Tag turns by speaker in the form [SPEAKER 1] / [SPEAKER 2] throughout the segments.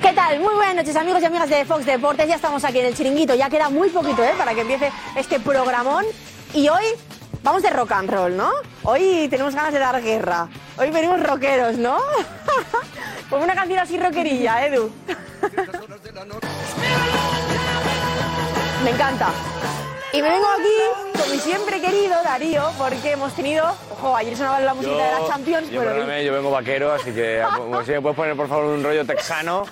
[SPEAKER 1] ¿Qué tal? Muy buenas noches amigos y amigas de Fox Deportes. Ya estamos aquí en el chiringuito. Ya queda muy poquito ¿eh? para que empiece este programón. Y hoy vamos de rock and roll, ¿no? Hoy tenemos ganas de dar guerra. Hoy venimos rockeros, ¿no? Con una canción así rockerilla, ¿eh, Edu. Me encanta. Y me vengo aquí con mi siempre querido Darío, porque hemos tenido. Ojo, ayer sonaba la música de la Champions,
[SPEAKER 2] yo,
[SPEAKER 1] pero.
[SPEAKER 2] perdóname, yo vengo vaquero, así que como si me puedes poner por favor un rollo texano,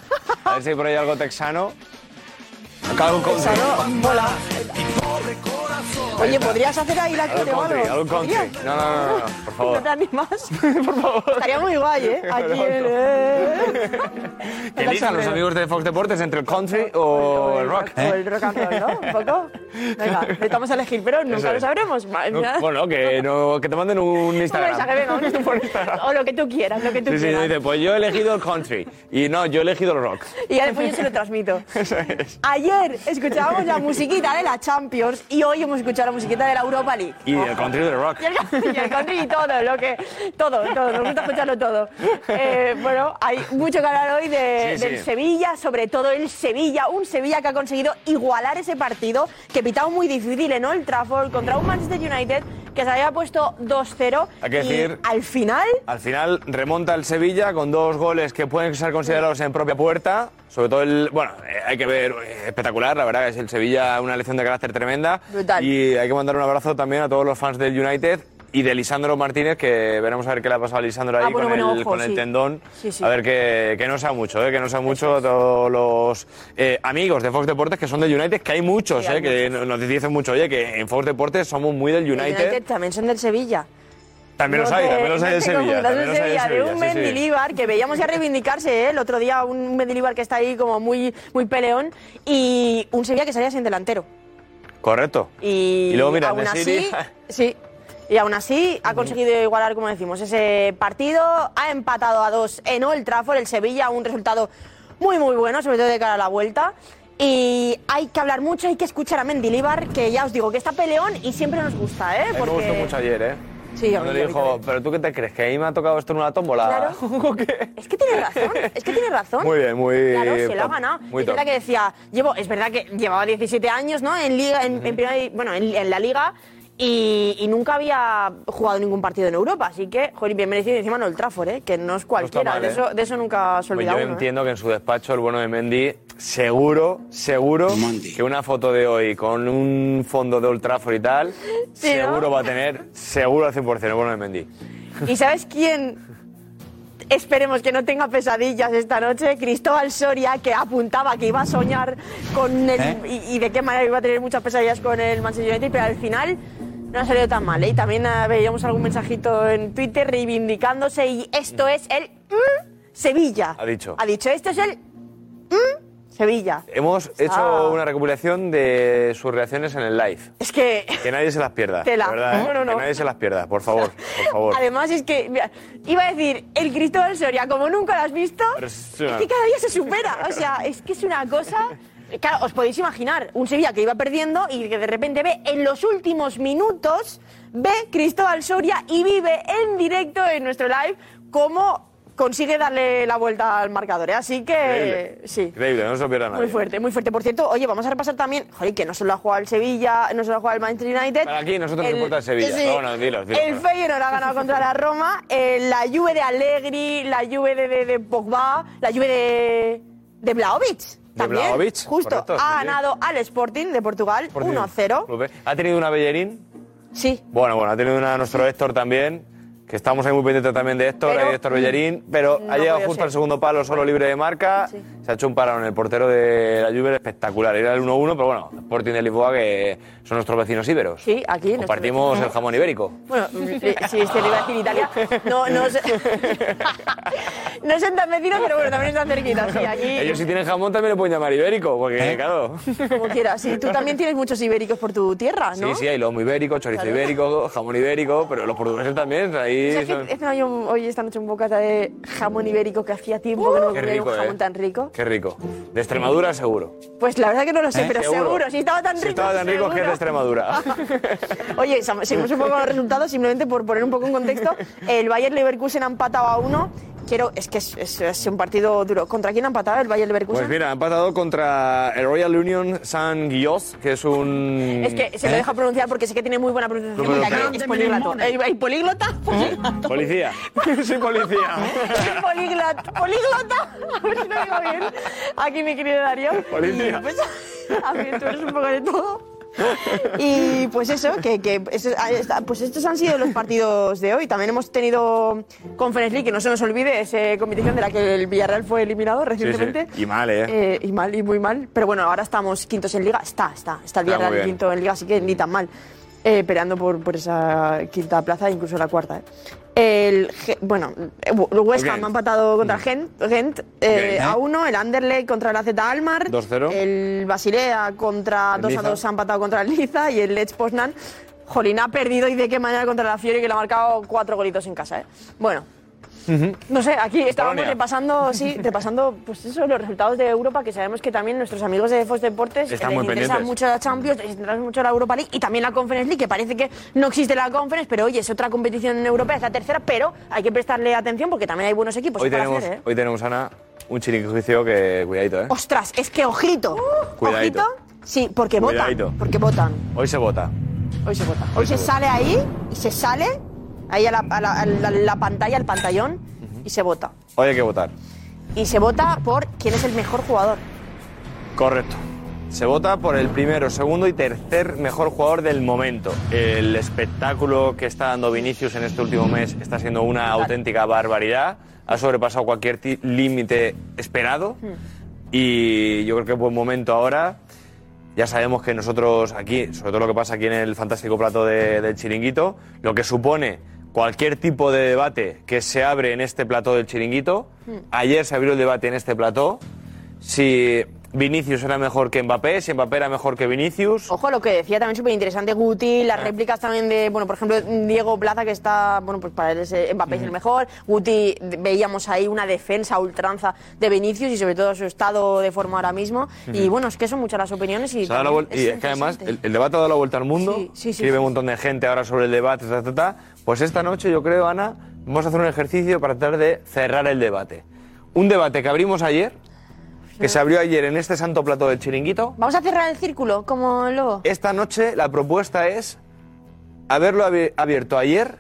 [SPEAKER 2] a ver si hay por ahí algo texano. Acá algo country.
[SPEAKER 1] Hola. Oye, ¿podrías hacer ahí la
[SPEAKER 2] Algo
[SPEAKER 1] que
[SPEAKER 2] country, algo country. No, no, no, no, no, por
[SPEAKER 1] ¿No
[SPEAKER 2] favor.
[SPEAKER 1] te animas? Por favor. Estaría muy guay, ¿eh? Aquí en
[SPEAKER 2] Que elijan los amigos de Fox Deportes entre el country o el rock. ¿eh?
[SPEAKER 1] O el rock and roll, ¿no? Un poco. Venga, necesitamos elegir, pero nunca
[SPEAKER 2] Eso
[SPEAKER 1] lo
[SPEAKER 2] es.
[SPEAKER 1] sabremos. Ma-
[SPEAKER 2] No, bueno, que, no, que te manden un
[SPEAKER 1] Un
[SPEAKER 2] Instagram.
[SPEAKER 1] mensaje, venga, un Instagram. O lo que tú quieras, lo que tú
[SPEAKER 2] Sí, sí,
[SPEAKER 1] quieras.
[SPEAKER 2] dice, pues yo he elegido el country. Y no, yo he elegido el rock.
[SPEAKER 1] Y ya después yo se lo transmito.
[SPEAKER 2] Eso es.
[SPEAKER 1] Ayer escuchábamos la musiquita de la Champions y hoy hemos escuchado la musiquita de la Europa League.
[SPEAKER 2] Y el country del rock.
[SPEAKER 1] Y el, y el country y todo, lo que. Todo, todo, nos gusta escucharlo todo. Eh, bueno, hay mucho que hablar hoy de,
[SPEAKER 2] Sí,
[SPEAKER 1] del
[SPEAKER 2] sí.
[SPEAKER 1] Sevilla, sobre todo el Sevilla, un Sevilla que ha conseguido igualar ese partido, que pitaba muy difícil en Old Trafford contra un Manchester United que se había puesto 2-0.
[SPEAKER 2] Hay que
[SPEAKER 1] y
[SPEAKER 2] decir-
[SPEAKER 1] Al final.
[SPEAKER 2] Al final remonta el Sevilla con dos goles que pueden ser considerados en propia puerta. Sobre todo el. Bueno, eh, hay que ver, eh, espectacular, la verdad, es el Sevilla una lección de carácter tremenda.
[SPEAKER 1] Brutal.
[SPEAKER 2] Y hay que mandar un abrazo también a todos los fans del United y de Lisandro Martínez, que veremos a ver qué le ha pasado a Lisandro ahí
[SPEAKER 1] Ah, bueno,
[SPEAKER 2] con,
[SPEAKER 1] bueno,
[SPEAKER 2] el,
[SPEAKER 1] ojo,
[SPEAKER 2] con el
[SPEAKER 1] sí.
[SPEAKER 2] tendón.
[SPEAKER 1] Sí, sí.
[SPEAKER 2] A ver que, que no sea mucho, eh, que no sea mucho a todos los eh, amigos de Fox Deportes que son del United, que hay muchos,
[SPEAKER 1] Sí, hay
[SPEAKER 2] eh, que nos dicen mucho, oye, que en Fox Deportes somos muy del
[SPEAKER 1] el
[SPEAKER 2] United.
[SPEAKER 1] United también son del Sevilla.
[SPEAKER 2] También los
[SPEAKER 1] No
[SPEAKER 2] hay,
[SPEAKER 1] te-
[SPEAKER 2] también los
[SPEAKER 1] no
[SPEAKER 2] hay del
[SPEAKER 1] te
[SPEAKER 2] Sevilla.
[SPEAKER 1] confundas,
[SPEAKER 2] También
[SPEAKER 1] del
[SPEAKER 2] los hay del
[SPEAKER 1] Sevilla, de
[SPEAKER 2] Sevilla.
[SPEAKER 1] un
[SPEAKER 2] sí, sí.
[SPEAKER 1] Mendilibar que veíamos ya reivindicarse ¿eh? el otro día, un Mendilibar que está ahí como muy, muy peleón y un Sevilla que salía sin delantero.
[SPEAKER 2] Correcto.
[SPEAKER 1] Y,
[SPEAKER 2] Y luego, mira,
[SPEAKER 1] aún
[SPEAKER 2] de
[SPEAKER 1] así,
[SPEAKER 2] Siri.
[SPEAKER 1] sí. Y aún así ha conseguido igualar, como decimos, ese partido. Ha empatado a dos en Old Trafford, el Sevilla, un resultado muy, muy bueno, sobre todo de cara a la vuelta. Y hay que hablar mucho, hay que escuchar a Mendilibar, que ya os digo que está peleón y siempre nos gusta, ¿eh?
[SPEAKER 2] A mí me gustó mucho ayer, ¿eh?
[SPEAKER 1] Sí, a mí
[SPEAKER 2] Cuando
[SPEAKER 1] yo
[SPEAKER 2] le
[SPEAKER 1] vi
[SPEAKER 2] dijo, ¿pero tú qué te crees? ¿Que ahí me ha tocado esto en una tómbola?
[SPEAKER 1] Claro.
[SPEAKER 2] ¿O qué?
[SPEAKER 1] Es que tiene razón, es que tiene razón.
[SPEAKER 2] Muy bien, muy
[SPEAKER 1] Claro, se lo ha
[SPEAKER 2] top,
[SPEAKER 1] ganado.
[SPEAKER 2] muy
[SPEAKER 1] es verdad
[SPEAKER 2] top.
[SPEAKER 1] que decía, llevo, es verdad que llevaba 17 años, ¿no? En liga, en, en primera- bueno, en, en la liga y, y nunca había jugado ningún partido en Europa, así que, joder, bien merecido y encima no el Trafford, ¿eh? que no es cualquiera,
[SPEAKER 2] mal,
[SPEAKER 1] de,
[SPEAKER 2] ¿eh?
[SPEAKER 1] eso, de eso nunca se
[SPEAKER 2] Pues
[SPEAKER 1] olvida
[SPEAKER 2] yo
[SPEAKER 1] uno, ¿eh?
[SPEAKER 2] entiendo que en su despacho el bueno de Mendy, seguro, seguro que una foto de hoy con un fondo de Old Trafford y tal,
[SPEAKER 1] Sí, ¿no?
[SPEAKER 2] seguro va a tener, seguro al 100% el bueno de Mendy.
[SPEAKER 1] ¿Y sabes quién? Esperemos que no tenga pesadillas esta noche. Cristóbal Soria, que apuntaba que iba a soñar con el. Y, y de qué manera iba a tener muchas pesadillas con el Manchester United, pero al final no ha salido tan mal. ¿eh? Y también eh, veíamos algún mensajito en Twitter reivindicándose. Y esto es el. mm Sevilla.
[SPEAKER 2] Ha dicho.
[SPEAKER 1] Ha dicho, esto es el. mm Sevilla.
[SPEAKER 2] Hemos
[SPEAKER 1] Ah.
[SPEAKER 2] hecho una recopilación de sus reacciones en el live.
[SPEAKER 1] Es que.
[SPEAKER 2] Que nadie se las pierda.
[SPEAKER 1] Tela.
[SPEAKER 2] de verdad, ¿eh?
[SPEAKER 1] No, no, no.
[SPEAKER 2] Que nadie se las pierda, por favor, por favor.
[SPEAKER 1] Además, es que. mira, iba a decir, el Cristóbal Soria, como nunca lo has visto.
[SPEAKER 2] Pero es
[SPEAKER 1] Es
[SPEAKER 2] una-
[SPEAKER 1] que cada día se supera. O sea, es que es una cosa. eh, Claro, os podéis imaginar un Sevilla que iba perdiendo y que de repente ve en los últimos minutos, ve Cristóbal Soria y vive en directo en nuestro live cómo consigue darle la vuelta al marcador. ¿eh? Así que
[SPEAKER 2] Increíble.
[SPEAKER 1] sí.
[SPEAKER 2] Increíble, no se lo pierda nadie.
[SPEAKER 1] Muy fuerte, muy fuerte. Por cierto, oye, vamos a repasar también, joder, que no solo ha jugado el Sevilla, no solo ha jugado el Manchester United.
[SPEAKER 2] Para aquí nosotros nos importa el Sevilla.
[SPEAKER 1] sí.
[SPEAKER 2] Pero bueno, dilo, dilo,
[SPEAKER 1] El
[SPEAKER 2] dilo.
[SPEAKER 1] Feyenoord ha ganado contra la Roma, eh, la Juve de Allegri, la Juve de, de, de Pogba, la Juve de, de Blaovic. También,
[SPEAKER 2] Blaovic,
[SPEAKER 1] justo, ah,
[SPEAKER 2] correcto,
[SPEAKER 1] ha
[SPEAKER 2] sí, sí.
[SPEAKER 1] ganado al Sporting de Portugal
[SPEAKER 2] Por cierto,
[SPEAKER 1] 1-0.
[SPEAKER 2] Lupe, ¿Ha tenido una Bellerín?
[SPEAKER 1] Sí,
[SPEAKER 2] Bueno, bueno, ha tenido una nuestro Héctor también. que estamos ahí muy pendientes también de Héctor,
[SPEAKER 1] Pero-
[SPEAKER 2] ahí Héctor Bellerín, pero
[SPEAKER 1] No
[SPEAKER 2] ha llegado
[SPEAKER 1] puede
[SPEAKER 2] justo
[SPEAKER 1] ser.
[SPEAKER 2] al segundo palo, solo libre de marca, se ha hecho un parón el portero de la Juve espectacular, era el 1-1, pero bueno, Sporting de Lisboa que son nuestros vecinos íberos.
[SPEAKER 1] Sí, aquí. nuestro
[SPEAKER 2] Compartimos
[SPEAKER 1] vecino.
[SPEAKER 2] el jamón ibérico.
[SPEAKER 1] Bueno, si es que le iba a decir Italia. No, no sé. No son tan vecinos, pero bueno, también están cerquitas. Sí, aquí.
[SPEAKER 2] Ellos si tienen jamón también le pueden llamar ibérico, porque claro.
[SPEAKER 1] Como quieras. Sí, tú también tienes muchos ibéricos por tu tierra, ¿Ah, ¿no?
[SPEAKER 2] Sí, sí, hay lomo ibérico, chorizo
[SPEAKER 1] Claro.
[SPEAKER 2] ibérico, jamón ibérico, pero los portugueses también,
[SPEAKER 1] O
[SPEAKER 2] ahí
[SPEAKER 1] sea, que
[SPEAKER 2] son-
[SPEAKER 1] he cenado yo un- hoy esta noche un bocata de jamón ibérico que hacía tiempo que no me
[SPEAKER 2] Qué
[SPEAKER 1] comía un
[SPEAKER 2] rico,
[SPEAKER 1] jamón
[SPEAKER 2] eh.
[SPEAKER 1] tan rico.
[SPEAKER 2] Qué rico. De Extremadura seguro.
[SPEAKER 1] Pues la verdad que no lo sé,
[SPEAKER 2] ¿Eh?
[SPEAKER 1] pero seguro.
[SPEAKER 2] Seguro.
[SPEAKER 1] si estaba tan
[SPEAKER 2] Si
[SPEAKER 1] rico. Ah,
[SPEAKER 2] estaba tan rico es que es de Extremadura.
[SPEAKER 1] Oye, Sam, seguimos un poco con los resultados, simplemente por poner un poco en contexto. El Bayern Leverkusen ha empatado a uno. Quiero, es que es, es- es un partido duro. ¿Contra quién ha empatado el Bayern Leverkusen?
[SPEAKER 2] Pues mira, ha empatado contra el Royal Union San Guios, que es un...
[SPEAKER 1] es que se lo
[SPEAKER 2] ¿Eh?
[SPEAKER 1] deja pronunciar porque sé que tiene muy buena pronunciación.
[SPEAKER 2] Pero-
[SPEAKER 1] Mira,
[SPEAKER 2] pero-
[SPEAKER 1] que es políglota. ¿El, el políglota? ¿Políglota?
[SPEAKER 2] Policía. Soy policía.
[SPEAKER 1] Políglota. Políglota. A ver si lo digo bien. Aquí mi querido Darío.
[SPEAKER 2] Policía.
[SPEAKER 1] Y, pues, a ver, tú eres un poco de todo. Y pues eso, que, que eso- ahí está. pues estos han sido los partidos de hoy. También hemos tenido Conference League, que no se nos olvide, esa competición de la que el Villarreal fue eliminado recientemente.
[SPEAKER 2] Y mal, ¿eh?
[SPEAKER 1] Eh, y mal, y muy mal. Pero bueno, ahora estamos quintos en liga. Está, está. Está el
[SPEAKER 2] Está muy
[SPEAKER 1] Villarreal
[SPEAKER 2] bien.
[SPEAKER 1] quinto en liga, así que ni tan mal. Eh, peleando por, por esa quinta plaza, incluso la cuarta. ¿eh? El, Ge- bueno, eh, el West Ham
[SPEAKER 2] Gent.
[SPEAKER 1] ha empatado
[SPEAKER 2] Mm.
[SPEAKER 1] contra el Gent, Gent, eh,
[SPEAKER 2] Gent, ¿eh?
[SPEAKER 1] a uno. El Anderlecht contra la Z Almar.
[SPEAKER 2] 2-0.
[SPEAKER 1] El Basilea contra
[SPEAKER 2] El
[SPEAKER 1] 2 a
[SPEAKER 2] Niza.
[SPEAKER 1] 2 ha empatado contra el Liza. Y el Lech Poznan, Jolín, ha perdido y de qué manera contra la Fiore, que le ha marcado cuatro golitos en casa. ¿eh? Bueno, no sé, aquí estábamos
[SPEAKER 2] Polonia.
[SPEAKER 1] repasando, sí, repasando pues eso, los resultados de Europa, que sabemos que también nuestros amigos de Fox Deportes
[SPEAKER 2] Están
[SPEAKER 1] les
[SPEAKER 2] muy
[SPEAKER 1] interesa
[SPEAKER 2] pendientes.
[SPEAKER 1] mucho la Champions, les interesa mucho la Europa League y también la Conference League, que parece que no existe la Conference, pero oye, es otra competición europea, es la tercera, pero hay que prestarle atención porque también hay buenos equipos
[SPEAKER 2] hoy,
[SPEAKER 1] para
[SPEAKER 2] tenemos,
[SPEAKER 1] hacer, ¿eh?
[SPEAKER 2] hoy tenemos, Ana, un juicio que... Cuidadito, ¿eh? Uh.
[SPEAKER 1] Ostras, es que ojito,
[SPEAKER 2] Cuidadito.
[SPEAKER 1] ojito, sí, porque
[SPEAKER 2] Cuidadito.
[SPEAKER 1] votan, porque votan,
[SPEAKER 2] Hoy se vota.
[SPEAKER 1] hoy se vota, hoy se sale ahí y se sale ahí a la, a la- a la- la pantalla, al pantallón y se vota.
[SPEAKER 2] Hoy hay que votar.
[SPEAKER 1] Y se vota por quién es el mejor jugador.
[SPEAKER 2] Correcto. Se vota por el primero, segundo y tercer mejor jugador del momento. El espectáculo que está dando Vinicius en este último mes está siendo una auténtica barbaridad. Ha sobrepasado cualquier ti- límite esperado. Y yo creo que es buen momento ahora. Ya sabemos que nosotros aquí, sobre todo lo que pasa aquí en el fantástico plato de- del chiringuito, lo que supone cualquier tipo de debate que se abre en este plató del chiringuito. Ayer se abrió el debate en este plató. Si Vinicius era mejor que Mbappé, si Mbappé era mejor que Vinicius.
[SPEAKER 1] Ojo a lo que decía también súper interesante Guti,
[SPEAKER 2] Ah.
[SPEAKER 1] las réplicas también de, bueno, por ejemplo, Diego Plaza, que está, bueno, pues para él es, eh, Mbappé es el mejor. Guti, de- veíamos ahí una defensa a ultranza de Vinicius y sobre todo su estado de forma ahora mismo. Y bueno, es que son muchas las opiniones y.
[SPEAKER 2] Se ha dado la
[SPEAKER 1] también
[SPEAKER 2] vuel- y es que además el, el debate ha dado la vuelta al mundo.
[SPEAKER 1] Sí, sí, sí,
[SPEAKER 2] Escribe
[SPEAKER 1] sí,
[SPEAKER 2] un montón de gente ahora sobre el debate, ta, ta, ta. Pues esta noche, yo creo, Ana, vamos a hacer un ejercicio para tratar de cerrar el debate. Un debate que abrimos ayer, que se abrió ayer en este santo plato del chiringuito.
[SPEAKER 1] Vamos a cerrar el círculo, como el lobo.
[SPEAKER 2] Esta noche la propuesta es haberlo abi- abierto ayer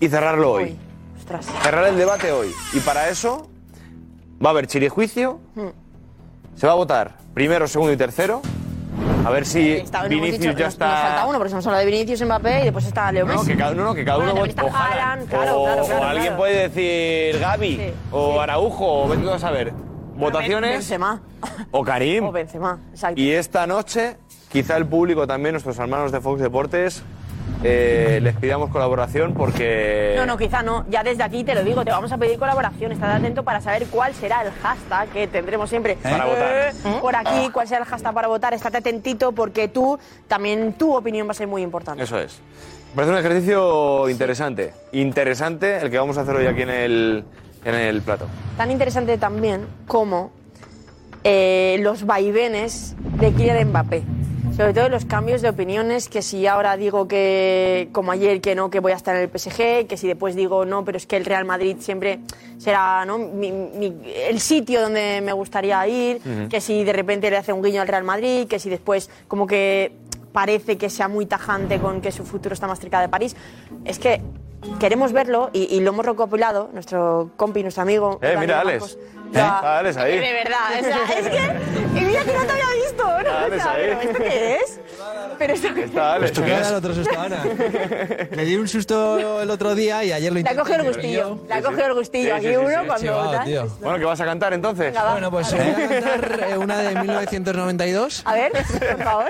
[SPEAKER 2] y cerrarlo hoy.
[SPEAKER 1] Ostras.
[SPEAKER 2] Cerrar el debate hoy. Y para eso va a haber chirijuicio.
[SPEAKER 1] Hmm.
[SPEAKER 2] Se va a votar primero, segundo y tercero. A ver si
[SPEAKER 1] Está- lo hemos
[SPEAKER 2] Vinicius
[SPEAKER 1] dicho,
[SPEAKER 2] ya
[SPEAKER 1] nos-
[SPEAKER 2] está.
[SPEAKER 1] Nos falta uno, porque hemos hablado de Vinicius, Mbappé y después está Leo
[SPEAKER 2] No,
[SPEAKER 1] Messi.
[SPEAKER 2] que cada, no, no, que cada
[SPEAKER 1] Bueno,
[SPEAKER 2] uno
[SPEAKER 1] también
[SPEAKER 2] vote.
[SPEAKER 1] está Haaland, claro,
[SPEAKER 2] o,
[SPEAKER 1] claro,
[SPEAKER 2] o
[SPEAKER 1] claro,
[SPEAKER 2] alguien
[SPEAKER 1] claro.
[SPEAKER 2] puede decir Gaby
[SPEAKER 1] Sí,
[SPEAKER 2] o Araujo o vete tú a saber. Votaciones
[SPEAKER 1] Benzema.
[SPEAKER 2] o Karim.
[SPEAKER 1] O Benzema, exacto.
[SPEAKER 2] Y esta noche, quizá el público también, nuestros hermanos de Fox Deportes, eh, les pidamos colaboración porque.
[SPEAKER 1] No, no, quizá no. Ya desde aquí te lo digo, te vamos a pedir colaboración. Estad atento para saber cuál será el hashtag que tendremos siempre eh,
[SPEAKER 2] Para votar.
[SPEAKER 1] por aquí, cuál será el hashtag para votar. Estate atentito porque tú, también tu opinión va a ser muy importante.
[SPEAKER 2] Eso es. Me Parece un ejercicio interesante. Interesante el que vamos a hacer hoy aquí en el, en el plato.
[SPEAKER 1] Tan interesante también como eh, los vaivenes de Kylian Mbappé. Sobre todo los cambios de opiniones, que si ahora digo que, como ayer, que no, que voy a estar en el PSG, que si después digo no, pero es que el Real Madrid siempre será ¿no? mi- mi- el sitio donde me gustaría ir,
[SPEAKER 3] Ujú.
[SPEAKER 1] que si de repente le hace un guiño al Real Madrid, que si después como que parece que sea muy tajante con que su futuro está más cerca de París. Es que queremos verlo y, y lo hemos recopilado, nuestro compi, nuestro amigo.
[SPEAKER 2] Eh,
[SPEAKER 1] Dani
[SPEAKER 2] mira,
[SPEAKER 1] Campos.
[SPEAKER 2] Alex. Está Alex ahí.
[SPEAKER 1] De verdad, o sea, es que. Y mira que no te había visto, ¿no?
[SPEAKER 2] Ah,
[SPEAKER 1] O sea,
[SPEAKER 2] ¿ves ahí?
[SPEAKER 1] pero ¿Esto qué es? pero eso que...
[SPEAKER 2] Está Ale.
[SPEAKER 3] Esto que es. otro susto, Ana. Le di un susto el otro día y ayer lo
[SPEAKER 1] La
[SPEAKER 3] intenté.
[SPEAKER 1] coge el
[SPEAKER 3] pero
[SPEAKER 1] gustillo,
[SPEAKER 3] yo-
[SPEAKER 1] la coge el gustillo.
[SPEAKER 2] Sí,
[SPEAKER 1] Aquí
[SPEAKER 2] sí, sí,
[SPEAKER 1] uno
[SPEAKER 2] sí.
[SPEAKER 3] Chivado,
[SPEAKER 1] cuando... tal.
[SPEAKER 3] tío.
[SPEAKER 2] Bueno, ¿qué vas a cantar entonces?
[SPEAKER 1] Venga, va.
[SPEAKER 3] Bueno, pues voy a cantar eh, una de 1992.
[SPEAKER 1] A ver, por favor.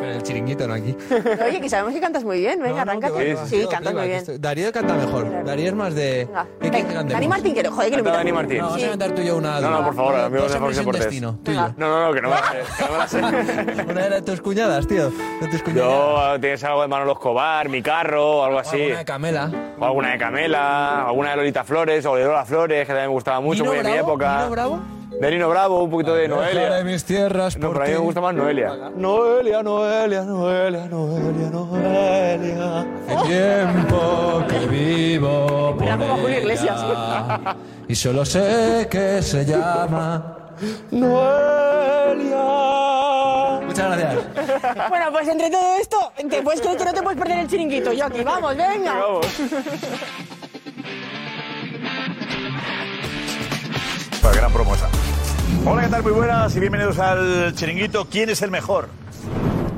[SPEAKER 3] Pero el chiringuito no aquí.
[SPEAKER 1] Oye, que sabemos que cantas muy bien, venga,
[SPEAKER 3] No, no, que va,
[SPEAKER 1] arráncate.
[SPEAKER 3] que va.
[SPEAKER 1] sí,
[SPEAKER 3] Yo,
[SPEAKER 1] cantas
[SPEAKER 3] arriba,
[SPEAKER 1] muy
[SPEAKER 3] que
[SPEAKER 1] bien.
[SPEAKER 3] estoy- Darío canta mejor. Darío es más de.
[SPEAKER 1] Venga,
[SPEAKER 3] ¿Qué quieres que
[SPEAKER 1] venga,
[SPEAKER 3] cantemos?
[SPEAKER 1] Dani Martín, que lo joder, que lo
[SPEAKER 2] Canta
[SPEAKER 1] invitamos.
[SPEAKER 2] Dani Martín.
[SPEAKER 3] No, vas a cantar tú y yo una.
[SPEAKER 2] No, no, por favor,
[SPEAKER 3] Dos
[SPEAKER 2] amigos
[SPEAKER 3] hombres
[SPEAKER 2] de
[SPEAKER 3] y
[SPEAKER 2] Fox
[SPEAKER 3] un
[SPEAKER 2] Deportes.
[SPEAKER 3] destino, tú y yo.
[SPEAKER 2] No, no, no, que no me la sé. Que no me la sé.
[SPEAKER 3] Una era de tus cuñadas, tío. De tus cuñadas.
[SPEAKER 2] Yo, ah, tienes algo de Manolo Escobar, mi carro, o algo
[SPEAKER 3] O
[SPEAKER 2] así.
[SPEAKER 3] alguna de Camela.
[SPEAKER 2] O alguna de Camela, alguna de Lolita Flores, o de Lola Flores, que también me gustaba mucho,
[SPEAKER 3] ¿Nino
[SPEAKER 2] muy de mi
[SPEAKER 3] Bravo?
[SPEAKER 2] época.
[SPEAKER 3] ¿Nino Bravo?
[SPEAKER 2] De Nino Bravo, un poquito de
[SPEAKER 3] Fuera de
[SPEAKER 2] Noelia.
[SPEAKER 3] mis tierras.
[SPEAKER 2] No,
[SPEAKER 3] por
[SPEAKER 2] pero a mí me
[SPEAKER 3] ti.
[SPEAKER 2] gusta más Noelia. Noelia, Noelia, Noelia, Noelia, Noelia.
[SPEAKER 3] Hace tiempo que vivo por
[SPEAKER 1] Era como Julio
[SPEAKER 3] ella,
[SPEAKER 1] Iglesias.
[SPEAKER 3] Eh, Y solo sé que se llama.
[SPEAKER 2] Noelia.
[SPEAKER 3] Muchas gracias.
[SPEAKER 1] Bueno, pues entre todo esto, te puedes creer que no te puedes perder el chiringuito. Yo aquí, vamos, venga.
[SPEAKER 2] Vamos.
[SPEAKER 4] Para gran promosa. Hola, ¿qué tal? Muy buenas y bienvenidos al Chiringuito. ¿Quién es el mejor?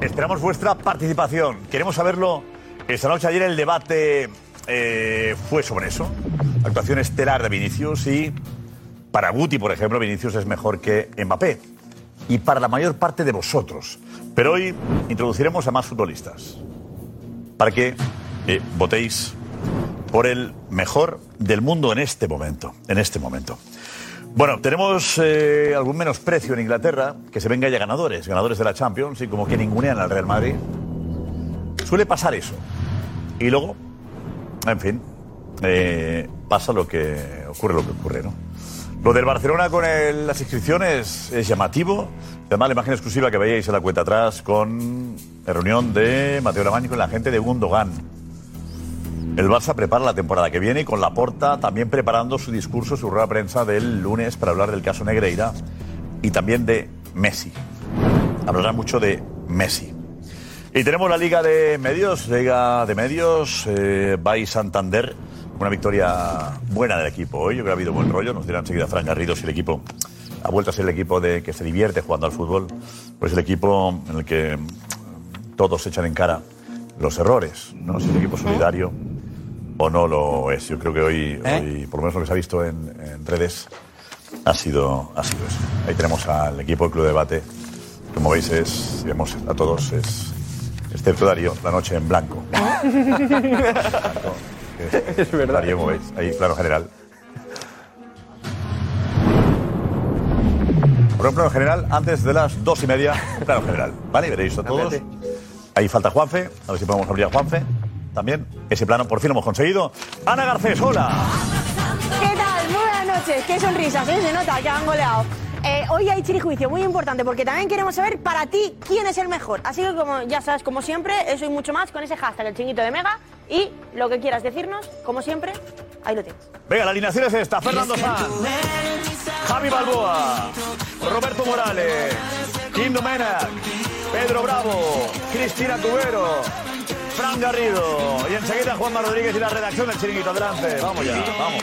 [SPEAKER 4] Esperamos vuestra participación. Queremos saberlo. Esta noche ayer el debate eh, fue sobre eso. Actuación estelar de Vinicius y para Guti, por ejemplo, Vinicius es mejor que Mbappé. Y para la mayor parte de vosotros. Pero hoy introduciremos a más futbolistas. Para que eh, votéis por el mejor del mundo en este momento. En este momento. Bueno, tenemos eh, algún menosprecio en Inglaterra, que se venga ya ganadores, ganadores de la Champions, y como que ningunean al Real Madrid. Suele pasar eso. Y luego, en fin, eh, pasa lo que ocurre, lo que ocurre, ¿no? Lo del Barcelona con el- las inscripciones es llamativo. Además, la imagen exclusiva que veíais en la cuenta atrás con la reunión de Mateo Lamaño con la gente de Gundogan. El Barça prepara la temporada que viene y con Laporta también preparando su discurso, su rueda de prensa del lunes para hablar del caso Negreira y también de Messi. Hablará mucho de Messi. Y tenemos la Liga de Medios, Liga de Medios, eh, by Santander, una victoria buena del equipo hoy. Yo creo que ha habido buen rollo, nos dirá enseguida Fran Garrido si el equipo ha vuelto a ser el equipo de que se divierte jugando al fútbol, pues el equipo en el que todos echan en cara los errores, ¿no? Si el equipo solidario o no lo es. Yo creo que hoy, hoy, por lo menos lo que se ha visto en, en redes, ha sido, ha sido eso. Ahí tenemos al equipo del Club de Debate. Como veis, es, vemos a todos, es, excepto Darío, la noche en blanco. es verdad. Darío, como veis, ahí, plano general. Por un plano general, antes de las dos y media, plano general. ¿Vale? Veréis a todos. Ahí falta Juanfe. A ver si podemos abrir a Juanfe. También ese plano por fin lo hemos conseguido. Ana Garcés, hola.
[SPEAKER 1] ¿Qué tal? Muy Buenas noches, qué sonrisas, ¿eh? se nota que han goleado. Eh, hoy hay chirijuicio, muy importante, porque también queremos saber para ti quién es el mejor. Así que, como ya sabes, como siempre, eso y mucho más con ese hashtag, el chinguito de Mega, y lo que quieras decirnos, como siempre, ahí lo tienes.
[SPEAKER 4] Venga, la alineación es esta. Fernando Sanz. Javi Balboa. Roberto Morales. Kim Domena. Pedro Bravo. Cristina Cubero. Fran Garrido. Y enseguida Juanma Rodríguez y la redacción del Chiringuito. Adelante. Vamos ya, vamos.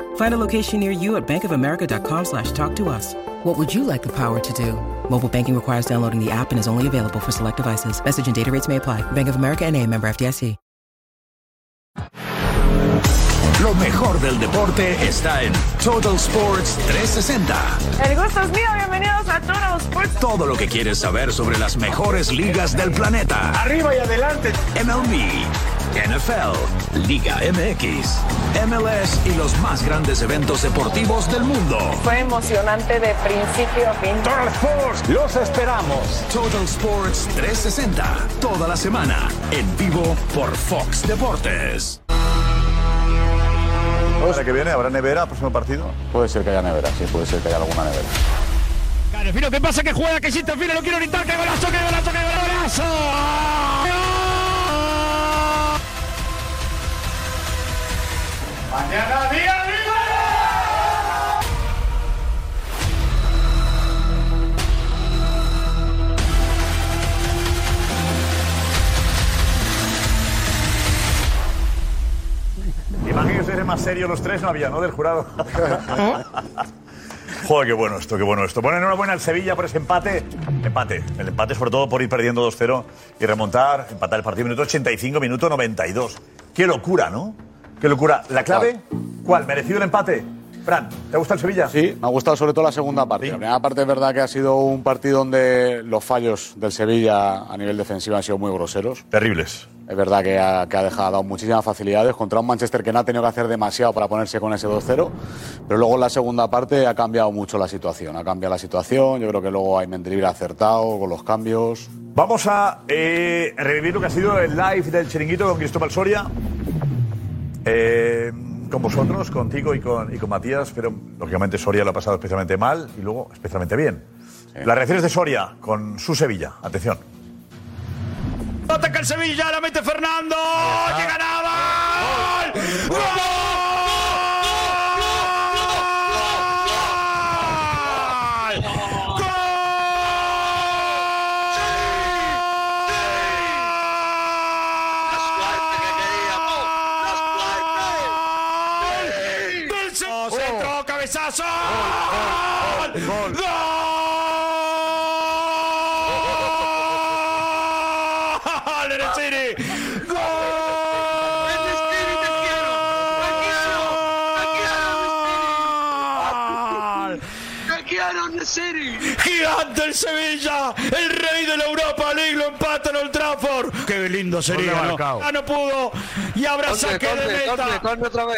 [SPEAKER 5] Find a location near you at bankofamerica.com slash talk to us. What would you like the power to do? Mobile banking requires downloading the app and is only available for select devices. Message and data rates may apply. Bank of America and a member FDIC.
[SPEAKER 6] Lo mejor del deporte está en Total Sports 360.
[SPEAKER 7] El gusto es mío, bienvenidos a todos.
[SPEAKER 6] Todo lo que quieres saber sobre las mejores ligas del planeta.
[SPEAKER 4] Arriba y adelante.
[SPEAKER 6] MLB, NFL, Liga MX, MLS y los más grandes eventos deportivos del mundo.
[SPEAKER 7] Fue emocionante de principio a fin.
[SPEAKER 4] Total Sports. Los esperamos.
[SPEAKER 6] Total Sports 360, toda la semana, en vivo por Fox Deportes.
[SPEAKER 4] La semana que viene habrá nevera, próximo partido.
[SPEAKER 8] Puede ser que haya nevera, sí, puede ser que haya alguna nevera.
[SPEAKER 6] Fino, ¿qué pasa? Que juega, que existe Fino, lo quiero orientar, que golazo, que golazo, que golazo.
[SPEAKER 4] Mañana día. más serios los tres no había, ¿no? Del jurado. Joder, qué bueno esto, qué bueno esto. Bueno, enhorabuena al Sevilla por ese empate. Empate. El empate sobre todo por ir perdiendo 2-0 y remontar, empatar el partido. Minuto 85, minuto 92. Qué locura, ¿no? Qué locura. ¿La clave? ¿Cuál? ¿Merecido el empate? Fran, ¿te gusta el Sevilla?
[SPEAKER 8] Sí, me ha gustado sobre todo la segunda parte. La primera parte es verdad que ha sido un partido donde los fallos del Sevilla a nivel defensivo han sido muy groseros.
[SPEAKER 4] Terribles.
[SPEAKER 8] Es verdad que ha, que ha dejado ha dado muchísimas facilidades contra un Manchester que no ha tenido que hacer demasiado para ponerse con ese 2-0. Pero luego en la segunda parte ha cambiado mucho la situación. Ha cambiado la situación. Yo creo que luego hay Mendilibre ha acertado con los cambios.
[SPEAKER 4] Vamos a eh, revivir lo que ha sido el live del chiringuito con Cristóbal Soria. Eh, con vosotros, contigo y con, y con Matías, pero lógicamente Soria lo ha pasado especialmente mal y luego especialmente bien. Las reacciones de Soria con su Sevilla. Atención.
[SPEAKER 9] Ataca el Sevilla, la mete Fernando. Llega Navas. ¡Gol! ¡Del centro, cabezazo! Oh. ¡Gol! ¡Gol del City! ¡Gol! ¡Gigante el Sevilla! ¡El rey de la Europa League lo empata en Old Trafford! ¡Qué lindo sería!
[SPEAKER 10] Gol de
[SPEAKER 9] ¿no?
[SPEAKER 10] Marcao.
[SPEAKER 9] Ah, no pudo! Y habrá
[SPEAKER 10] Corte,
[SPEAKER 9] saque de
[SPEAKER 10] corte,
[SPEAKER 9] meta.
[SPEAKER 10] corte,
[SPEAKER 9] Han
[SPEAKER 10] Bravo,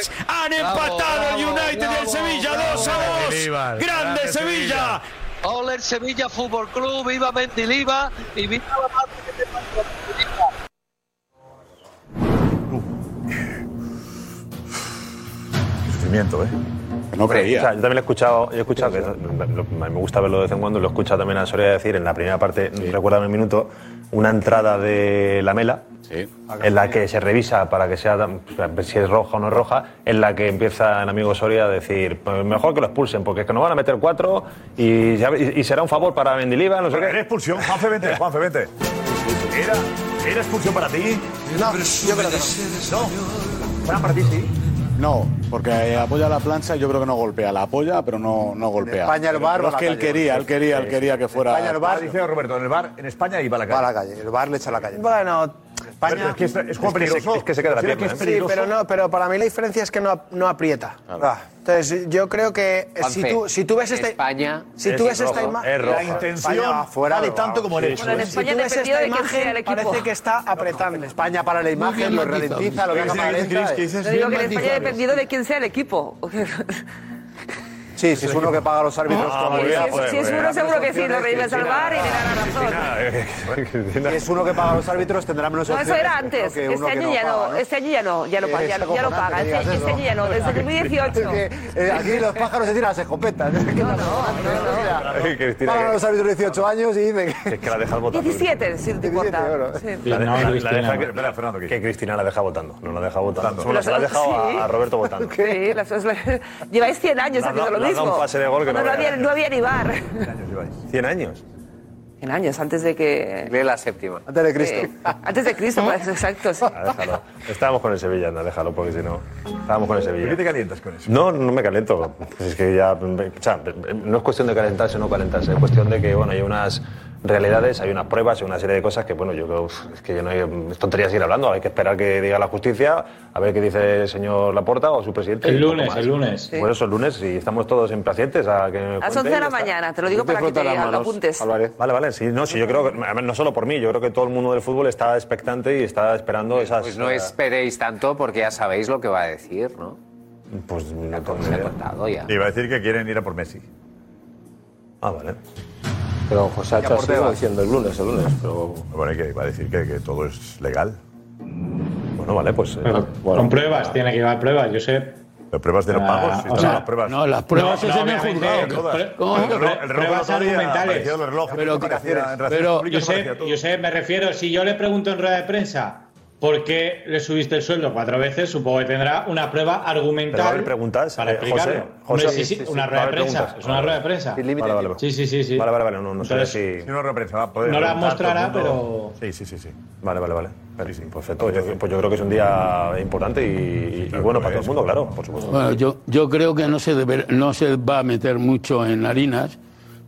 [SPEAKER 9] empatado el
[SPEAKER 10] bravo,
[SPEAKER 9] United y el
[SPEAKER 10] bravo,
[SPEAKER 9] Sevilla
[SPEAKER 10] bravo.
[SPEAKER 9] 2 a 2.
[SPEAKER 10] Mendilibar,
[SPEAKER 9] ¡Grande,
[SPEAKER 10] grande
[SPEAKER 9] Sevilla!
[SPEAKER 10] Sevilla. Ole el Sevilla Fútbol Club, viva Mendiliva y viva la parte que te falta Mendilibar.
[SPEAKER 4] Sufrimiento, ¿eh?
[SPEAKER 8] No creía.
[SPEAKER 11] O sea, yo también lo he escuchado, yo he escuchado que me- me, me gusta verlo de vez en cuando, lo he escuchado también a Soria decir en la primera parte, recuerda en el minuto, una entrada de la mela. En la que se revisa para que sea tan- si es roja o no es roja, en la que empieza el amigo Soria a decir: "Pues mejor que lo expulsen, porque es que nos van a meter cuatro y, ya- y- y será un favor para Mendiliva. No sé qué.
[SPEAKER 4] expulsión, Juanfe, vente, Juanfe, vente. ¿Era, ¿Era expulsión para ti? No, yo creo que no. No, Fran, para ti sí.
[SPEAKER 8] No, porque apoya la plancha, yo creo que no golpea. La apoya, pero no, no golpea.
[SPEAKER 4] España el
[SPEAKER 8] Pero-
[SPEAKER 4] bar
[SPEAKER 8] pero
[SPEAKER 4] o
[SPEAKER 8] es
[SPEAKER 4] la
[SPEAKER 8] que él
[SPEAKER 4] calle.
[SPEAKER 8] quería, él quería, él
[SPEAKER 4] Sí,
[SPEAKER 8] quería
[SPEAKER 4] sí.
[SPEAKER 8] que fuera.
[SPEAKER 4] España el bar, dice Roberto, en el bar, en España iba a la calle.
[SPEAKER 12] Va a la calle, el bar le echa a la calle.
[SPEAKER 13] Bueno,
[SPEAKER 4] Pero es que es- es juego peligroso. Considero
[SPEAKER 12] ¿eh?
[SPEAKER 4] que es
[SPEAKER 13] ¿eh? Sí,
[SPEAKER 4] peligroso.
[SPEAKER 13] pero, no, pero para mí la diferencia es que no, ap- no aprieta. Ah. Entonces, yo creo que eh, si,
[SPEAKER 12] Juanfe,
[SPEAKER 13] tú, si tú ves esta...
[SPEAKER 12] España
[SPEAKER 13] Si tú
[SPEAKER 12] es
[SPEAKER 13] ves
[SPEAKER 12] rojo,
[SPEAKER 13] esta
[SPEAKER 12] es
[SPEAKER 13] imagen...
[SPEAKER 12] roja. España va fuera,
[SPEAKER 13] vale
[SPEAKER 12] va,
[SPEAKER 13] tanto como el
[SPEAKER 12] sí,
[SPEAKER 13] hecho.
[SPEAKER 12] Bueno, en
[SPEAKER 13] ¿eh?
[SPEAKER 12] España
[SPEAKER 13] si tú ves
[SPEAKER 12] dependió
[SPEAKER 13] esta
[SPEAKER 12] de quién sea
[SPEAKER 13] imagen,
[SPEAKER 12] el equipo.
[SPEAKER 13] parece que está apretando.
[SPEAKER 12] España para la imagen, lo ralentiza, lo que haga para lenta.
[SPEAKER 14] Yo digo que en España ha dependido de quién sea el equipo.
[SPEAKER 12] Sí, si es uno que paga a los árbitros.
[SPEAKER 14] Ah,
[SPEAKER 12] como
[SPEAKER 14] muy bien, joder,
[SPEAKER 12] Si
[SPEAKER 14] muy bien. eh, Seguro que sí, lo revive a salvar y le da la
[SPEAKER 12] Si es uno que paga a los árbitros, tendrá menos
[SPEAKER 14] No, eso
[SPEAKER 12] opciones
[SPEAKER 14] era
[SPEAKER 12] que uno
[SPEAKER 14] antes.
[SPEAKER 12] que
[SPEAKER 14] Este año
[SPEAKER 12] no
[SPEAKER 14] ya
[SPEAKER 12] paga,
[SPEAKER 14] no, este año ya no, ya lo
[SPEAKER 12] Eh,
[SPEAKER 14] paga, ya
[SPEAKER 12] está
[SPEAKER 14] lo- ya lo
[SPEAKER 12] cojonante
[SPEAKER 14] paga.
[SPEAKER 12] que
[SPEAKER 14] Este
[SPEAKER 12] digas
[SPEAKER 14] este
[SPEAKER 12] eso.
[SPEAKER 14] año ya no, desde el
[SPEAKER 12] Es
[SPEAKER 14] 2018.
[SPEAKER 12] que, eh, aquí los pájaros se tiran las escopetas. Es que no,
[SPEAKER 11] Cristina,
[SPEAKER 12] Pagan a los árbitros 18 años y dicen
[SPEAKER 11] que- es que la dejas votando.
[SPEAKER 14] 17, si te importa. Sí.
[SPEAKER 11] La de- la- la
[SPEAKER 12] Cristina.
[SPEAKER 11] deja que, que Cristina la deja votando, no la deja votando.
[SPEAKER 14] Pero
[SPEAKER 11] La, la ha dejado
[SPEAKER 14] sí.
[SPEAKER 11] a, a Roberto votando.
[SPEAKER 14] Sí, las- las- lleváis 100 años
[SPEAKER 11] Le ha
[SPEAKER 14] haciendo
[SPEAKER 11] dado-
[SPEAKER 14] lo
[SPEAKER 11] le ha dado
[SPEAKER 14] mismo.
[SPEAKER 11] un pase de gol que
[SPEAKER 14] Cuando
[SPEAKER 11] no
[SPEAKER 14] no,
[SPEAKER 11] vea.
[SPEAKER 14] había, no había ni bar.
[SPEAKER 11] 100 años.
[SPEAKER 14] 100 años antes de que.
[SPEAKER 11] De la séptima.
[SPEAKER 12] Antes de
[SPEAKER 14] Sí, antes de Cristo, pues, exacto. sí.
[SPEAKER 11] Ah, déjalo. Estábamos con el Sevilla, anda, déjalo, porque si no. Estábamos con el Sevilla.
[SPEAKER 4] ¿Por qué te calientas con eso?
[SPEAKER 11] No, no me caliento. Pues es que ya. O sea, no es cuestión de calentarse o no calentarse, es cuestión de que, bueno, hay unas realidades, hay unas pruebas, hay una serie de cosas que, bueno, yo creo uf, es que yo no hay es tontería seguir hablando. Hay que esperar que diga la justicia, a ver qué dice el señor Laporta o su presidente.
[SPEAKER 15] El
[SPEAKER 11] y poco
[SPEAKER 15] lunes,
[SPEAKER 11] más.
[SPEAKER 15] el lunes.
[SPEAKER 11] Por eso el lunes y estamos todos impacientes a que.
[SPEAKER 14] A las 11 de la mañana, te lo digo para que te lo apuntes.
[SPEAKER 11] Vale, vale, sí, no, sí, yo creo que, además, no solo por mí, yo creo que todo el mundo del fútbol está expectante y está esperando esas. eh,
[SPEAKER 16] Pues no esperéis tanto porque ya sabéis lo que va a decir, ¿no?
[SPEAKER 11] Pues no tengo
[SPEAKER 16] Se ha contado ya.
[SPEAKER 4] Iba a decir que quieren ir a por Messi.
[SPEAKER 11] Ah, vale.
[SPEAKER 4] Pero José
[SPEAKER 11] Hacha sigue
[SPEAKER 4] diciendo el lunes, el lunes, pero... Bueno, que iba a decir que, que todo es legal. Bueno, vale, pues... eh,
[SPEAKER 15] Con pruebas, tiene que llevar pruebas, yo sé.
[SPEAKER 4] Las pruebas de los
[SPEAKER 15] Ah,
[SPEAKER 4] pagos,
[SPEAKER 15] o
[SPEAKER 4] están
[SPEAKER 15] sea,
[SPEAKER 4] las pruebas.
[SPEAKER 15] no, las pruebas No, no, son en el obviamente, juzgado.
[SPEAKER 4] Todas.
[SPEAKER 15] pero- ¿cómo?
[SPEAKER 4] El reloj- el reloj
[SPEAKER 15] Pruebas
[SPEAKER 4] de la noria,
[SPEAKER 15] argumentales.
[SPEAKER 4] apareció el reloj,
[SPEAKER 15] Pero-
[SPEAKER 4] aparecía en relaciones
[SPEAKER 15] Pero
[SPEAKER 4] públicas,
[SPEAKER 15] yo sé,
[SPEAKER 4] aparecía todo.
[SPEAKER 15] yo sé, me refiero, si yo le pregunto en rueda de prensa, ¿Por qué le subiste el sueldo cuatro veces? Supongo que tendrá una prueba
[SPEAKER 11] Pero va a haber
[SPEAKER 15] argumental
[SPEAKER 11] preguntas.
[SPEAKER 15] para
[SPEAKER 11] eh,
[SPEAKER 15] explicarlo.
[SPEAKER 11] José,
[SPEAKER 15] Hombre,
[SPEAKER 11] José,
[SPEAKER 15] sí, sí, una
[SPEAKER 11] va a
[SPEAKER 15] rueda de
[SPEAKER 11] haber
[SPEAKER 15] prensa.
[SPEAKER 11] preguntas.
[SPEAKER 15] Es una rueda de prensa.
[SPEAKER 11] Vale, vale, vale.
[SPEAKER 15] Sí, sí, sí, sí.
[SPEAKER 11] Vale, vale, vale. No, no sé
[SPEAKER 15] Entonces,
[SPEAKER 11] si.
[SPEAKER 4] Sí, una rueda de prensa, va a poder
[SPEAKER 15] No la
[SPEAKER 4] preguntar todo el
[SPEAKER 15] mostrará,
[SPEAKER 4] mundo.
[SPEAKER 11] Sí, sí, sí, sí. Vale, vale, vale. Sí, sí, perfecto. Yo, pues yo creo que es un día importante y, y bueno para todo el mundo, claro, por supuesto.
[SPEAKER 17] Bueno, yo, yo creo que no se, debe- no se va a meter mucho en harinas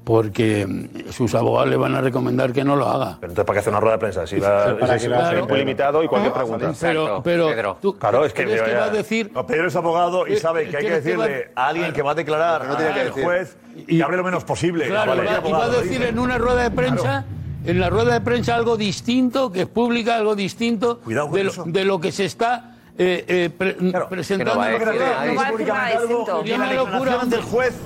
[SPEAKER 17] porque mm, sus abogados le van a recomendar que no lo haga.
[SPEAKER 11] Pero entonces, ¿para qué hacer una rueda de prensa? Si va
[SPEAKER 17] Para
[SPEAKER 11] es
[SPEAKER 17] que
[SPEAKER 11] un
[SPEAKER 17] la-
[SPEAKER 11] tiempo
[SPEAKER 17] Claro.
[SPEAKER 11] limitado y cualquier
[SPEAKER 17] Ah,
[SPEAKER 11] pregunta.
[SPEAKER 17] pero- pero Pedro. tú-
[SPEAKER 11] claro, es que,
[SPEAKER 17] ¿crees que
[SPEAKER 11] ya-
[SPEAKER 17] va a decir-
[SPEAKER 4] No, Pedro es abogado y
[SPEAKER 11] Eh,
[SPEAKER 4] sabe que hay que
[SPEAKER 11] ¿crees que va-
[SPEAKER 4] decirle a alguien que va a declarar
[SPEAKER 11] Pero no tiene que
[SPEAKER 4] al
[SPEAKER 11] decir.
[SPEAKER 4] juez que hable lo menos posible.
[SPEAKER 17] Claro,
[SPEAKER 4] Vale, soy
[SPEAKER 17] va- y va a
[SPEAKER 4] abogado,
[SPEAKER 17] decir
[SPEAKER 4] dime.
[SPEAKER 17] en una rueda de prensa, en la rueda de prensa algo distinto, que es pública, algo distinto de, lo, de lo que se está eh, eh, pre- presentando.
[SPEAKER 16] Que no va a
[SPEAKER 17] en la
[SPEAKER 16] decir
[SPEAKER 17] rueda.
[SPEAKER 16] nada distinto.
[SPEAKER 17] Sería una locura.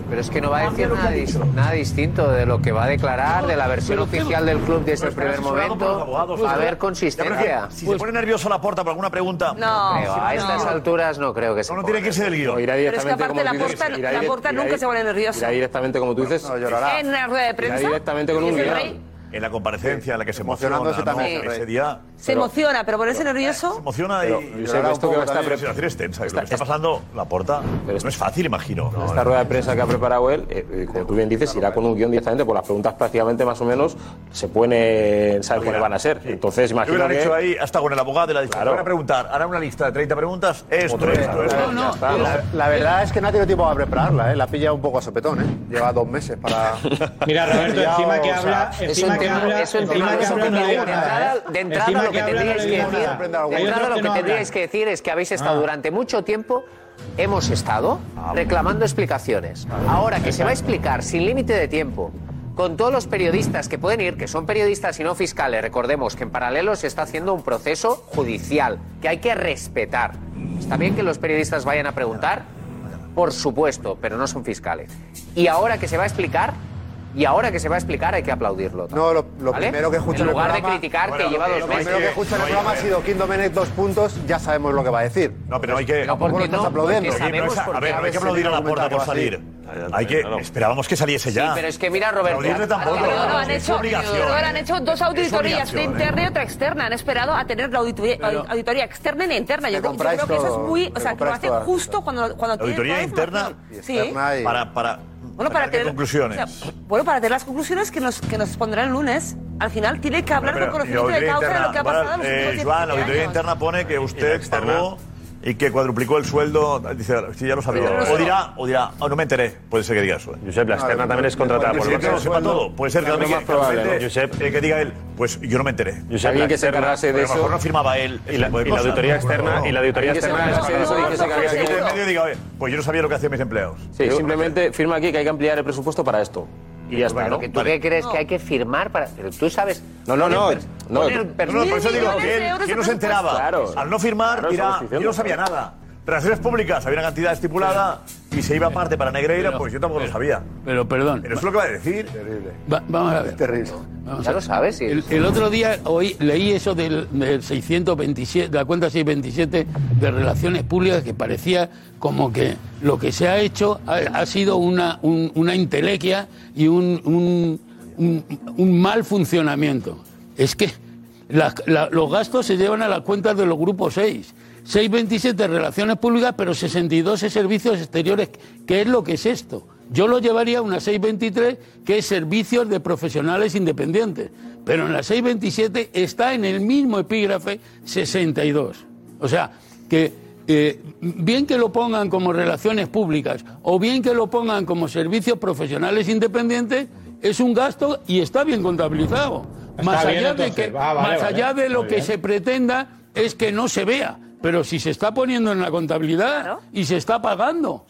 [SPEAKER 16] Pero es que no va a decir nada, dis- nada distinto de lo que va a declarar, de la versión oficial del club desde el primer momento.
[SPEAKER 4] Pues,
[SPEAKER 16] a ver,
[SPEAKER 4] Ya, pero
[SPEAKER 16] consistencia.
[SPEAKER 4] es que Si
[SPEAKER 14] Pues-
[SPEAKER 4] se pone nervioso la puerta por alguna pregunta.
[SPEAKER 14] No.
[SPEAKER 16] creo, a estas alturas no creo que se
[SPEAKER 4] No tiene que ser el guión.
[SPEAKER 14] Pero es que aparte la porta, la porta nunca se pone nerviosa.
[SPEAKER 12] Irá directamente, como tú dices.
[SPEAKER 14] En una rueda de prensa.
[SPEAKER 12] directamente con un
[SPEAKER 14] ¿Es el
[SPEAKER 12] guión.
[SPEAKER 14] rey?
[SPEAKER 4] En la comparecencia en la que se emociona,
[SPEAKER 12] Emocionándose
[SPEAKER 4] ¿no?
[SPEAKER 12] también,
[SPEAKER 4] ese
[SPEAKER 12] Rey.
[SPEAKER 4] día.
[SPEAKER 14] Se emociona, pero ponerse nervioso.
[SPEAKER 4] eh, Emociona
[SPEAKER 12] Pero,
[SPEAKER 4] y
[SPEAKER 12] Josep, esto que está pre-
[SPEAKER 4] La situación es tensa. y Lo que está pasando la puerta no es fácil, imagino.
[SPEAKER 12] Esta rueda de prensa que ha preparado él, eh, eh, como tú bien dices, irá con un guión directamente, por las preguntas prácticamente más o menos se pone, sabes cuáles van a ser. Entonces,
[SPEAKER 4] Yo
[SPEAKER 12] imagino
[SPEAKER 4] hubiera
[SPEAKER 12] que...
[SPEAKER 4] hecho ahí, hasta con el abogado, y le ha dicho,
[SPEAKER 12] Claro.
[SPEAKER 4] van a preguntar, hará una lista de 30 preguntas, esto, esto, esto. Pues Ya está, ¿no?
[SPEAKER 12] eh, La,
[SPEAKER 4] la
[SPEAKER 12] verdad es que no ha tenido tiempo para prepararla, ¿eh? la ha pillado un poco a sopetón. ¿eh? Lleva dos meses para.
[SPEAKER 15] Mira, Roberto, encima que
[SPEAKER 12] o sea,
[SPEAKER 15] habla, encima que habla,
[SPEAKER 12] es un
[SPEAKER 15] encima
[SPEAKER 12] tema
[SPEAKER 15] que habla, no le digo
[SPEAKER 12] que
[SPEAKER 15] nada, ¿eh?
[SPEAKER 12] entrada- de
[SPEAKER 16] entrada
[SPEAKER 15] Encima
[SPEAKER 16] lo que
[SPEAKER 15] habla, no
[SPEAKER 16] tendríais
[SPEAKER 15] le
[SPEAKER 16] que
[SPEAKER 15] digo
[SPEAKER 16] decir,
[SPEAKER 15] nada.
[SPEAKER 16] de
[SPEAKER 15] Hay
[SPEAKER 16] entrada
[SPEAKER 15] otros
[SPEAKER 16] lo
[SPEAKER 15] que
[SPEAKER 16] que
[SPEAKER 15] no
[SPEAKER 16] tendríais
[SPEAKER 15] hablan.
[SPEAKER 16] que decir es que habéis estado
[SPEAKER 15] Ah.
[SPEAKER 16] durante mucho tiempo hemos estado reclamando explicaciones. Ahora que se va a explicar sin límite de tiempo. Con todos los periodistas que pueden ir, que son periodistas y no fiscales, recordemos que en paralelo se está haciendo un proceso judicial que hay que respetar. Está bien que los periodistas vayan a preguntar, por supuesto, pero no son fiscales. Y ahora que se va a explicar, y ahora que se va a explicar hay que aplaudirlo. No, lo,
[SPEAKER 12] primero que escucho en
[SPEAKER 16] En
[SPEAKER 12] el
[SPEAKER 16] lugar de
[SPEAKER 12] programa-
[SPEAKER 16] criticar que
[SPEAKER 12] Bueno,
[SPEAKER 16] lleva dos
[SPEAKER 12] Lo
[SPEAKER 16] meses.
[SPEAKER 12] primero que escucho en el programa ha sido Kim Domenech dos puntos, ya sabemos lo que va a decir.
[SPEAKER 4] No, pero hay que.
[SPEAKER 12] Tampoco lo estás aplaudiendo.
[SPEAKER 4] Oye, pero esa- a ver, no hay que aplaudir a la puerta por salir. Hay que. Esperábamos que saliese ya.
[SPEAKER 16] Sí, pero es que mira, Roberto,
[SPEAKER 4] Aplaudirle tampoco.
[SPEAKER 16] Pero
[SPEAKER 14] No, han
[SPEAKER 4] es
[SPEAKER 14] hecho,
[SPEAKER 4] obligación. ¿eh?
[SPEAKER 14] perdón, han hecho dos
[SPEAKER 4] Es
[SPEAKER 14] auditorías, una
[SPEAKER 4] obligación, ¿eh?
[SPEAKER 14] interna y otra externa. Han esperado a tener la auditoría, auditoría externa y interna. Yo, creo- yo
[SPEAKER 12] compráis
[SPEAKER 14] creo que eso
[SPEAKER 12] todo,
[SPEAKER 14] es muy. O
[SPEAKER 12] te
[SPEAKER 14] sea, que lo
[SPEAKER 12] compráis
[SPEAKER 14] hacen
[SPEAKER 12] todas.
[SPEAKER 14] justo cuando, cuando tienen
[SPEAKER 4] Auditoría
[SPEAKER 14] toda la
[SPEAKER 4] interna.
[SPEAKER 14] información. Sí.
[SPEAKER 4] Para. para
[SPEAKER 14] Bueno, para
[SPEAKER 4] sacar qué
[SPEAKER 14] tener,
[SPEAKER 4] conclusiones.
[SPEAKER 14] o sea, bueno, para tener las conclusiones que nos, que nos pondrán el lunes, al final tiene que hablar
[SPEAKER 4] Pero,
[SPEAKER 14] con
[SPEAKER 4] y la
[SPEAKER 14] conocimiento de
[SPEAKER 4] auditoría
[SPEAKER 14] causa
[SPEAKER 4] interna.
[SPEAKER 14] de lo que ha
[SPEAKER 4] Bueno,
[SPEAKER 14] pasado en los
[SPEAKER 4] eh,
[SPEAKER 14] últimos
[SPEAKER 4] Joan, la
[SPEAKER 14] 17
[SPEAKER 4] auditoría
[SPEAKER 14] años.
[SPEAKER 4] interna pone que usted pagó y que cuadruplicó el sueldo. Dice, sí, ya lo sabía.
[SPEAKER 11] Pero no
[SPEAKER 4] O
[SPEAKER 11] sé.
[SPEAKER 4] dirá, o dirá, "Ah, no me enteré. Puede ser que diga eso. ¿eh?
[SPEAKER 11] Josep, la externa también es contratada por el
[SPEAKER 4] el
[SPEAKER 11] Barcelona.
[SPEAKER 4] sepa todo. Puede ser que
[SPEAKER 11] Es lo
[SPEAKER 4] también
[SPEAKER 11] más probable,
[SPEAKER 4] que-
[SPEAKER 11] ¿no?
[SPEAKER 4] Josep, eh, que diga él, pues yo no me enteré.
[SPEAKER 11] Josep, Alguien la que se externa- encargase de
[SPEAKER 4] Pero A lo mejor
[SPEAKER 11] eso-
[SPEAKER 4] no firmaba él.
[SPEAKER 11] Y la- y la auditoría externa- y la auditoría Alguien que se externa encargase es- de eso y que se
[SPEAKER 4] Que
[SPEAKER 11] encargase
[SPEAKER 4] se
[SPEAKER 11] de
[SPEAKER 4] quite en
[SPEAKER 11] eso.
[SPEAKER 4] medio y diga, "Oye, pues yo no sabía lo que hacían mis empleados.
[SPEAKER 12] Sí, simplemente firma aquí que hay que ampliar el presupuesto para esto. Y
[SPEAKER 4] Pues
[SPEAKER 12] ya está, ¿no?
[SPEAKER 16] ¿Tú qué crees que hay que firmar para.? Pero tú sabes.
[SPEAKER 12] No, no, no. no.
[SPEAKER 4] No, no, por eso digo que él, ¿quién no se enteraba?
[SPEAKER 12] Claro.
[SPEAKER 4] Al no firmar,
[SPEAKER 12] Claro,
[SPEAKER 4] dirá,
[SPEAKER 12] estamos
[SPEAKER 4] yo
[SPEAKER 12] diciendo.
[SPEAKER 4] no sabía nada. Transacciones públicas, había una cantidad estipulada y se iba aparte para Negreira, pues yo tampoco lo sabía.
[SPEAKER 17] Pero perdón.
[SPEAKER 4] Pero eso es lo que va a decir. Terrible.
[SPEAKER 17] Va- vamos a ver.
[SPEAKER 12] Terrible.
[SPEAKER 17] Vamos
[SPEAKER 16] Ah, Ya
[SPEAKER 17] a ver.
[SPEAKER 16] lo sabes, sí.
[SPEAKER 17] El, el otro día oí, leí eso del, del 627, de la cuenta 627 de Relaciones Públicas que parecía como que lo que se ha hecho ha, ha sido una, un- una intelequia y un, un- un- un mal funcionamiento. Es que las- la- los gastos se llevan a las cuentas de los grupos 6. 627 Relaciones Públicas, pero 62 es Servicios Exteriores. ¿Qué es lo que es esto? Yo lo llevaría a una 623, que es Servicios de Profesionales Independientes. Pero en la 627 está en el mismo epígrafe 62. O sea, que eh, bien que lo pongan como Relaciones Públicas o bien que lo pongan como Servicios Profesionales Independientes, es un gasto y está bien contabilizado.
[SPEAKER 15] Está
[SPEAKER 17] más
[SPEAKER 15] bien,
[SPEAKER 17] allá de
[SPEAKER 15] entonces.
[SPEAKER 17] que,
[SPEAKER 15] Ah, vale,
[SPEAKER 17] más
[SPEAKER 15] vale.
[SPEAKER 17] allá de lo
[SPEAKER 15] Muy
[SPEAKER 17] que
[SPEAKER 15] bien.
[SPEAKER 17] se pretenda es que no se vea. Pero si se está poniendo en la contabilidad y se está pagando.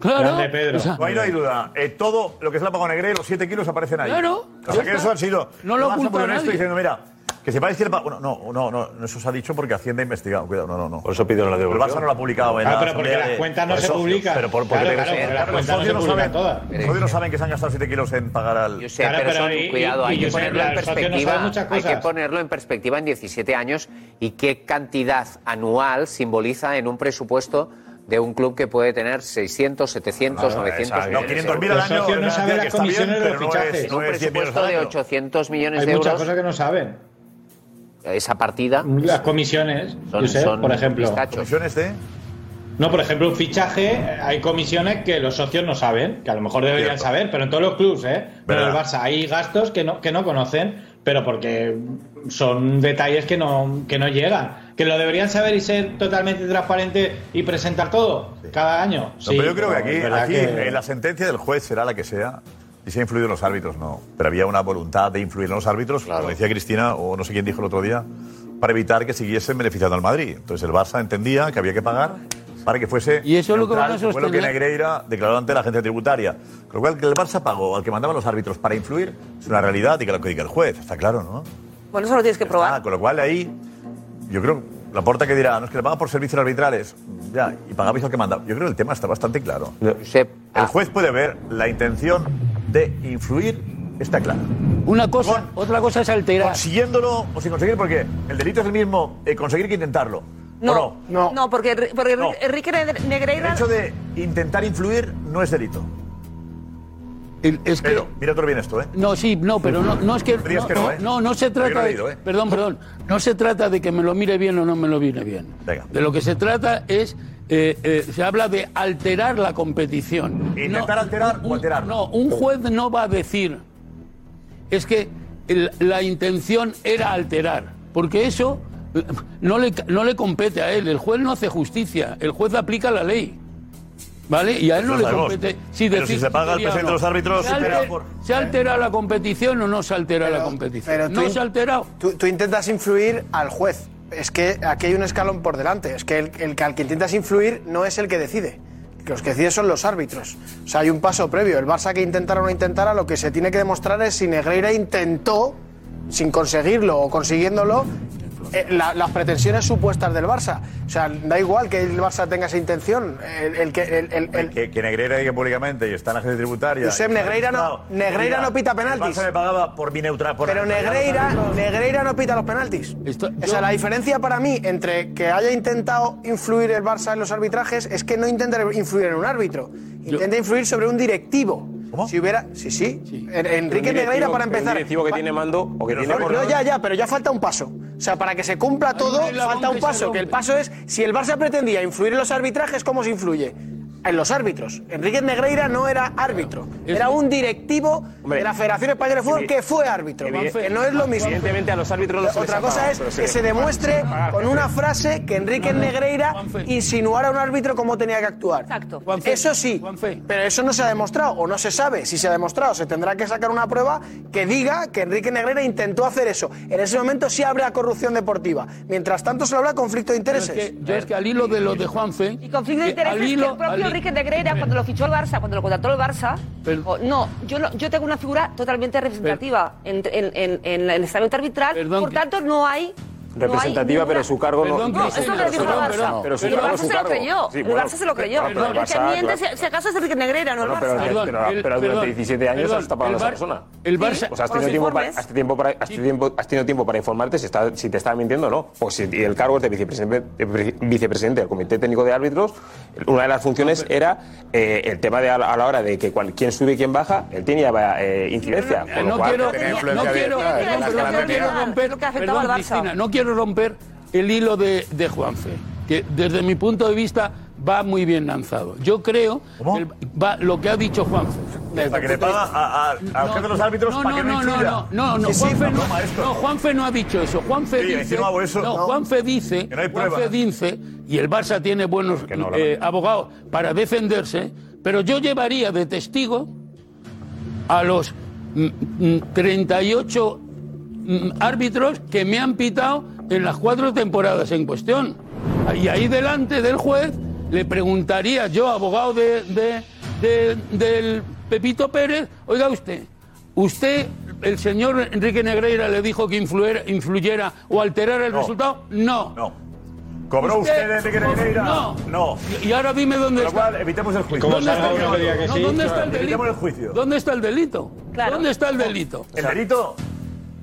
[SPEAKER 17] Claro. O sea,
[SPEAKER 4] No, ahí no hay duda. Eh, todo lo que se le ha pagado a Negreira, los 7 kilos aparecen ahí.
[SPEAKER 17] Claro,
[SPEAKER 4] O
[SPEAKER 17] ya
[SPEAKER 4] sea, que
[SPEAKER 17] está.
[SPEAKER 4] eso han sido.
[SPEAKER 17] No lo
[SPEAKER 4] Vas a
[SPEAKER 17] oculta
[SPEAKER 4] poner esto
[SPEAKER 17] nadie.
[SPEAKER 4] diciendo, mira, que sepáis que. el pa- Bueno, no, no, no, no, eso se ha dicho porque Hacienda ha investigado. Cuidado, no, no, no. Por
[SPEAKER 11] eso pido la
[SPEAKER 4] El
[SPEAKER 11] devolución.
[SPEAKER 4] Barça no lo ha publicado en
[SPEAKER 11] Ah,
[SPEAKER 4] la
[SPEAKER 11] pero porque
[SPEAKER 4] asamblea
[SPEAKER 11] las
[SPEAKER 4] de-
[SPEAKER 11] cuentas no
[SPEAKER 4] de
[SPEAKER 11] se
[SPEAKER 4] socios.
[SPEAKER 11] publican.
[SPEAKER 4] Pero por,
[SPEAKER 11] Claro,
[SPEAKER 4] porque
[SPEAKER 11] claro,
[SPEAKER 4] tiene que
[SPEAKER 11] porque
[SPEAKER 4] ser.
[SPEAKER 11] las
[SPEAKER 4] los
[SPEAKER 11] cuentas no
[SPEAKER 4] socios
[SPEAKER 11] se
[SPEAKER 4] no
[SPEAKER 11] publican
[SPEAKER 4] saben.
[SPEAKER 11] todas.
[SPEAKER 4] Los socios no saben que se han gastado 7 kilos en pagar al.
[SPEAKER 16] Yo sé, pero eso- cuidado, hay que ponerlo en perspectiva. hay que ponerlo en perspectiva en 17 años y qué cantidad anual simboliza en un presupuesto de un club que puede tener 600, 700,
[SPEAKER 4] Claro,
[SPEAKER 16] 900
[SPEAKER 4] exacto. No, 500.000 al Los año, socios no es una saben cantidad las que está bien, comisiones de pero los no es- fichajes. no es
[SPEAKER 16] un
[SPEAKER 4] 100 millones
[SPEAKER 16] presupuesto
[SPEAKER 4] al
[SPEAKER 16] de
[SPEAKER 4] año.
[SPEAKER 16] 800 millones
[SPEAKER 15] Hay
[SPEAKER 16] de euros.
[SPEAKER 15] muchas cosas que no saben.
[SPEAKER 16] esa partida.
[SPEAKER 15] Las comisiones,
[SPEAKER 16] Son-
[SPEAKER 15] Josep,
[SPEAKER 16] son
[SPEAKER 15] por ejemplo.
[SPEAKER 16] pistachos.
[SPEAKER 4] ¿Comisiones de?
[SPEAKER 15] No, por ejemplo, un fichaje, eh, hay comisiones que los socios no saben, que a lo mejor deberían
[SPEAKER 4] Cierto.
[SPEAKER 15] saber, pero en todos los clubes, ¿eh? Pero en el
[SPEAKER 4] ¿Verdad?
[SPEAKER 15] Barça hay gastos que no, que no conocen, pero porque son detalles que no, que no llegan. Que lo deberían saber y ser totalmente transparente y presentar todo cada año.
[SPEAKER 4] No,
[SPEAKER 15] Sí,
[SPEAKER 4] pero yo creo que
[SPEAKER 15] pero es
[SPEAKER 4] aquí,
[SPEAKER 15] verdad
[SPEAKER 4] aquí
[SPEAKER 15] que-
[SPEAKER 4] eh, la sentencia del juez será la que sea. Y si ha influido en los árbitros, no. Pero había una voluntad de influir en los árbitros, como decía Cristina, o no sé quién dijo el otro día, para evitar que siguiesen beneficiando al Madrid. Entonces el Barça entendía que había que pagar para que fuese. Y
[SPEAKER 17] eso es lo que van a
[SPEAKER 4] Fue lo que
[SPEAKER 17] sostener.
[SPEAKER 4] Negreira declaró ante la agencia tributaria. Con lo cual, que el Barça pagó al que mandaban los árbitros para influir es una realidad y que lo que diga el juez, está claro, ¿no?
[SPEAKER 14] Bueno, eso lo tienes que probar.
[SPEAKER 4] Ah, con lo cual ahí, yo creo, la porta que dirá, no es que le pagan por servicios arbitrales, ya, y pagabais al que mandaba. Yo creo que el tema está bastante claro.
[SPEAKER 17] ah.
[SPEAKER 4] El juez puede ver la intención de influir, está clara.
[SPEAKER 17] Una cosa, otra cosa es alterar.
[SPEAKER 4] Consiguiéndolo o sin conseguir, porque el delito es el mismo, eh, conseguir que intentarlo. ¿O
[SPEAKER 14] No,
[SPEAKER 4] no?
[SPEAKER 14] no, porque, Enri- porque
[SPEAKER 4] No.
[SPEAKER 14] Enrique Negre- Negreira.
[SPEAKER 4] El hecho de intentar influir no es delito. Pero, mira otro bien esto, ¿eh?
[SPEAKER 17] No, sí, no, pero no, no es que.
[SPEAKER 4] Dirías
[SPEAKER 17] No,
[SPEAKER 4] que no,
[SPEAKER 17] no,
[SPEAKER 4] ¿eh?
[SPEAKER 17] no, no se
[SPEAKER 4] Yo lo he
[SPEAKER 17] trata. de-
[SPEAKER 4] leído, ¿eh?
[SPEAKER 17] Perdón, perdón. No se trata de que me lo mire bien o no me lo mire bien. De lo que se trata es. eh, eh, se habla de alterar la competición.
[SPEAKER 4] Intentar alterar o alterar.
[SPEAKER 17] No, un juez no va a decir. Es que el- la intención era alterar. Porque eso eh, no le, no le compete a él. El juez no hace justicia. El juez aplica la ley. ¿Vale? Y a él no
[SPEAKER 4] Lo
[SPEAKER 17] le
[SPEAKER 4] sabemos.
[SPEAKER 17] compete.
[SPEAKER 4] Pero
[SPEAKER 17] decir
[SPEAKER 4] si se paga el
[SPEAKER 17] tontería o
[SPEAKER 4] presidente
[SPEAKER 17] no.
[SPEAKER 4] de los árbitros,
[SPEAKER 17] ¿Se,
[SPEAKER 4] espera
[SPEAKER 17] alter-
[SPEAKER 4] por-
[SPEAKER 17] ¿se altera la competición o no se altera la competición?
[SPEAKER 13] Pero
[SPEAKER 17] no
[SPEAKER 13] tú,
[SPEAKER 17] se alterado.
[SPEAKER 13] Tú, tú intentas influir al juez. Es que aquí hay un escalón por delante. Es que el, el que al que intentas influir no es el que decide. Los que deciden son los árbitros. O sea, hay un paso previo. El Barça que intentara o no intentara, lo que se tiene que demostrar es si Negreira intentó, sin conseguirlo o consiguiéndolo, eh, la- las pretensiones supuestas del Barça. O sea, da igual que el Barça tenga esa intención. El, el que, el- el- el-
[SPEAKER 4] Que, que Negreira diga públicamente y está en la agencia tributaria.
[SPEAKER 13] Josep,
[SPEAKER 4] y está
[SPEAKER 13] Negreira no-
[SPEAKER 4] registrado,
[SPEAKER 13] Negreira
[SPEAKER 4] diga,
[SPEAKER 13] no pita penaltis.
[SPEAKER 4] El Barça me pagaba por mi neutral. por
[SPEAKER 13] Pero
[SPEAKER 4] neutralidad.
[SPEAKER 13] Negreira, Negreira no pita los penaltis. o sea, la diferencia para mí entre que haya intentado influir el Barça en los arbitrajes es que no intenta influir en un árbitro, intenta influir sobre un directivo. Si hubiera. Sí, sí. En- Enrique
[SPEAKER 12] Un directivo-
[SPEAKER 13] Negreira, para
[SPEAKER 12] un
[SPEAKER 13] empezar.
[SPEAKER 12] directivo que tiene mando o que tiene
[SPEAKER 13] No,
[SPEAKER 12] orden.
[SPEAKER 13] ya, ya, pero ya falta un paso. O sea, para que se cumpla todo, falta un paso. Que el paso es: si el Barça pretendía influir en los arbitrajes, ¿cómo se influye? En los árbitros. Enrique Negreira no era árbitro, era un directivo de la Federación Española de Fútbol
[SPEAKER 12] evi-
[SPEAKER 13] que fue árbitro.
[SPEAKER 12] Evidente-
[SPEAKER 13] Que no es lo mismo.
[SPEAKER 12] Evidentemente a los árbitros no se les
[SPEAKER 13] Otra
[SPEAKER 12] ha
[SPEAKER 13] cosa
[SPEAKER 12] pagado, Ah,
[SPEAKER 13] es
[SPEAKER 12] pero
[SPEAKER 13] que se demuestre con una frase que Enrique Negreira insinuara a un árbitro cómo tenía que actuar. Exacto. Eso sí, pero eso no se ha demostrado o no se sabe si se ha demostrado. Se tendrá que sacar una prueba que diga que Enrique Negreira intentó hacer eso. En ese momento sí habrá corrupción deportiva. Mientras tanto se habla conflicto de intereses.
[SPEAKER 17] Es que- yo es que al hilo de lo de Juanfe.
[SPEAKER 14] Y conflicto de
[SPEAKER 17] que al
[SPEAKER 14] intereses que
[SPEAKER 17] hilo-
[SPEAKER 14] el propio
[SPEAKER 17] al-
[SPEAKER 14] Enrique Negreira, cuando lo fichó el Barça, cuando lo contrató el Barça,
[SPEAKER 17] Pero-
[SPEAKER 14] dijo, no, yo no, yo tengo una figura totalmente representativa en, en- en- en la- en el estamento arbitral, por tanto no hay... no hay
[SPEAKER 12] Representativa,
[SPEAKER 14] ninguna-
[SPEAKER 12] pero su cargo no.
[SPEAKER 14] Perdón, Cristina,
[SPEAKER 12] eso
[SPEAKER 14] eso lo dijo el Barça.
[SPEAKER 12] Pero su
[SPEAKER 14] el
[SPEAKER 12] cargo
[SPEAKER 14] Barça
[SPEAKER 12] es su
[SPEAKER 14] se lo
[SPEAKER 12] cargo.
[SPEAKER 14] creyó.
[SPEAKER 12] Sí,
[SPEAKER 14] el
[SPEAKER 12] bueno,
[SPEAKER 14] Barça se lo creyó.
[SPEAKER 12] bueno, pero el
[SPEAKER 14] el que
[SPEAKER 12] Barça,
[SPEAKER 14] miente,
[SPEAKER 12] claro.
[SPEAKER 14] si, si acaso es Enrique Negreira, no el
[SPEAKER 12] Bueno, pero,
[SPEAKER 14] Barça.
[SPEAKER 12] pero- pero
[SPEAKER 17] el-
[SPEAKER 12] durante
[SPEAKER 17] perdón,
[SPEAKER 12] 17 años
[SPEAKER 17] perdón,
[SPEAKER 12] has estado pagando
[SPEAKER 17] el
[SPEAKER 12] a
[SPEAKER 17] Bar-
[SPEAKER 12] esa persona.
[SPEAKER 17] el Barça-
[SPEAKER 12] O sea, has
[SPEAKER 17] con los
[SPEAKER 12] tenido, tiempo para,
[SPEAKER 17] informes.
[SPEAKER 12] has, tiempo para- has tiempo- has tenido tiempo para informarte si, está- si te está mintiendo o no. O si y el cargo es de vicepresidente, de pre- vicepresidente del Comité Técnico de Árbitros. Una de las funciones era eh, el tema de a la, a la hora de que cual- quién sube y quién baja, él tenía eh, incidencia.
[SPEAKER 17] Eh, no quiero, no quiero, perdón, pero no quiero romper,
[SPEAKER 14] afectaba
[SPEAKER 17] perdón,
[SPEAKER 14] al Barça.
[SPEAKER 17] Cristina, no quiero romper el hilo de, de Juanfe, que desde mi punto de vista va muy bien lanzado. Yo creo que el- va, lo que ha dicho Juanfe.
[SPEAKER 4] Para que le paga a, a, a jefe de los árbitros
[SPEAKER 17] No,
[SPEAKER 4] para
[SPEAKER 17] no,
[SPEAKER 4] que no
[SPEAKER 17] no, no,
[SPEAKER 4] influya.
[SPEAKER 17] no, no, no,
[SPEAKER 4] Sí, sí,
[SPEAKER 17] Juanfe
[SPEAKER 4] una
[SPEAKER 17] no,
[SPEAKER 4] broma esto.
[SPEAKER 17] no, Juanfe no ha dicho eso. Juanfe
[SPEAKER 4] Sí,
[SPEAKER 17] dice,
[SPEAKER 4] insinuado eso,
[SPEAKER 17] no,
[SPEAKER 4] no.
[SPEAKER 17] Juanfe dice,
[SPEAKER 4] no hay prueba.
[SPEAKER 17] Juanfe dice, y el Barça tiene buenos eh, abogados para defenderse, pero yo llevaría de testigo a los mm, mm, 38 mm, árbitros que me han pitado en las cuatro temporadas en cuestión. Y ahí delante del juez le preguntaría yo, abogado de, de- de- del Pepito Pérez, oiga usted, usted, el señor Enrique Negreira le dijo que influera- influyera o alterara el resultado. No.
[SPEAKER 4] No. ¿Cobró usted, Enrique Negreira?
[SPEAKER 17] No.
[SPEAKER 4] No.
[SPEAKER 17] Y ahora dime dónde
[SPEAKER 4] Con lo
[SPEAKER 17] está.
[SPEAKER 4] cual, evitemos el juicio.
[SPEAKER 17] ¿Dónde está el delito? No, ¿Dónde está el
[SPEAKER 4] Evitemos
[SPEAKER 17] delito?
[SPEAKER 4] el juicio.
[SPEAKER 17] ¿Dónde está el delito? ¿Dónde está el delito?
[SPEAKER 4] El delito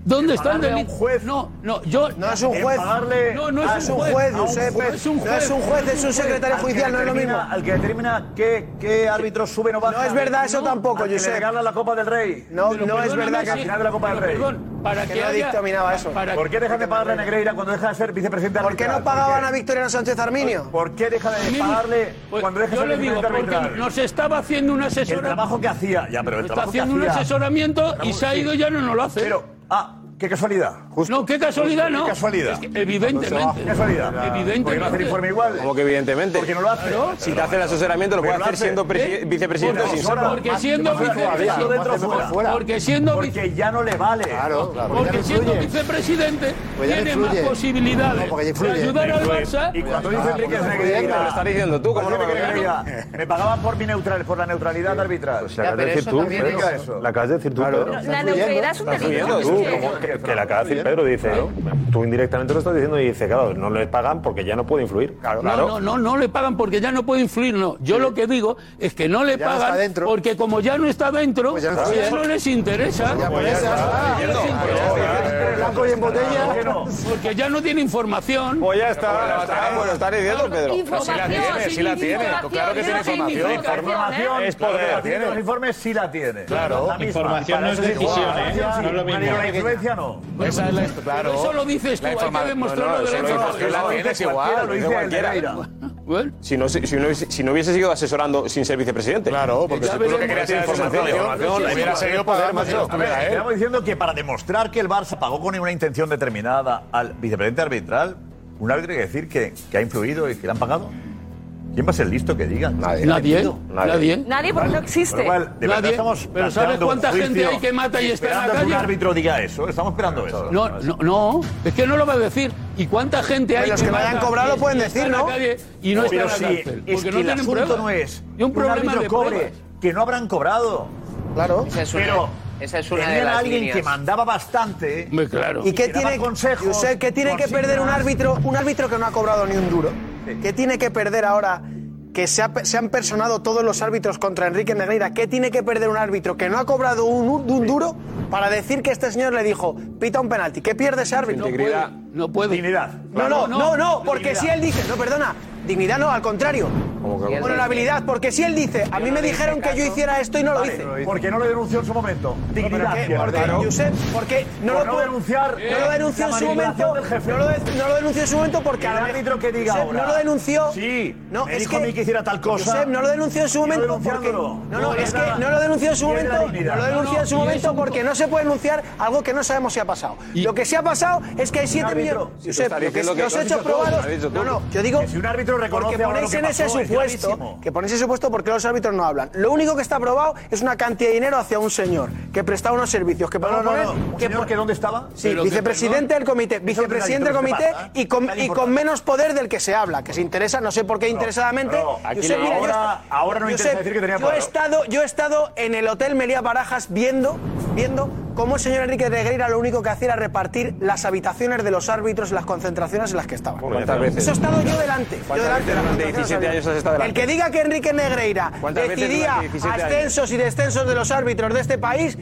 [SPEAKER 17] ¿Dónde está el
[SPEAKER 4] pagarle a
[SPEAKER 17] delito? No, no, yo.
[SPEAKER 4] No es un El juez. pagarle
[SPEAKER 17] No, no
[SPEAKER 4] a
[SPEAKER 17] es un
[SPEAKER 4] un
[SPEAKER 17] juez.
[SPEAKER 4] juez,
[SPEAKER 17] No
[SPEAKER 4] Giuseppe.
[SPEAKER 17] es un
[SPEAKER 4] No
[SPEAKER 17] juez.
[SPEAKER 4] es un juez, es un secretario
[SPEAKER 17] Al que
[SPEAKER 4] judicial, no es lo mismo.
[SPEAKER 13] Al
[SPEAKER 4] que determina qué, qué árbitro sube o baja.
[SPEAKER 13] No es verdad eso
[SPEAKER 4] No,
[SPEAKER 13] tampoco,
[SPEAKER 4] al que le
[SPEAKER 13] Josep.
[SPEAKER 4] regala la Copa del Rey.
[SPEAKER 13] No,
[SPEAKER 4] Pero
[SPEAKER 13] no es
[SPEAKER 4] perdóname,
[SPEAKER 13] verdad que
[SPEAKER 4] sí, al final de la Copa del
[SPEAKER 13] pero
[SPEAKER 4] Rey.
[SPEAKER 13] perdón, para que
[SPEAKER 4] no
[SPEAKER 13] haya-
[SPEAKER 4] dictaminaba eso.
[SPEAKER 13] para-
[SPEAKER 4] ¿Por qué deja de pagarle a Negreira cuando deja de ser vicepresidente
[SPEAKER 13] ¿Por qué no
[SPEAKER 4] arbitral?
[SPEAKER 13] pagaban
[SPEAKER 4] qué?
[SPEAKER 13] a Victoriano Sánchez Arminio?
[SPEAKER 4] ¿Por qué deja de
[SPEAKER 13] Arminio,
[SPEAKER 4] pagarle
[SPEAKER 17] pues,
[SPEAKER 4] cuando deja de
[SPEAKER 17] yo
[SPEAKER 4] ser
[SPEAKER 17] le digo,
[SPEAKER 4] vicepresidente
[SPEAKER 17] porque
[SPEAKER 4] arbitral?
[SPEAKER 17] nos estaba haciendo un
[SPEAKER 4] El
[SPEAKER 17] asesoramiento.
[SPEAKER 4] trabajo que hacía. Ya, pero el
[SPEAKER 17] Está
[SPEAKER 4] trabajo que
[SPEAKER 17] haciendo un
[SPEAKER 4] hacía-
[SPEAKER 17] asesoramiento y se ha ido y ya no nos lo hace.
[SPEAKER 4] Pero, ah, qué casualidad.
[SPEAKER 17] No, qué casualidad,
[SPEAKER 4] Justo,
[SPEAKER 17] no.
[SPEAKER 4] qué casualidad.
[SPEAKER 17] Es que evidentemente.
[SPEAKER 4] Qué casualidad. Porque no hace el
[SPEAKER 17] Evidentemente.
[SPEAKER 4] informe igual.
[SPEAKER 12] Como que evidentemente.
[SPEAKER 4] Porque no lo hace.
[SPEAKER 12] Si te hace el asesoramiento, lo
[SPEAKER 4] Pero
[SPEAKER 12] puede hacer
[SPEAKER 4] hace.
[SPEAKER 12] siendo presi-
[SPEAKER 4] ¿Eh?
[SPEAKER 12] vicepresidente
[SPEAKER 4] Porque-
[SPEAKER 12] sin serlo.
[SPEAKER 4] Porque siendo
[SPEAKER 12] Todavía.
[SPEAKER 4] vicepresidente. Porque siendo Porque ya no le vale. Claro,
[SPEAKER 17] Porque siendo vicepresidente
[SPEAKER 4] Pues ya no
[SPEAKER 17] tiene más
[SPEAKER 4] influye.
[SPEAKER 17] posibilidades
[SPEAKER 4] No, porque ya Pues
[SPEAKER 17] de
[SPEAKER 4] influye.
[SPEAKER 17] ayudar al
[SPEAKER 4] Influye.
[SPEAKER 17] Barça.
[SPEAKER 4] Y cuando dice
[SPEAKER 17] Ah,
[SPEAKER 4] Enrique
[SPEAKER 17] porque influye,
[SPEAKER 4] Negreira-
[SPEAKER 17] pero lo estás diciendo tú, ¿cómo no
[SPEAKER 4] Enrique
[SPEAKER 17] me lo
[SPEAKER 4] Negreira, Me pagaban por mi neutral, por la neutralidad arbitral.
[SPEAKER 11] Pues la acabas de decir tú, Pedro. La acabas de decir tú, Pedro.
[SPEAKER 4] La neutralidad es un
[SPEAKER 11] Estás
[SPEAKER 4] delito,
[SPEAKER 11] huyendo tú,
[SPEAKER 4] es que-
[SPEAKER 11] como que- Que la acabas de decir Pedro, dice. Tú indirectamente lo estás diciendo y dice, claro, no le pagan porque ya no puede influir. Claro,
[SPEAKER 17] No, no, no, no le pagan porque ya no puede influir, no. Yo lo que digo es que no le
[SPEAKER 11] Ya no
[SPEAKER 17] pagan
[SPEAKER 11] está
[SPEAKER 17] porque como ya no está dentro, pues
[SPEAKER 11] ya
[SPEAKER 17] ya,
[SPEAKER 11] no está dentro.
[SPEAKER 17] no les interesa.
[SPEAKER 13] Blanco y en botella.
[SPEAKER 17] Porque ya no tiene información.
[SPEAKER 12] Pues ya está, ya está, bueno, está diciendo, Pedro.
[SPEAKER 17] Información,
[SPEAKER 12] sí la tiene, sí la tiene. Claro que tiene información.
[SPEAKER 4] Información
[SPEAKER 12] Es poder,
[SPEAKER 4] tiene.
[SPEAKER 12] tiene.
[SPEAKER 4] Los informes sí la tiene.
[SPEAKER 12] Claro.
[SPEAKER 4] La misma.
[SPEAKER 12] Información
[SPEAKER 4] Para
[SPEAKER 12] no es
[SPEAKER 4] eso
[SPEAKER 12] decisión,
[SPEAKER 4] igual.
[SPEAKER 12] ¿eh?
[SPEAKER 4] Información
[SPEAKER 12] No es lo
[SPEAKER 4] sí,
[SPEAKER 12] mismo.
[SPEAKER 4] pero la influencia no.
[SPEAKER 12] Esa es la claro.
[SPEAKER 17] Eso lo dices tú,
[SPEAKER 12] La
[SPEAKER 17] hay que
[SPEAKER 12] informa-
[SPEAKER 17] demostrarlo
[SPEAKER 12] no, no,
[SPEAKER 17] de la
[SPEAKER 12] eso lo dices
[SPEAKER 17] información.
[SPEAKER 12] tú, la
[SPEAKER 17] Lo
[SPEAKER 12] tienes
[SPEAKER 17] dice
[SPEAKER 12] igual,
[SPEAKER 17] cualquiera, lo
[SPEAKER 12] lo
[SPEAKER 17] dice
[SPEAKER 12] dice cualquiera.
[SPEAKER 17] cualquiera.
[SPEAKER 12] Si no, si, no, si no hubiese seguido asesorando sin ser vicepresidente. Claro,
[SPEAKER 4] porque si tú lo que querías era información, información, hubiera seguido poder, macho. A ver, Estamos diciendo que para demostrar que el Barça pagó con una intención determinada al vicepresidente arbitral, un árbitro tiene que decir que, que ha influido y que le han pagado. ¿Quién va a ser listo que diga? Nadie.
[SPEAKER 17] Nadie, nadie.
[SPEAKER 14] Nadie porque no
[SPEAKER 4] Con lo
[SPEAKER 14] existe.
[SPEAKER 4] cual, de verdad
[SPEAKER 17] Nadie.
[SPEAKER 4] estamos
[SPEAKER 17] Pero ¿sabes
[SPEAKER 4] planteando un
[SPEAKER 17] cuánta gente
[SPEAKER 4] juicio
[SPEAKER 17] hay que mata y está en la
[SPEAKER 4] esperando que un
[SPEAKER 17] calle?
[SPEAKER 4] árbitro diga eso. Estamos esperando eso.
[SPEAKER 17] No, no, no, es que no lo va a decir. ¿Y cuánta gente hay
[SPEAKER 4] Pues los que no
[SPEAKER 17] va
[SPEAKER 4] hayan
[SPEAKER 17] a-
[SPEAKER 4] cobrado
[SPEAKER 17] y
[SPEAKER 4] pueden
[SPEAKER 17] está en
[SPEAKER 4] decir,
[SPEAKER 17] la
[SPEAKER 4] ¿no?
[SPEAKER 17] calle y no está en
[SPEAKER 4] pero
[SPEAKER 17] la
[SPEAKER 4] si
[SPEAKER 17] cárcel?
[SPEAKER 4] es que
[SPEAKER 17] Porque no
[SPEAKER 4] el
[SPEAKER 17] tienen
[SPEAKER 4] asunto
[SPEAKER 17] pruebas.
[SPEAKER 4] no es
[SPEAKER 17] Y un problema
[SPEAKER 4] árbitro
[SPEAKER 17] de
[SPEAKER 4] cobre
[SPEAKER 17] pruebas.
[SPEAKER 4] que no habrán cobrado. Claro.
[SPEAKER 16] Esa es una-
[SPEAKER 4] pero
[SPEAKER 16] esa es una de
[SPEAKER 4] tenían
[SPEAKER 16] las
[SPEAKER 4] a alguien
[SPEAKER 16] líneas.
[SPEAKER 4] que mandaba bastante.
[SPEAKER 17] Hombre, claro.
[SPEAKER 13] ¿Y qué
[SPEAKER 4] que daba
[SPEAKER 13] tiene,
[SPEAKER 4] consejos,
[SPEAKER 13] Josep, qué tiene que
[SPEAKER 4] consignas.
[SPEAKER 13] perder un árbitro, un árbitro que no ha cobrado ni un duro? ¿Qué tiene que perder ahora que se, ha- se han personado todos los árbitros contra Enrique Negreira? ¿Qué tiene que perder un árbitro que no ha cobrado un, un duro para decir que este señor le dijo, pita un penalti? ¿Qué pierde ese árbitro?
[SPEAKER 17] No puede.
[SPEAKER 4] Dignidad.
[SPEAKER 13] No, no, no, no, porque si él dice, no, perdona, dignidad no, al contrario. Bueno, la habilidad, porque si él dice, a mí me dijeron que yo hiciera esto y no lo
[SPEAKER 4] Vale,
[SPEAKER 13] hice.
[SPEAKER 4] Porque no lo denunció en su momento.
[SPEAKER 13] ¿Por
[SPEAKER 4] Dignidad.
[SPEAKER 13] qué?
[SPEAKER 4] pierde.
[SPEAKER 13] Porque,
[SPEAKER 4] Claro.
[SPEAKER 13] Josep, porque no
[SPEAKER 4] Por
[SPEAKER 13] lo
[SPEAKER 4] no
[SPEAKER 13] puedo-
[SPEAKER 4] denunciar,
[SPEAKER 13] No lo
[SPEAKER 4] eh,
[SPEAKER 13] denunció en
[SPEAKER 4] la
[SPEAKER 13] su
[SPEAKER 4] manipulación
[SPEAKER 13] momento.
[SPEAKER 4] del jefe.
[SPEAKER 13] No lo, de- no lo denunció en su momento porque
[SPEAKER 4] El
[SPEAKER 13] a lo
[SPEAKER 4] árbitro
[SPEAKER 13] mejor-
[SPEAKER 4] que diga
[SPEAKER 13] Josep,
[SPEAKER 4] ahora.
[SPEAKER 13] No lo denunció.
[SPEAKER 4] Sí,
[SPEAKER 13] No,
[SPEAKER 4] me
[SPEAKER 13] es
[SPEAKER 4] dijo
[SPEAKER 13] que
[SPEAKER 4] a mí que hiciera tal cosa.
[SPEAKER 13] Josep, no lo denunció en su
[SPEAKER 4] Y yo
[SPEAKER 13] momento porque
[SPEAKER 4] denunciándolo.
[SPEAKER 13] No, no,
[SPEAKER 4] No,
[SPEAKER 13] es
[SPEAKER 4] es
[SPEAKER 13] que
[SPEAKER 4] nada.
[SPEAKER 13] no lo denunció en su
[SPEAKER 4] Pierde
[SPEAKER 13] momento.
[SPEAKER 4] la dignidad.
[SPEAKER 13] No lo denunció
[SPEAKER 4] No,
[SPEAKER 13] en su
[SPEAKER 4] no, y
[SPEAKER 13] momento
[SPEAKER 4] eso-
[SPEAKER 13] porque no se puede denunciar algo que no sabemos si ha pasado. Lo que sí ha pasado es que hay 7 millones.
[SPEAKER 4] árbitro. Si tú
[SPEAKER 13] Josep,
[SPEAKER 4] estás
[SPEAKER 13] lo que
[SPEAKER 4] diciendo que
[SPEAKER 13] los
[SPEAKER 4] lo has dicho
[SPEAKER 13] hechos
[SPEAKER 4] tú,
[SPEAKER 13] probados.
[SPEAKER 4] lo has dicho tú.
[SPEAKER 13] No, no, yo digo
[SPEAKER 4] Que si un árbitro reconoce
[SPEAKER 13] porque
[SPEAKER 4] ahora lo
[SPEAKER 13] ponéis
[SPEAKER 4] que
[SPEAKER 13] en ese
[SPEAKER 4] pasó, es
[SPEAKER 13] supuesto
[SPEAKER 4] gravísimo.
[SPEAKER 13] que ponéis ese supuesto porque los árbitros no hablan. Lo único que está aprobado es una cantidad de dinero hacia un señor que prestaba unos servicios que
[SPEAKER 4] No,
[SPEAKER 13] podemos
[SPEAKER 4] no,
[SPEAKER 13] poner
[SPEAKER 4] no. ¿Un señor que dónde estaba?
[SPEAKER 13] Sí,
[SPEAKER 4] Pero que,
[SPEAKER 13] vicepresidente del comité, vicepresidente del
[SPEAKER 4] árbitros, ¿qué
[SPEAKER 13] comité
[SPEAKER 4] pasa?
[SPEAKER 13] y con,
[SPEAKER 4] Tan
[SPEAKER 13] y con
[SPEAKER 4] ¿eh? importante.
[SPEAKER 13] menos poder del que se habla, que se interesa, no sé por qué interesadamente.
[SPEAKER 4] no, aquí
[SPEAKER 13] Josep,
[SPEAKER 4] no.
[SPEAKER 13] mira, yo
[SPEAKER 4] Ahora-
[SPEAKER 13] est-
[SPEAKER 4] ahora no interesa
[SPEAKER 13] Josep,
[SPEAKER 4] decir que tenía
[SPEAKER 13] yo he,
[SPEAKER 4] poder.
[SPEAKER 13] estado, yo he estado en el Hotel Meliá Barajas viendo, viendo cómo el señor Enrique Negreira lo único que hacía era repartir las habitaciones de los árbitros en las concentraciones en las que estaban.
[SPEAKER 12] ¿Cuántas veces?
[SPEAKER 13] Eso he estado yo delante. Yo
[SPEAKER 12] ¿Cuántas
[SPEAKER 13] delante
[SPEAKER 12] veces
[SPEAKER 13] de las
[SPEAKER 12] durante 17
[SPEAKER 13] concentraciones
[SPEAKER 12] años has estado
[SPEAKER 13] El
[SPEAKER 12] delante?
[SPEAKER 13] que diga que Enrique Negreira
[SPEAKER 12] ¿Cuántas veces
[SPEAKER 13] decidía
[SPEAKER 12] durante 17 años?
[SPEAKER 13] ascensos y descensos de los árbitros de este país,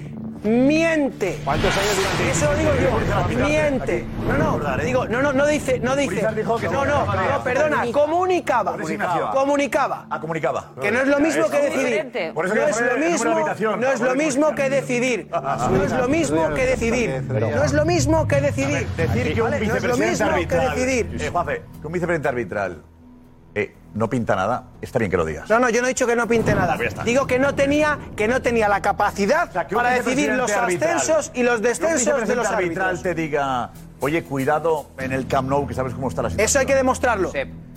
[SPEAKER 13] miente. ¿Cuántos años durante Eso lo digo yo. Miente. No, no, digo, no, no, no dice, no dice.
[SPEAKER 4] que
[SPEAKER 13] No,
[SPEAKER 4] se
[SPEAKER 13] no,
[SPEAKER 4] llamaba
[SPEAKER 13] no,
[SPEAKER 4] Lea.
[SPEAKER 13] perdona, comunicaba.
[SPEAKER 4] Comunicaba.
[SPEAKER 13] Comunicaba.
[SPEAKER 4] Ah, comunicaba.
[SPEAKER 13] Que no es lo mismo
[SPEAKER 4] Eso.
[SPEAKER 13] que decidir.
[SPEAKER 4] Por eso
[SPEAKER 13] No
[SPEAKER 4] quería poner
[SPEAKER 13] es lo
[SPEAKER 4] el número de
[SPEAKER 13] mismo,
[SPEAKER 4] habitación,
[SPEAKER 13] no es
[SPEAKER 4] para
[SPEAKER 13] lo
[SPEAKER 4] poder
[SPEAKER 13] mismo que decidir.
[SPEAKER 4] Ah,
[SPEAKER 13] No es lo mismo que decidir. No es lo mismo que decidir.
[SPEAKER 4] Decir que un
[SPEAKER 13] ¿Vale? No es lo
[SPEAKER 4] vicepresidente
[SPEAKER 13] mismo que
[SPEAKER 4] arbitral.
[SPEAKER 13] decidir.
[SPEAKER 4] Eh, Juanfe, que un vicepresidente arbitral eh, no pinta nada, está bien que lo digas.
[SPEAKER 13] No, no, yo no he dicho que no pinte nada.
[SPEAKER 4] Pues ya está.
[SPEAKER 13] Digo que no tenía, que no tenía la capacidad
[SPEAKER 4] que un
[SPEAKER 13] para decidir los
[SPEAKER 4] vicepresidente
[SPEAKER 13] ascensos
[SPEAKER 4] arbitral-
[SPEAKER 13] y los
[SPEAKER 4] que un
[SPEAKER 13] descensos de los
[SPEAKER 4] vicepresidente arbitral
[SPEAKER 13] árbitros.
[SPEAKER 4] te diga, oye, cuidado en el Camp Nou, que sabes cómo está la situación.
[SPEAKER 13] Eso hay que demostrarlo.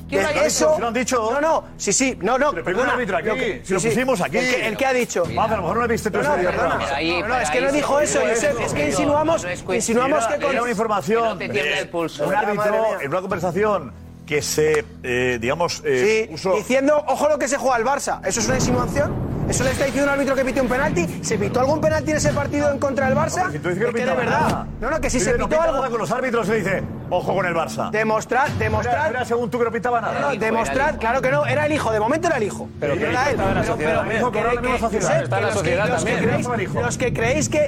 [SPEAKER 4] ¿Quién lo ha
[SPEAKER 13] De-
[SPEAKER 4] dicho?
[SPEAKER 13] Eso,
[SPEAKER 4] Si lo han dicho.
[SPEAKER 13] No, no, sí, sí, no, no.
[SPEAKER 4] Pero primero
[SPEAKER 13] perdona,
[SPEAKER 4] un árbitro aquí,
[SPEAKER 13] lo que-
[SPEAKER 4] si lo pusimos aquí.
[SPEAKER 13] El que, el que ha dicho.
[SPEAKER 4] Mira. Juanfe, a lo mejor no lo viste tú
[SPEAKER 13] No, no,
[SPEAKER 4] ese día,
[SPEAKER 13] perdona.
[SPEAKER 4] perdona.
[SPEAKER 16] Ahí,
[SPEAKER 13] No, no,
[SPEAKER 16] pero
[SPEAKER 13] es que
[SPEAKER 16] ahí
[SPEAKER 13] no
[SPEAKER 16] se
[SPEAKER 13] dijo
[SPEAKER 16] lo
[SPEAKER 13] eso,
[SPEAKER 16] digo
[SPEAKER 13] Josep.
[SPEAKER 16] eso,
[SPEAKER 13] Es que
[SPEAKER 16] digo,
[SPEAKER 13] insinuamos,
[SPEAKER 16] no es cuestión-
[SPEAKER 13] insinuamos que
[SPEAKER 4] Era-
[SPEAKER 13] con.
[SPEAKER 4] era una información.
[SPEAKER 16] te tiembla
[SPEAKER 4] eh,
[SPEAKER 16] el pulso.
[SPEAKER 4] Un
[SPEAKER 13] Madre
[SPEAKER 4] árbitro
[SPEAKER 13] mía.
[SPEAKER 4] en una conversación que se, eh, digamos, eh,
[SPEAKER 13] Sí, diciendo, ojo lo que se juega al Barça. ¿Eso es una insinuación? Eso le está diciendo un árbitro que pitió un penalti. ¿Se pitó algún penalti en ese partido en contra del Barça?
[SPEAKER 4] Si tú dices que no
[SPEAKER 13] Es que
[SPEAKER 4] pita
[SPEAKER 13] de verdad.
[SPEAKER 4] nada.
[SPEAKER 13] No, no, que si
[SPEAKER 4] Tú
[SPEAKER 13] se
[SPEAKER 4] dices, no
[SPEAKER 13] pitó
[SPEAKER 4] pita
[SPEAKER 13] algo.
[SPEAKER 4] nada con los árbitros se dice, ojo con el Barça.
[SPEAKER 13] Demostrar, demostrar.
[SPEAKER 4] Era, según tú que no pitaba nada.
[SPEAKER 13] No, demostrar, claro que no, era el hijo, de momento era el hijo. Pero
[SPEAKER 4] Sí,
[SPEAKER 13] que era
[SPEAKER 4] ahí
[SPEAKER 13] él.
[SPEAKER 4] estaba la
[SPEAKER 13] Pero,
[SPEAKER 4] sociedad
[SPEAKER 13] pero,
[SPEAKER 4] también.
[SPEAKER 13] que-
[SPEAKER 4] Está en la
[SPEAKER 13] que-
[SPEAKER 4] sociedad.
[SPEAKER 13] Josep,
[SPEAKER 4] Está en
[SPEAKER 13] que
[SPEAKER 4] la
[SPEAKER 13] los que-
[SPEAKER 4] sociedad
[SPEAKER 13] los que
[SPEAKER 4] también.
[SPEAKER 13] creéis-
[SPEAKER 4] Estaba el hijo.
[SPEAKER 13] Los que creéis que.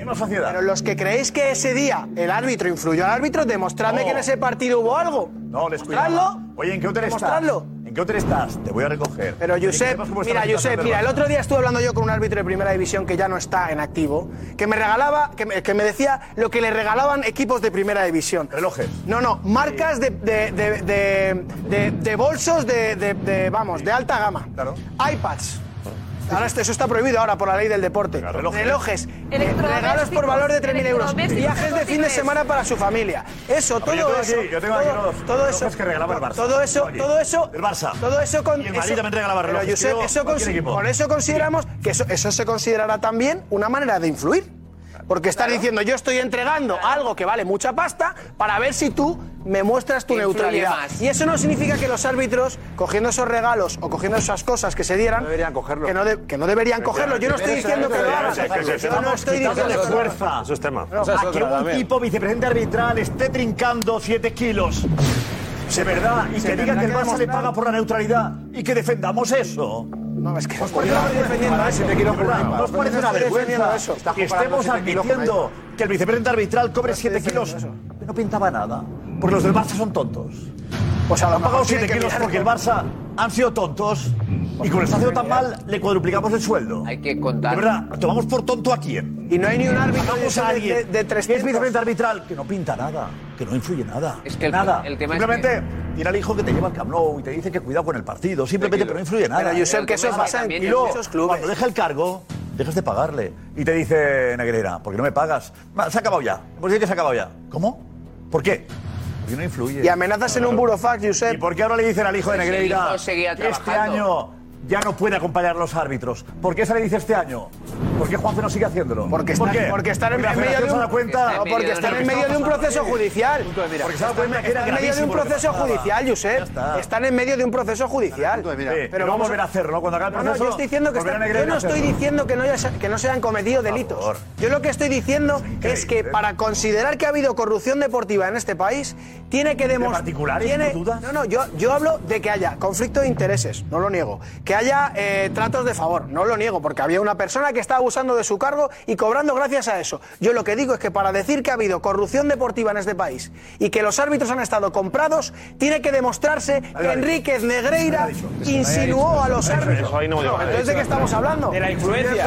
[SPEAKER 13] Pero los que creéis que ese día el árbitro influyó al árbitro, demostradme
[SPEAKER 4] Oh.
[SPEAKER 13] que en ese partido hubo algo.
[SPEAKER 4] No, les cuidaba. Oye, ¿en qué hotel estás?
[SPEAKER 13] Demostradlo.
[SPEAKER 4] ¿En qué hotel estás? Te voy a recoger.
[SPEAKER 13] Pero
[SPEAKER 4] Oye,
[SPEAKER 13] Josep,
[SPEAKER 4] queremos que vuestra
[SPEAKER 13] mira,
[SPEAKER 4] situación
[SPEAKER 13] Josep,
[SPEAKER 4] del
[SPEAKER 13] mira, el
[SPEAKER 4] Barça.
[SPEAKER 13] otro día estuve hablando yo con un árbitro de primera división que ya no está en activo, que me regalaba, que me, que me decía lo que le regalaban equipos de primera división.
[SPEAKER 4] Relojes.
[SPEAKER 13] No, no, marcas de, de, de, de, de- de bolsos de, de- de, vamos, de alta gama. Claro. iPads. Ahora esto- eso está prohibido ahora por la ley del deporte.
[SPEAKER 4] relojes.
[SPEAKER 13] relojes.
[SPEAKER 4] Electrodomésticos,
[SPEAKER 13] Regalos por valor de 3.000 euros.
[SPEAKER 4] electrodomésticos,
[SPEAKER 13] Viajes de fin de
[SPEAKER 4] cocinas.
[SPEAKER 13] semana para su familia. Eso,
[SPEAKER 4] A ver, yo
[SPEAKER 13] todo
[SPEAKER 4] tengo
[SPEAKER 13] eso.
[SPEAKER 4] aquí- yo tengo aquí
[SPEAKER 13] todo,
[SPEAKER 4] unos
[SPEAKER 13] todo
[SPEAKER 4] relojes
[SPEAKER 13] eso.
[SPEAKER 4] que regalaba el Barça.
[SPEAKER 13] Todo eso,
[SPEAKER 4] Oye,
[SPEAKER 13] todo eso.
[SPEAKER 4] el Barça.
[SPEAKER 13] Todo eso con.
[SPEAKER 4] Y el Madrid
[SPEAKER 13] eso-
[SPEAKER 4] también regalaba
[SPEAKER 13] Pero,
[SPEAKER 4] relojes,
[SPEAKER 13] Josep,
[SPEAKER 4] tío,
[SPEAKER 13] eso
[SPEAKER 4] cualquier
[SPEAKER 13] consi-
[SPEAKER 4] equipo.
[SPEAKER 13] con eso consideramos que eso, eso se considerará también una manera de influir. Porque estás diciendo, yo estoy entregando algo que vale mucha pasta para ver si tú me muestras tu
[SPEAKER 16] Influye
[SPEAKER 13] neutralidad.
[SPEAKER 16] más.
[SPEAKER 13] Y eso no significa que los árbitros, cogiendo esos regalos o cogiendo esas cosas que se dieran, Que, no de- que no deberían cogerlo. Yo no estoy diciendo que lo hagan. Yo no estoy diciendo que lo hagan.
[SPEAKER 4] fuerza.
[SPEAKER 11] Eso es tema.
[SPEAKER 4] No, a que un tipo vicepresidente arbitral esté trincando 7 kilos. De verdad, y
[SPEAKER 13] Se
[SPEAKER 4] que diga
[SPEAKER 13] tendrá
[SPEAKER 4] que el
[SPEAKER 13] que
[SPEAKER 4] Barça le
[SPEAKER 13] demostrar.
[SPEAKER 4] paga por la neutralidad y que defendamos eso. Pues
[SPEAKER 13] No, es que
[SPEAKER 4] os parece una
[SPEAKER 13] defendiendo
[SPEAKER 4] vergüenza.
[SPEAKER 13] eso, te quiero
[SPEAKER 4] De verdad,
[SPEAKER 13] jurar,
[SPEAKER 4] ¿no os
[SPEAKER 13] Pablo.
[SPEAKER 4] parece
[SPEAKER 13] Yo ¿eh? no
[SPEAKER 4] una
[SPEAKER 13] estoy defendiendo
[SPEAKER 4] vergüenza
[SPEAKER 13] eso. Estás
[SPEAKER 4] que
[SPEAKER 13] comparando
[SPEAKER 4] estemos
[SPEAKER 13] siete kilos con
[SPEAKER 4] admitiendo
[SPEAKER 13] nadie.
[SPEAKER 4] que el vicepresidente arbitral cobre 7 kilos? No pintaba nada. Porque los del Barça son tontos.
[SPEAKER 13] Pues a lo
[SPEAKER 4] Han pagado
[SPEAKER 13] mejor tiene
[SPEAKER 4] 7
[SPEAKER 13] que
[SPEAKER 4] kilos
[SPEAKER 13] Pues mirar
[SPEAKER 4] porque el
[SPEAKER 13] con-
[SPEAKER 4] Barça han sido tontos y como les ha sido tan mal, le cuadruplicamos el sueldo. Hay
[SPEAKER 16] que contar.
[SPEAKER 4] De verdad, tomamos por tonto a quién.
[SPEAKER 13] Y no hay ni un árbitro
[SPEAKER 4] Hagamos
[SPEAKER 13] de-
[SPEAKER 4] a alguien
[SPEAKER 13] de- de
[SPEAKER 4] que es
[SPEAKER 13] 300.
[SPEAKER 4] vicepresidente arbitral que no pinta nada, que no influye nada.
[SPEAKER 16] Es que el-
[SPEAKER 4] nada.
[SPEAKER 16] el tema es
[SPEAKER 4] Simplemente tiene al hijo que te lleva al Camp Nou y te dice que cuidado con el partido. Simplemente, pero no influye nada. ¿eh?
[SPEAKER 13] Pero, Josep, que eso es basado en-
[SPEAKER 4] Y luego,
[SPEAKER 13] esos clubes.
[SPEAKER 4] cuando deja el cargo, dejas de pagarle. Y te dice Negreira, porque no me pagas. Va, Se ha acabado ya. Hemos dicho que se ha acabado ya. ¿Cómo? ¿Por qué? Porque no influye.
[SPEAKER 13] Y amenazas en un burofax, Josep.
[SPEAKER 4] ¿Y por qué ahora le dicen al hijo de
[SPEAKER 13] Pues el
[SPEAKER 4] Negreira
[SPEAKER 13] hijo seguía
[SPEAKER 4] que este
[SPEAKER 13] trabajando.
[SPEAKER 4] año ya no puede acompañar a los árbitros? ¿Por qué se le dice este año? ¿Por qué Juanfe no sigue haciéndolo?
[SPEAKER 13] Porque
[SPEAKER 4] ¿Por
[SPEAKER 13] están,
[SPEAKER 4] qué?
[SPEAKER 13] porque están en,
[SPEAKER 4] Porque la
[SPEAKER 13] en medio de
[SPEAKER 4] federación
[SPEAKER 13] un,
[SPEAKER 4] se da cuenta-
[SPEAKER 13] o porque están en medio de un proceso judicial.
[SPEAKER 4] Porque se da cuenta que era
[SPEAKER 13] Están en medio de un
[SPEAKER 4] gravísimo lo que
[SPEAKER 13] proceso
[SPEAKER 4] pasaba.
[SPEAKER 13] judicial,
[SPEAKER 4] Ya
[SPEAKER 13] Josep.
[SPEAKER 4] está.
[SPEAKER 13] Están en medio de un proceso judicial.
[SPEAKER 4] Sí, pero vamos a volver a hacerlo cuando acabe el
[SPEAKER 13] No, no,
[SPEAKER 4] proceso.
[SPEAKER 13] yo estoy diciendo que
[SPEAKER 4] volver
[SPEAKER 13] está-
[SPEAKER 4] a negar
[SPEAKER 13] yo
[SPEAKER 4] y
[SPEAKER 13] no estoy
[SPEAKER 4] hacerlo.
[SPEAKER 13] diciendo que no, haya- que no se hayan cometido delitos. Yo lo que estoy diciendo es que para considerar que ha habido corrupción deportiva en este país, tiene que demostrar.
[SPEAKER 4] particulares,
[SPEAKER 13] tiene-
[SPEAKER 4] tú dudas?
[SPEAKER 13] No, no, yo, yo hablo de que haya conflicto de intereses, no lo niego. Que haya eh, tratos de favor, no lo niego, porque había una persona que estaba abusando de su cargo y cobrando gracias a eso. Yo lo que digo es que para decir que ha habido corrupción deportiva en este país y que los árbitros han estado comprados, tiene que demostrarse que Enríquez Negreira insinuó a los árbitros.
[SPEAKER 11] Eso ahí no me
[SPEAKER 13] No,
[SPEAKER 11] llama.
[SPEAKER 13] entonces, ¿de qué estamos hablando?
[SPEAKER 11] De la influencia.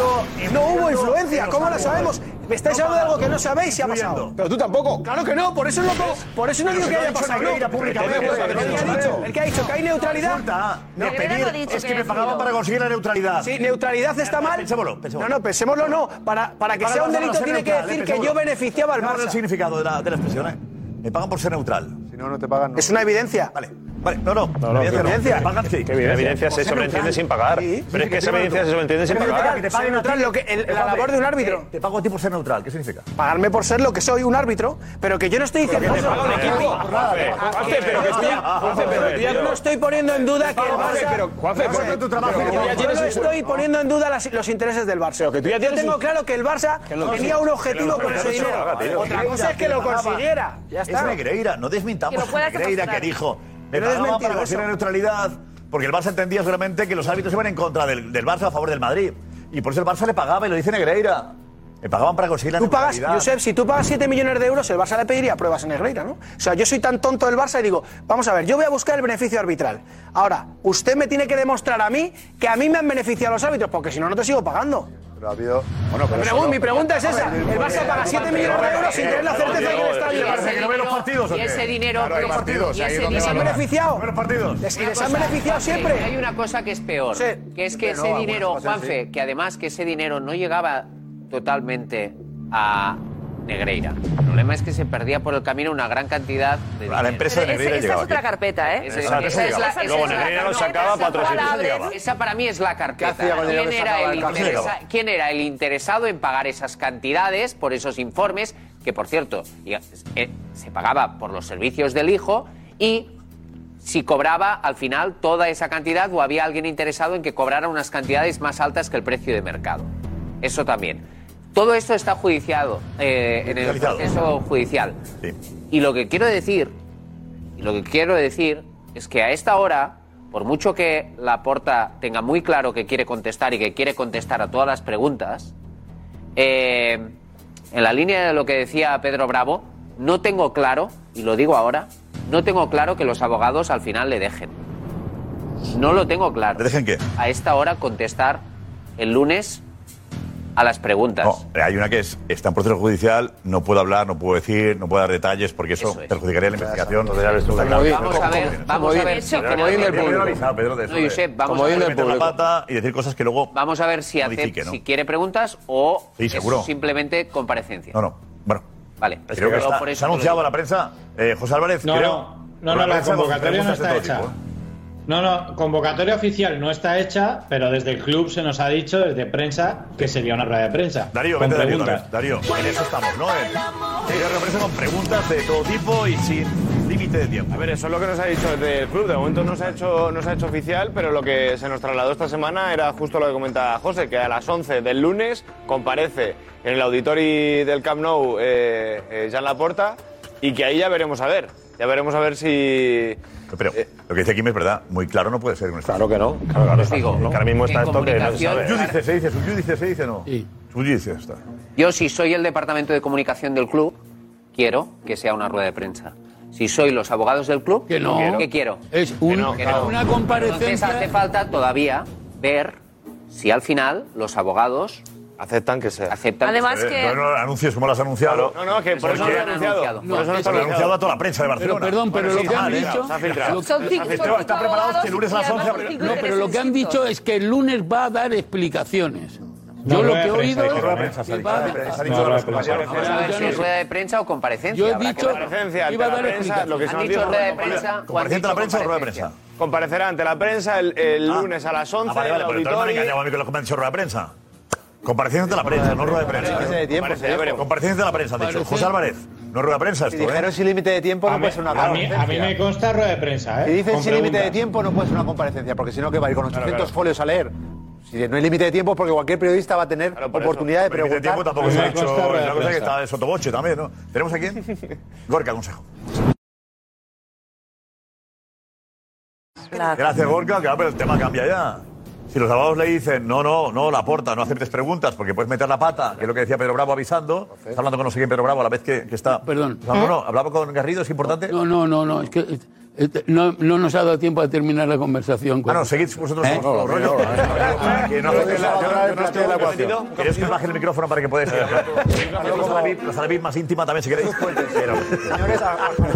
[SPEAKER 13] No hubo influencia, ¿cómo la sabemos? Me estáis hablando de algo que no sabéis si ha pasado. Pero tú tampoco. Claro que no, por eso no, por eso no digo que haya pasado. No, El que ha dicho que hay neutralidad.
[SPEAKER 4] No, pedir, es que me pagaban para conseguir la neutralidad.
[SPEAKER 13] Sí, neutralidad está mal.
[SPEAKER 4] Pensémoslo, pensémoslo.
[SPEAKER 13] No, no, pensémoslo no. Para, para que
[SPEAKER 4] Pagan
[SPEAKER 13] sea un
[SPEAKER 4] por
[SPEAKER 13] delito
[SPEAKER 4] ser
[SPEAKER 13] tiene que
[SPEAKER 4] neutral,
[SPEAKER 13] decir
[SPEAKER 4] eh,
[SPEAKER 13] que yo
[SPEAKER 4] pensémoslo.
[SPEAKER 13] beneficiaba al
[SPEAKER 4] Pensémoslo en el
[SPEAKER 13] Barça.
[SPEAKER 4] significado de la, de la expresión, ¿eh? Me pagan por ser neutral. Si
[SPEAKER 13] no, no te pagan. Es una evidencia.
[SPEAKER 4] Vale, vale. No, no.
[SPEAKER 11] No, no,
[SPEAKER 4] evidencia
[SPEAKER 11] que-
[SPEAKER 4] Me pagan, sí.
[SPEAKER 11] que evidencia? Evidencia se
[SPEAKER 4] Por ser
[SPEAKER 11] sobreentiende
[SPEAKER 4] neutral.
[SPEAKER 11] sin pagar.
[SPEAKER 4] Sí,
[SPEAKER 11] Pero
[SPEAKER 4] sí,
[SPEAKER 11] es
[SPEAKER 4] sí,
[SPEAKER 11] que esa
[SPEAKER 4] te pagan.
[SPEAKER 11] evidencia se sobreentiende sin
[SPEAKER 4] ¿Qué significa
[SPEAKER 11] pagar?
[SPEAKER 4] Que te paguen
[SPEAKER 13] Ser neutral,
[SPEAKER 4] neutral,
[SPEAKER 13] lo que- el-
[SPEAKER 4] Eh,
[SPEAKER 13] la
[SPEAKER 4] Juanfe,
[SPEAKER 13] labor de un árbitro.
[SPEAKER 4] eh, Te pago a ti por ser neutral. ¿Qué significa?
[SPEAKER 13] Pagarme por ser lo que soy, un árbitro, pero que yo no estoy diciendo eso. Yo no estoy poniendo en duda que el Barça. Yo no estoy poniendo en duda las- los intereses del Barça.
[SPEAKER 12] ya
[SPEAKER 13] Yo
[SPEAKER 12] tienes
[SPEAKER 13] tengo
[SPEAKER 12] un-
[SPEAKER 13] claro que el Barça
[SPEAKER 12] lo tienes.
[SPEAKER 13] tenía un
[SPEAKER 12] Que lo
[SPEAKER 13] objetivo con
[SPEAKER 12] tienes
[SPEAKER 13] ese
[SPEAKER 12] hecho,
[SPEAKER 13] dinero.
[SPEAKER 12] hágate,
[SPEAKER 13] Otra cosa es que lo consiguiera. Ya
[SPEAKER 4] Es
[SPEAKER 13] está.
[SPEAKER 4] Negreira, no
[SPEAKER 13] Que
[SPEAKER 4] desmintamos
[SPEAKER 13] lo
[SPEAKER 4] a
[SPEAKER 13] puedas
[SPEAKER 4] Negreira que
[SPEAKER 13] demostrar.
[SPEAKER 4] dijo. Me
[SPEAKER 13] Pero es
[SPEAKER 4] pagaban para
[SPEAKER 13] mentiroso.
[SPEAKER 4] conseguir la neutralidad. Porque el Barça entendía seguramente que los árbitros iban en contra del, del Barça a favor del Madrid. Y por eso el Barça le pagaba y lo dice Negreira. Me pagaban para conseguir la
[SPEAKER 13] Tú pagas,
[SPEAKER 4] neutralidad.
[SPEAKER 13] Josep, si tú pagas 7 millones de euros, el Barça le pediría pruebas en Negreira, ¿no? O sea, yo soy tan tonto del Barça y digo, vamos a ver, yo voy a buscar el beneficio arbitral. Ahora, usted me tiene que demostrar a mí que a mí me han beneficiado los árbitros, porque si no, no te sigo pagando. Mi pregun- mi pregunta es esa. El
[SPEAKER 16] eh,
[SPEAKER 13] Barça paga 7 millones de euros sin tener la
[SPEAKER 16] Este
[SPEAKER 13] certeza de que está bien.
[SPEAKER 16] Y ese dinero,
[SPEAKER 13] Claro, hay
[SPEAKER 16] pero por-
[SPEAKER 13] partidos,
[SPEAKER 16] y
[SPEAKER 13] ahí
[SPEAKER 16] ese
[SPEAKER 13] es donde
[SPEAKER 16] dinero-
[SPEAKER 13] van los beneficiado. Buenos
[SPEAKER 4] partidos.
[SPEAKER 13] Les- y les
[SPEAKER 16] Una
[SPEAKER 13] han
[SPEAKER 16] cosa,
[SPEAKER 13] beneficiado
[SPEAKER 16] Juanfe,
[SPEAKER 13] siempre.
[SPEAKER 16] Hay una cosa que es peor,
[SPEAKER 13] Sí.
[SPEAKER 16] que es que
[SPEAKER 13] Pero no,
[SPEAKER 16] ese
[SPEAKER 13] algunas
[SPEAKER 16] dinero,
[SPEAKER 13] cosas
[SPEAKER 16] Juanfe,
[SPEAKER 13] sí.
[SPEAKER 16] que además que ese dinero no llegaba totalmente a Negreira. El problema es que se perdía por el camino una gran cantidad de dinero.
[SPEAKER 4] A la empresa de
[SPEAKER 14] Pero ese-
[SPEAKER 4] Negreira
[SPEAKER 14] esa
[SPEAKER 4] llegaba
[SPEAKER 14] es otra
[SPEAKER 4] aquí.
[SPEAKER 14] carpeta, ¿eh?
[SPEAKER 16] Esa es
[SPEAKER 11] Esa
[SPEAKER 16] la-
[SPEAKER 11] que
[SPEAKER 16] esa es la-
[SPEAKER 11] llegaba.
[SPEAKER 16] esa es
[SPEAKER 11] Luego
[SPEAKER 16] la-
[SPEAKER 11] Negreira lo
[SPEAKER 16] no,
[SPEAKER 11] sacaba
[SPEAKER 16] esa
[SPEAKER 11] para otro
[SPEAKER 16] para-
[SPEAKER 11] sitio llegaba.
[SPEAKER 16] Esa para mí es la carpeta.
[SPEAKER 11] ¿Qué hacía con el dinero
[SPEAKER 16] ¿Quién
[SPEAKER 11] que
[SPEAKER 16] era
[SPEAKER 11] sacaba
[SPEAKER 16] el,
[SPEAKER 11] del cárcel?
[SPEAKER 16] interesa- quién era el interesado en pagar esas cantidades por esos informes? Que, por cierto, y- eh, se pagaba por los servicios del hijo y si cobraba al final toda esa cantidad o había alguien interesado en que cobrara unas cantidades más altas que el precio de mercado. Eso también. Todo esto está judiciado eh, en el
[SPEAKER 4] Judicializado.
[SPEAKER 16] proceso judicial.
[SPEAKER 4] Sí.
[SPEAKER 16] Y lo que quiero decir, y lo que quiero decir es que a esta hora, por mucho que la porta tenga muy claro que quiere contestar y que quiere contestar a todas las preguntas, eh, en la línea de lo que decía Pedro Bravo, no tengo claro, y lo digo ahora, no tengo claro que los abogados al final le dejen. No lo tengo claro.
[SPEAKER 4] dejen qué?
[SPEAKER 16] A esta hora contestar el lunes a las preguntas.
[SPEAKER 4] No, hay una que es, está en proceso judicial, no puedo hablar, no puedo decir, no puedo dar detalles porque eso, perjudicaría la investigación. Está claro.
[SPEAKER 16] Vamos a ver, vamos a ver. si creo que- No, Josep, eh, vamos a ver.
[SPEAKER 4] Meter la pata y decir cosas que luego...
[SPEAKER 16] Vamos a ver si, hace-
[SPEAKER 4] Modifique, ¿no?
[SPEAKER 16] si quiere preguntas o
[SPEAKER 4] Sí,
[SPEAKER 16] es
[SPEAKER 4] seguro.
[SPEAKER 16] simplemente comparecencia.
[SPEAKER 4] No, no, bueno.
[SPEAKER 16] Vale.
[SPEAKER 4] Creo que
[SPEAKER 16] Pero
[SPEAKER 4] está,
[SPEAKER 16] por eso
[SPEAKER 4] se ha
[SPEAKER 16] te lo
[SPEAKER 4] anunciado
[SPEAKER 16] digo.
[SPEAKER 4] a la prensa, eh, José Álvarez,
[SPEAKER 15] No,
[SPEAKER 4] creo...
[SPEAKER 15] no, no,
[SPEAKER 4] Por
[SPEAKER 15] no, la
[SPEAKER 4] prensa,
[SPEAKER 15] convocatoria no
[SPEAKER 4] conferencias
[SPEAKER 15] está
[SPEAKER 4] de todo
[SPEAKER 15] hecha.
[SPEAKER 4] tipo, ¿eh?
[SPEAKER 15] No, no, convocatoria oficial no está hecha, pero desde el club se nos ha dicho, desde prensa, que sería una rueda de prensa.
[SPEAKER 4] Darío,
[SPEAKER 15] con
[SPEAKER 4] vete Darío otra
[SPEAKER 15] preguntas.
[SPEAKER 4] vez. Darío, en eso estamos, ¿no? En en la conferencia con preguntas de todo tipo y sin límite de tiempo.
[SPEAKER 2] A ver, eso es lo que nos ha dicho desde el club. De momento no se, ha hecho, no se ha hecho oficial, pero lo que se nos trasladó esta semana era justo lo que comentaba José, que a las 11 del lunes comparece en el auditori del Camp Nou eh, eh, Jean Laporta y que ahí ya veremos a ver. Ya veremos a ver si... eh,
[SPEAKER 4] Pero lo que dice Kim es verdad, muy claro no puede ser. Claro
[SPEAKER 11] que no. Claro, claro, que ahora mismo está esto que no se sabe.
[SPEAKER 4] Judice, se dice, subjudice, se dice, no. Subjudice, está.
[SPEAKER 16] Yo, si soy el departamento de comunicación del club, quiero que sea una rueda de prensa. Si soy los abogados del club, que
[SPEAKER 17] no.
[SPEAKER 16] ¿qué quiero?
[SPEAKER 17] Es
[SPEAKER 16] Que no, que no.
[SPEAKER 17] una comparecencia.
[SPEAKER 16] Entonces hace falta todavía ver si al final los abogados
[SPEAKER 2] aceptan que sea.
[SPEAKER 16] Aceptan
[SPEAKER 4] Eh, No, no, anuncios como las has anunciado.
[SPEAKER 2] No, no, que por eso no lo han anunciado.
[SPEAKER 4] Por eso no
[SPEAKER 2] está
[SPEAKER 4] lo han anunciado
[SPEAKER 2] anunciado.
[SPEAKER 4] a toda la prensa de
[SPEAKER 2] Pero,
[SPEAKER 4] Barcelona.
[SPEAKER 2] perdón, pero
[SPEAKER 4] Bueno,
[SPEAKER 2] lo
[SPEAKER 4] sí,
[SPEAKER 2] que
[SPEAKER 4] está
[SPEAKER 2] han
[SPEAKER 4] filtrado,
[SPEAKER 2] dicho-
[SPEAKER 4] Está filtrado.
[SPEAKER 17] Son cinco
[SPEAKER 4] Está- Están preparados que el lunes a las 11 habrá-
[SPEAKER 17] No, pero lo que han dicho es que el lunes va a dar explicaciones.
[SPEAKER 4] No,
[SPEAKER 17] Yo lo
[SPEAKER 4] rueda
[SPEAKER 17] que he
[SPEAKER 4] de prensa,
[SPEAKER 17] oído
[SPEAKER 4] dijo rueda de prensa,
[SPEAKER 17] es
[SPEAKER 4] se ha
[SPEAKER 17] que
[SPEAKER 4] dicho,
[SPEAKER 17] va a
[SPEAKER 4] rueda de prensa, se ha dicho
[SPEAKER 17] No,
[SPEAKER 4] rueda de
[SPEAKER 17] rueda de
[SPEAKER 4] prensa.
[SPEAKER 17] prensa.
[SPEAKER 16] Vamos a ver
[SPEAKER 17] Yo
[SPEAKER 16] si
[SPEAKER 17] no
[SPEAKER 16] es
[SPEAKER 17] sé.
[SPEAKER 16] rueda de prensa o comparecencia.
[SPEAKER 17] Yo he
[SPEAKER 16] Habrá que
[SPEAKER 17] dicho-
[SPEAKER 16] comparecencia
[SPEAKER 2] Comparecencia
[SPEAKER 16] ante la
[SPEAKER 2] ante la prensa, lo que se
[SPEAKER 16] ¿Han
[SPEAKER 2] nos
[SPEAKER 16] dicho
[SPEAKER 2] dijo-
[SPEAKER 16] rueda de prensa o han
[SPEAKER 2] Comparecencia ante la
[SPEAKER 16] dicho
[SPEAKER 2] prensa o rueda de
[SPEAKER 16] comparecencia?
[SPEAKER 4] prensa?
[SPEAKER 2] Comparecerá ante la prensa el, el lunes a las 11
[SPEAKER 4] Ah, vale, vale,
[SPEAKER 2] en el
[SPEAKER 4] pero entonces me
[SPEAKER 2] auditorio.
[SPEAKER 4] han engañado a mí con lo que me han dicho rueda de prensa. Comparecencia ante la prensa, no rueda de prensa.
[SPEAKER 2] Comparecencia de tiempo,
[SPEAKER 4] Comparecencia-
[SPEAKER 2] ya veremos.
[SPEAKER 4] Comparecencia ante la prensa, ha dicho. José Álvarez, no rueda de prensa
[SPEAKER 18] Si
[SPEAKER 4] esto, ¿eh?
[SPEAKER 18] dijeron sin límite de tiempo,
[SPEAKER 15] A
[SPEAKER 18] no
[SPEAKER 15] mí-
[SPEAKER 18] puede ser una
[SPEAKER 15] a mí-
[SPEAKER 18] comparecencia.
[SPEAKER 15] a mí me consta rueda de prensa, ¿eh?
[SPEAKER 18] Si dicen
[SPEAKER 15] Con
[SPEAKER 18] sin límite de
[SPEAKER 15] preguntas.
[SPEAKER 18] tiempo, no puede ser una comparecencia, porque si no, que va a ir con 800
[SPEAKER 15] claro.
[SPEAKER 18] folios a leer. Si no hay límite de tiempo, porque cualquier periodista va a tener
[SPEAKER 4] Por
[SPEAKER 18] oportunidad
[SPEAKER 4] eso.
[SPEAKER 18] de
[SPEAKER 4] Pero el
[SPEAKER 18] preguntar.
[SPEAKER 4] tiempo tampoco se ha hecho. Es una cosa que está de sotoboche también, ¿no? ¿Tenemos a quién? Gorka, consejo. Gracias, Gorka. Claro, pero el tema cambia ya. Si los abogados le dicen, no, no, no, la porta, no aceptes preguntas porque puedes meter la pata, que es lo que decía Pedro Bravo avisando, está hablando con no sé quién Pedro Bravo a la vez que, que está. Perdón. No, no, hablaba con Garrido, es importante.
[SPEAKER 17] No, no, no, no, es que eh, eh, no, no nos ha dado tiempo a terminar la conversación.
[SPEAKER 4] Ah, no, seguid vosotros con vuestro rollo. Que no hace la- yo no estoy- ¿Queréis que os baje el micrófono para que podáis ir? Los alabis más íntima también, si queréis. Señores,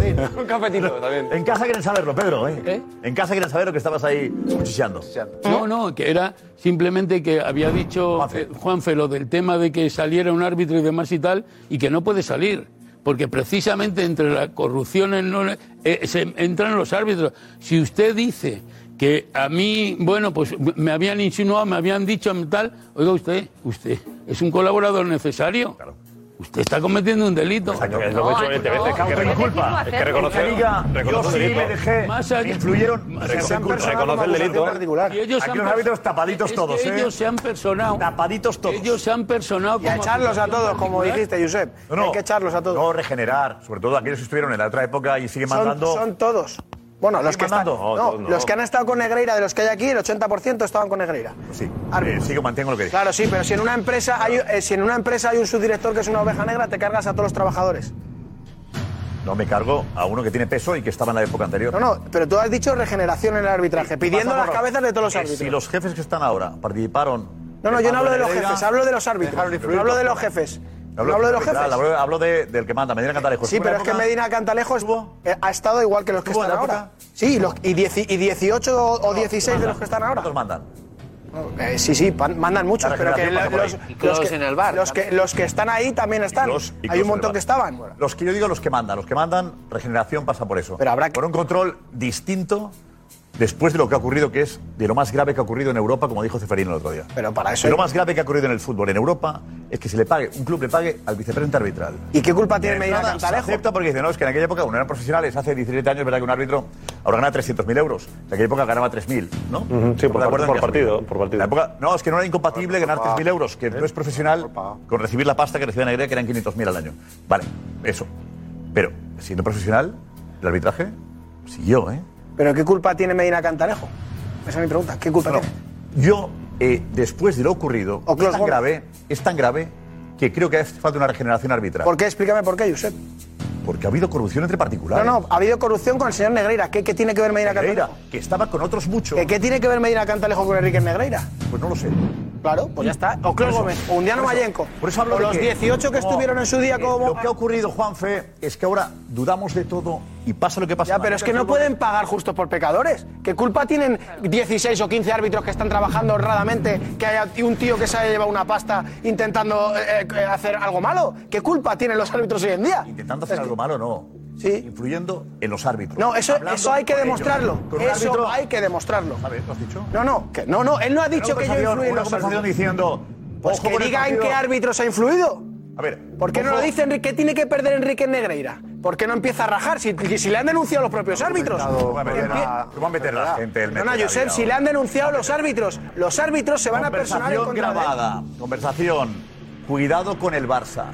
[SPEAKER 2] Un cafetito también.
[SPEAKER 4] En casa quieren saberlo, Pedro, ¿eh? En casa quieren saber lo que estabas ahí cuchicheando.
[SPEAKER 17] No, no, que era simplemente que había dicho eh, Juanfe lo del tema de que saliera un árbitro y demás y tal, y que no puede salir. Porque precisamente entre la corrupción en- no- eh, se entran los árbitros. Si usted dice que a mí, bueno, pues me habían insinuado, me habían dicho tal, oiga usted, usted es un colaborador necesario. Usted está cometiendo un delito.
[SPEAKER 11] es lo que he hecho No, 20 veces, que hay que no, reconocer- no, no, hay que no, reconocer- no, no, no, no, no, reconocer yo sí delito. me dejé,
[SPEAKER 17] Más allá-
[SPEAKER 4] influyeron,
[SPEAKER 17] Reconocer-
[SPEAKER 4] se han
[SPEAKER 11] reconocer el
[SPEAKER 4] personado como
[SPEAKER 11] delito,
[SPEAKER 4] acusación
[SPEAKER 11] ¿eh?
[SPEAKER 4] particular.
[SPEAKER 17] Y ellos
[SPEAKER 4] Aquí
[SPEAKER 17] han
[SPEAKER 4] los
[SPEAKER 17] pers-
[SPEAKER 4] árbitos tapaditos
[SPEAKER 17] Es que
[SPEAKER 4] todos, ¿eh?
[SPEAKER 17] ellos se han personado.
[SPEAKER 4] Tapaditos todos.
[SPEAKER 17] Ellos se han personado.
[SPEAKER 13] Y a
[SPEAKER 17] como
[SPEAKER 13] echarlos a todos, como
[SPEAKER 17] particular.
[SPEAKER 13] dijiste, Josep.
[SPEAKER 4] ¿Eh? No, no, hay que echarlos a todos. No regenerar, sobre todo aquellos que estuvieron en la otra época y siguen
[SPEAKER 13] Son,
[SPEAKER 4] mandando.
[SPEAKER 13] son todos. Bueno, los
[SPEAKER 4] ¿Siguen
[SPEAKER 13] que, están,
[SPEAKER 4] mandando? No,
[SPEAKER 13] no,
[SPEAKER 4] todos no.
[SPEAKER 13] los que han estado con Negreira, de los que hay aquí, el 80% estaban con Negreira.
[SPEAKER 4] Sí, eh, sigo mantengo lo que dije.
[SPEAKER 13] Claro, sí, pero si en una empresa hay, eh, si en una empresa hay un subdirector que es una oveja negra, te cargas a todos los trabajadores.
[SPEAKER 4] No me cargo a uno que tiene peso y que estaba en la época anterior.
[SPEAKER 13] No, no, pero tú has dicho regeneración en el arbitraje, pidiendo
[SPEAKER 4] Pasa
[SPEAKER 13] las
[SPEAKER 4] por-
[SPEAKER 13] cabezas de todos los
[SPEAKER 4] Eh,
[SPEAKER 13] árbitros.
[SPEAKER 4] Si los jefes que están ahora participaron.
[SPEAKER 13] No, no, yo no hablo de los
[SPEAKER 4] Negreira,
[SPEAKER 13] jefes, hablo de los árbitros.
[SPEAKER 4] Dejaron influir
[SPEAKER 13] No hablo
[SPEAKER 4] por
[SPEAKER 13] de los
[SPEAKER 4] fuera.
[SPEAKER 13] jefes.
[SPEAKER 4] No
[SPEAKER 13] No hablo de los jefes.
[SPEAKER 4] arbitral, Hablo, hablo de- del que manda, Medina Cantalejo.
[SPEAKER 13] Sí, pero es que Medina Cantalejo es- eh, ha estado igual que los que
[SPEAKER 4] ¿Estuvo en
[SPEAKER 13] están
[SPEAKER 4] la época?
[SPEAKER 13] ahora. Sí, y los- y, dieci- y 18 o- o 16 de los que están ahora.
[SPEAKER 4] ¿Cuántos mandan?
[SPEAKER 13] Eh, sí, sí, pan- mandan muchos,
[SPEAKER 4] La
[SPEAKER 13] pero que
[SPEAKER 4] generación
[SPEAKER 13] lo-
[SPEAKER 4] pasa
[SPEAKER 13] los,
[SPEAKER 4] por ahí. Y
[SPEAKER 13] los
[SPEAKER 4] todos
[SPEAKER 13] que,
[SPEAKER 4] en el bar,
[SPEAKER 13] los, que, los que están ahí también están.
[SPEAKER 4] y
[SPEAKER 13] Hay
[SPEAKER 4] Clos
[SPEAKER 13] un montón
[SPEAKER 4] del
[SPEAKER 13] que
[SPEAKER 4] Bar.
[SPEAKER 13] estaban.
[SPEAKER 4] Los que yo digo, los que mandan, los que mandan, regeneración pasa por eso. Pero habrá por un control distinto después de lo que ha ocurrido, que es de lo más grave que ha ocurrido en Europa, como dijo Ceferino el otro día.
[SPEAKER 13] Pero para eso-
[SPEAKER 4] De lo más grave que ha ocurrido en el fútbol en Europa es que se le pague, un club le pague al vicepresidente arbitral.
[SPEAKER 13] ¿Y qué culpa tiene
[SPEAKER 4] Eh,
[SPEAKER 13] Medina
[SPEAKER 4] nada,
[SPEAKER 13] Cantalejo?
[SPEAKER 4] Se acepta porque dicen, no, es que en aquella época no eran profesionales, hace 17 años, ¿verdad? Que un árbitro ahora gana 300.000 euros. En aquella época ganaba 3.000, ¿no?
[SPEAKER 11] Sí,
[SPEAKER 4] ¿Estamos
[SPEAKER 11] por,
[SPEAKER 4] de acuerdo en
[SPEAKER 11] por
[SPEAKER 4] que-
[SPEAKER 11] partido, por partido.
[SPEAKER 4] La época- no, es que no era incompatible ganar 3.000 euros, que no es profesional con recibir la pasta que recibía Negreira, que eran 500.000 al año. Vale, eso. Pero, siendo profesional, el arbitraje siguió, ¿eh?
[SPEAKER 13] ¿Pero qué culpa tiene Medina Cantalejo? Esa es mi pregunta. ¿Qué culpa tiene?
[SPEAKER 4] Yo, eh, después de lo ocurrido, es tan, grave, es tan grave que creo que hace falta una regeneración arbitral.
[SPEAKER 13] ¿Por qué? Explícame por qué, Josep.
[SPEAKER 4] Porque ha habido corrupción entre
[SPEAKER 13] No,
[SPEAKER 4] particulares.
[SPEAKER 13] no, ha habido corrupción con el señor Negreira. ¿Qué, qué tiene que ver Medina
[SPEAKER 4] Negreira,
[SPEAKER 13] Cantalejo?
[SPEAKER 4] que estaba con otros muchos.
[SPEAKER 13] ¿Qué, qué tiene que ver Medina Cantalejo con Enrique Negreira?
[SPEAKER 4] Pues no lo sé.
[SPEAKER 13] Claro, pues ya está. O Claudio
[SPEAKER 4] Por eso-
[SPEAKER 13] Gómez, o Undiano
[SPEAKER 4] por eso-
[SPEAKER 13] Mayenco.
[SPEAKER 4] Por eso hablo
[SPEAKER 13] o
[SPEAKER 4] de
[SPEAKER 13] los
[SPEAKER 4] que-
[SPEAKER 13] 18 que
[SPEAKER 4] como-
[SPEAKER 13] estuvieron en su día
[SPEAKER 4] eh,
[SPEAKER 13] como.
[SPEAKER 4] Lo que ha ocurrido, Juanfe, es que ahora dudamos de todo y pasa lo que pasa.
[SPEAKER 13] Ya, pero es que no pueden pagar justos por pecadores. ¿Qué culpa tienen 16 o 15 árbitros que están trabajando honradamente que haya un tío que se haya llevado una pasta intentando eh, eh, hacer algo malo? ¿Qué culpa tienen los árbitros hoy en día?
[SPEAKER 4] Intentando hacer algo malo, no.
[SPEAKER 13] Sí.
[SPEAKER 4] Influyendo en los árbitros.
[SPEAKER 13] No, eso,
[SPEAKER 4] Hablando
[SPEAKER 13] eso hay que
[SPEAKER 4] con ellos.
[SPEAKER 13] demostrarlo.
[SPEAKER 4] Con un
[SPEAKER 13] Eso
[SPEAKER 4] árbitro-
[SPEAKER 13] hay que demostrarlo.
[SPEAKER 4] A ver, ¿lo has dicho?
[SPEAKER 13] No, no, que, no, no, él no ha
[SPEAKER 4] Una
[SPEAKER 13] dicho que yo
[SPEAKER 4] conversación-
[SPEAKER 13] influí en
[SPEAKER 4] una
[SPEAKER 13] los
[SPEAKER 4] conversación
[SPEAKER 13] árbitros.
[SPEAKER 4] diciendo.
[SPEAKER 13] Pues
[SPEAKER 4] ojo
[SPEAKER 13] que
[SPEAKER 4] con el
[SPEAKER 13] diga en
[SPEAKER 4] partido.
[SPEAKER 13] qué árbitros ha influido.
[SPEAKER 4] A ver.
[SPEAKER 13] ¿Por qué no
[SPEAKER 4] ojo,
[SPEAKER 13] lo dice Enrique? ¿Qué tiene que perder Enrique Negreira? ¿Por qué no empieza a rajar? Si, si le han denunciado los propios árbitros. Em,
[SPEAKER 4] ¿Cómo va a meter a-
[SPEAKER 13] Empie-
[SPEAKER 4] cómo va a meter la gente? el
[SPEAKER 13] Perdona,
[SPEAKER 4] meter la
[SPEAKER 13] Josep,
[SPEAKER 4] vida?
[SPEAKER 13] si le han denunciado los árbitros, los árbitros se van a personar en
[SPEAKER 4] Conversación
[SPEAKER 13] contra de él.
[SPEAKER 4] grabada. Conversación. Cuidado con el Barça.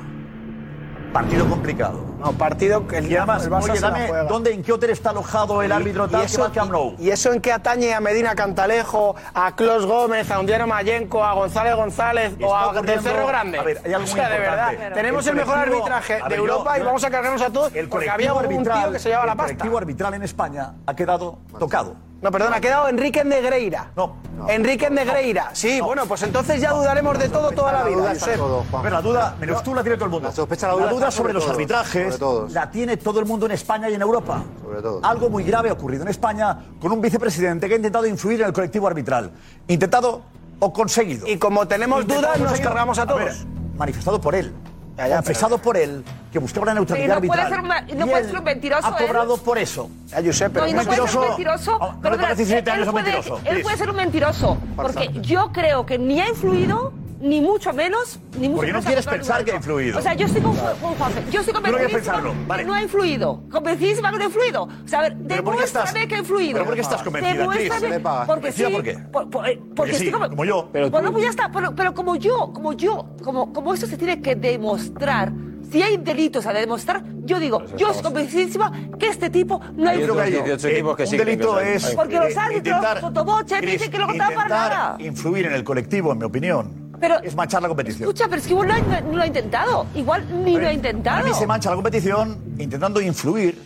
[SPEAKER 4] Partido complicado.
[SPEAKER 13] No, partido que el,
[SPEAKER 4] Y además,
[SPEAKER 13] el Barça
[SPEAKER 4] oye,
[SPEAKER 13] se la
[SPEAKER 4] dame
[SPEAKER 13] juega.
[SPEAKER 4] dónde, en qué hotel está alojado el
[SPEAKER 13] Y-
[SPEAKER 4] árbitro
[SPEAKER 13] y
[SPEAKER 4] tal que
[SPEAKER 13] eso-
[SPEAKER 4] va al Camp Nou.
[SPEAKER 13] ¿Y eso en qué atañe a Medina Cantalejo, a Clos Gómez, a Undiano Mayenco, a González González o
[SPEAKER 4] Está
[SPEAKER 13] a
[SPEAKER 4] ocurriendo-
[SPEAKER 13] del Cerro Grande?
[SPEAKER 4] A ver, hay algo
[SPEAKER 13] o sea,
[SPEAKER 4] muy
[SPEAKER 13] de
[SPEAKER 4] importante.
[SPEAKER 13] verdad, tenemos el, mejor
[SPEAKER 4] colectivo-
[SPEAKER 13] arbitraje
[SPEAKER 4] a
[SPEAKER 13] de
[SPEAKER 4] ver, yo-
[SPEAKER 13] Europa y
[SPEAKER 4] yo-
[SPEAKER 13] vamos a cargarnos a todos
[SPEAKER 4] el
[SPEAKER 13] porque
[SPEAKER 4] colectivo
[SPEAKER 13] había un tío
[SPEAKER 4] arbitral-
[SPEAKER 13] que se llevaba la
[SPEAKER 4] El
[SPEAKER 13] pasta.
[SPEAKER 4] colectivo arbitral en España ha quedado tocado.
[SPEAKER 13] No, perdón, ha quedado Enrique Negreira.
[SPEAKER 4] No.
[SPEAKER 13] Enrique Negreira. Sí, bueno, pues entonces ya dudaremos de todo toda la vida, Josep.
[SPEAKER 4] A ver, la duda, menos tú la tiene todo el mundo. La sospecha,
[SPEAKER 13] la duda está
[SPEAKER 4] sobre,
[SPEAKER 13] sobre
[SPEAKER 4] los
[SPEAKER 13] todos,
[SPEAKER 4] arbitrajes
[SPEAKER 13] sobre todos.
[SPEAKER 4] la tiene todo el mundo en España y en Europa.
[SPEAKER 18] Sobre todo.
[SPEAKER 4] Algo muy grave ha ocurrido en España con un vicepresidente que ha intentado influir en el colectivo arbitral. Intentado o conseguido.
[SPEAKER 13] Y como tenemos
[SPEAKER 4] Intentado
[SPEAKER 13] dudas,
[SPEAKER 4] o
[SPEAKER 13] nos
[SPEAKER 4] conseguido.
[SPEAKER 13] cargamos a todos.
[SPEAKER 4] ver, manifestado por él.
[SPEAKER 13] Ya, ya,
[SPEAKER 4] confesado por él que buscaba la neutralidad
[SPEAKER 14] Y no puede
[SPEAKER 4] arbitral.
[SPEAKER 14] ser una- no
[SPEAKER 4] Y
[SPEAKER 14] puede
[SPEAKER 4] él
[SPEAKER 14] ser un mentiroso,
[SPEAKER 4] Ha
[SPEAKER 14] él.
[SPEAKER 4] cobrado por eso.
[SPEAKER 13] Ya, Josep, pero
[SPEAKER 14] No, y no puede ser un
[SPEAKER 4] No,
[SPEAKER 14] mentiroso.
[SPEAKER 4] Oh, no le
[SPEAKER 14] perdona,
[SPEAKER 4] parece 17
[SPEAKER 14] él
[SPEAKER 4] años un
[SPEAKER 14] puede-
[SPEAKER 4] mentiroso,
[SPEAKER 14] Él
[SPEAKER 4] Cris.
[SPEAKER 14] puede ser un mentiroso. Porque yo creo que ni ha influido, ni mucho menos, ni mucho
[SPEAKER 4] Porque no
[SPEAKER 14] menos. a
[SPEAKER 4] quieres
[SPEAKER 14] Antonio
[SPEAKER 4] pensar que ha influido.
[SPEAKER 14] O sea, yo estoy con,
[SPEAKER 4] Claro.
[SPEAKER 14] con Juanfe. Yo estoy
[SPEAKER 4] Tú no quieres
[SPEAKER 14] convencidísima
[SPEAKER 4] pensarlo, vale.
[SPEAKER 14] que no ha influido. Convencidísima que no ha influido. O sea, a ver,
[SPEAKER 4] ¿Pero por qué estás-
[SPEAKER 14] demuéstrame que ha influido.
[SPEAKER 4] pero por qué estás convencida, Cris?
[SPEAKER 14] Demuéstrame-
[SPEAKER 4] Se le paga.
[SPEAKER 14] Porque sí.
[SPEAKER 4] ¿Convencida por qué?
[SPEAKER 14] por- por- eh,
[SPEAKER 4] Porque
[SPEAKER 14] Porque
[SPEAKER 4] sí,
[SPEAKER 14] estoy conven-
[SPEAKER 4] como yo. Pero
[SPEAKER 14] Bueno,
[SPEAKER 4] tú-
[SPEAKER 14] pues ya está. Pero, pero como yo, como yo, como, como eso se tiene que demostrar. Si hay delitos a demostrar, yo digo, yo estoy convencidísima que este tipo no ha
[SPEAKER 12] Hay
[SPEAKER 14] influido.
[SPEAKER 12] otros 18 equipos que
[SPEAKER 4] Eh, un
[SPEAKER 12] sí creen que
[SPEAKER 4] delito
[SPEAKER 12] son-
[SPEAKER 4] es
[SPEAKER 14] Porque los
[SPEAKER 4] eh,
[SPEAKER 14] árbitros,
[SPEAKER 4] intentar-
[SPEAKER 14] fotoboche,
[SPEAKER 4] Cris,
[SPEAKER 14] dicen que lo que está para
[SPEAKER 4] intentar
[SPEAKER 14] nada.
[SPEAKER 4] influir en el colectivo, en mi opinión,
[SPEAKER 14] Pero-
[SPEAKER 4] es manchar la competición.
[SPEAKER 14] Escucha, pero es que igual no, ha- no lo ha intentado. Igual ni lo ha
[SPEAKER 4] Para
[SPEAKER 14] intentado.
[SPEAKER 4] mí se mancha la competición intentando influir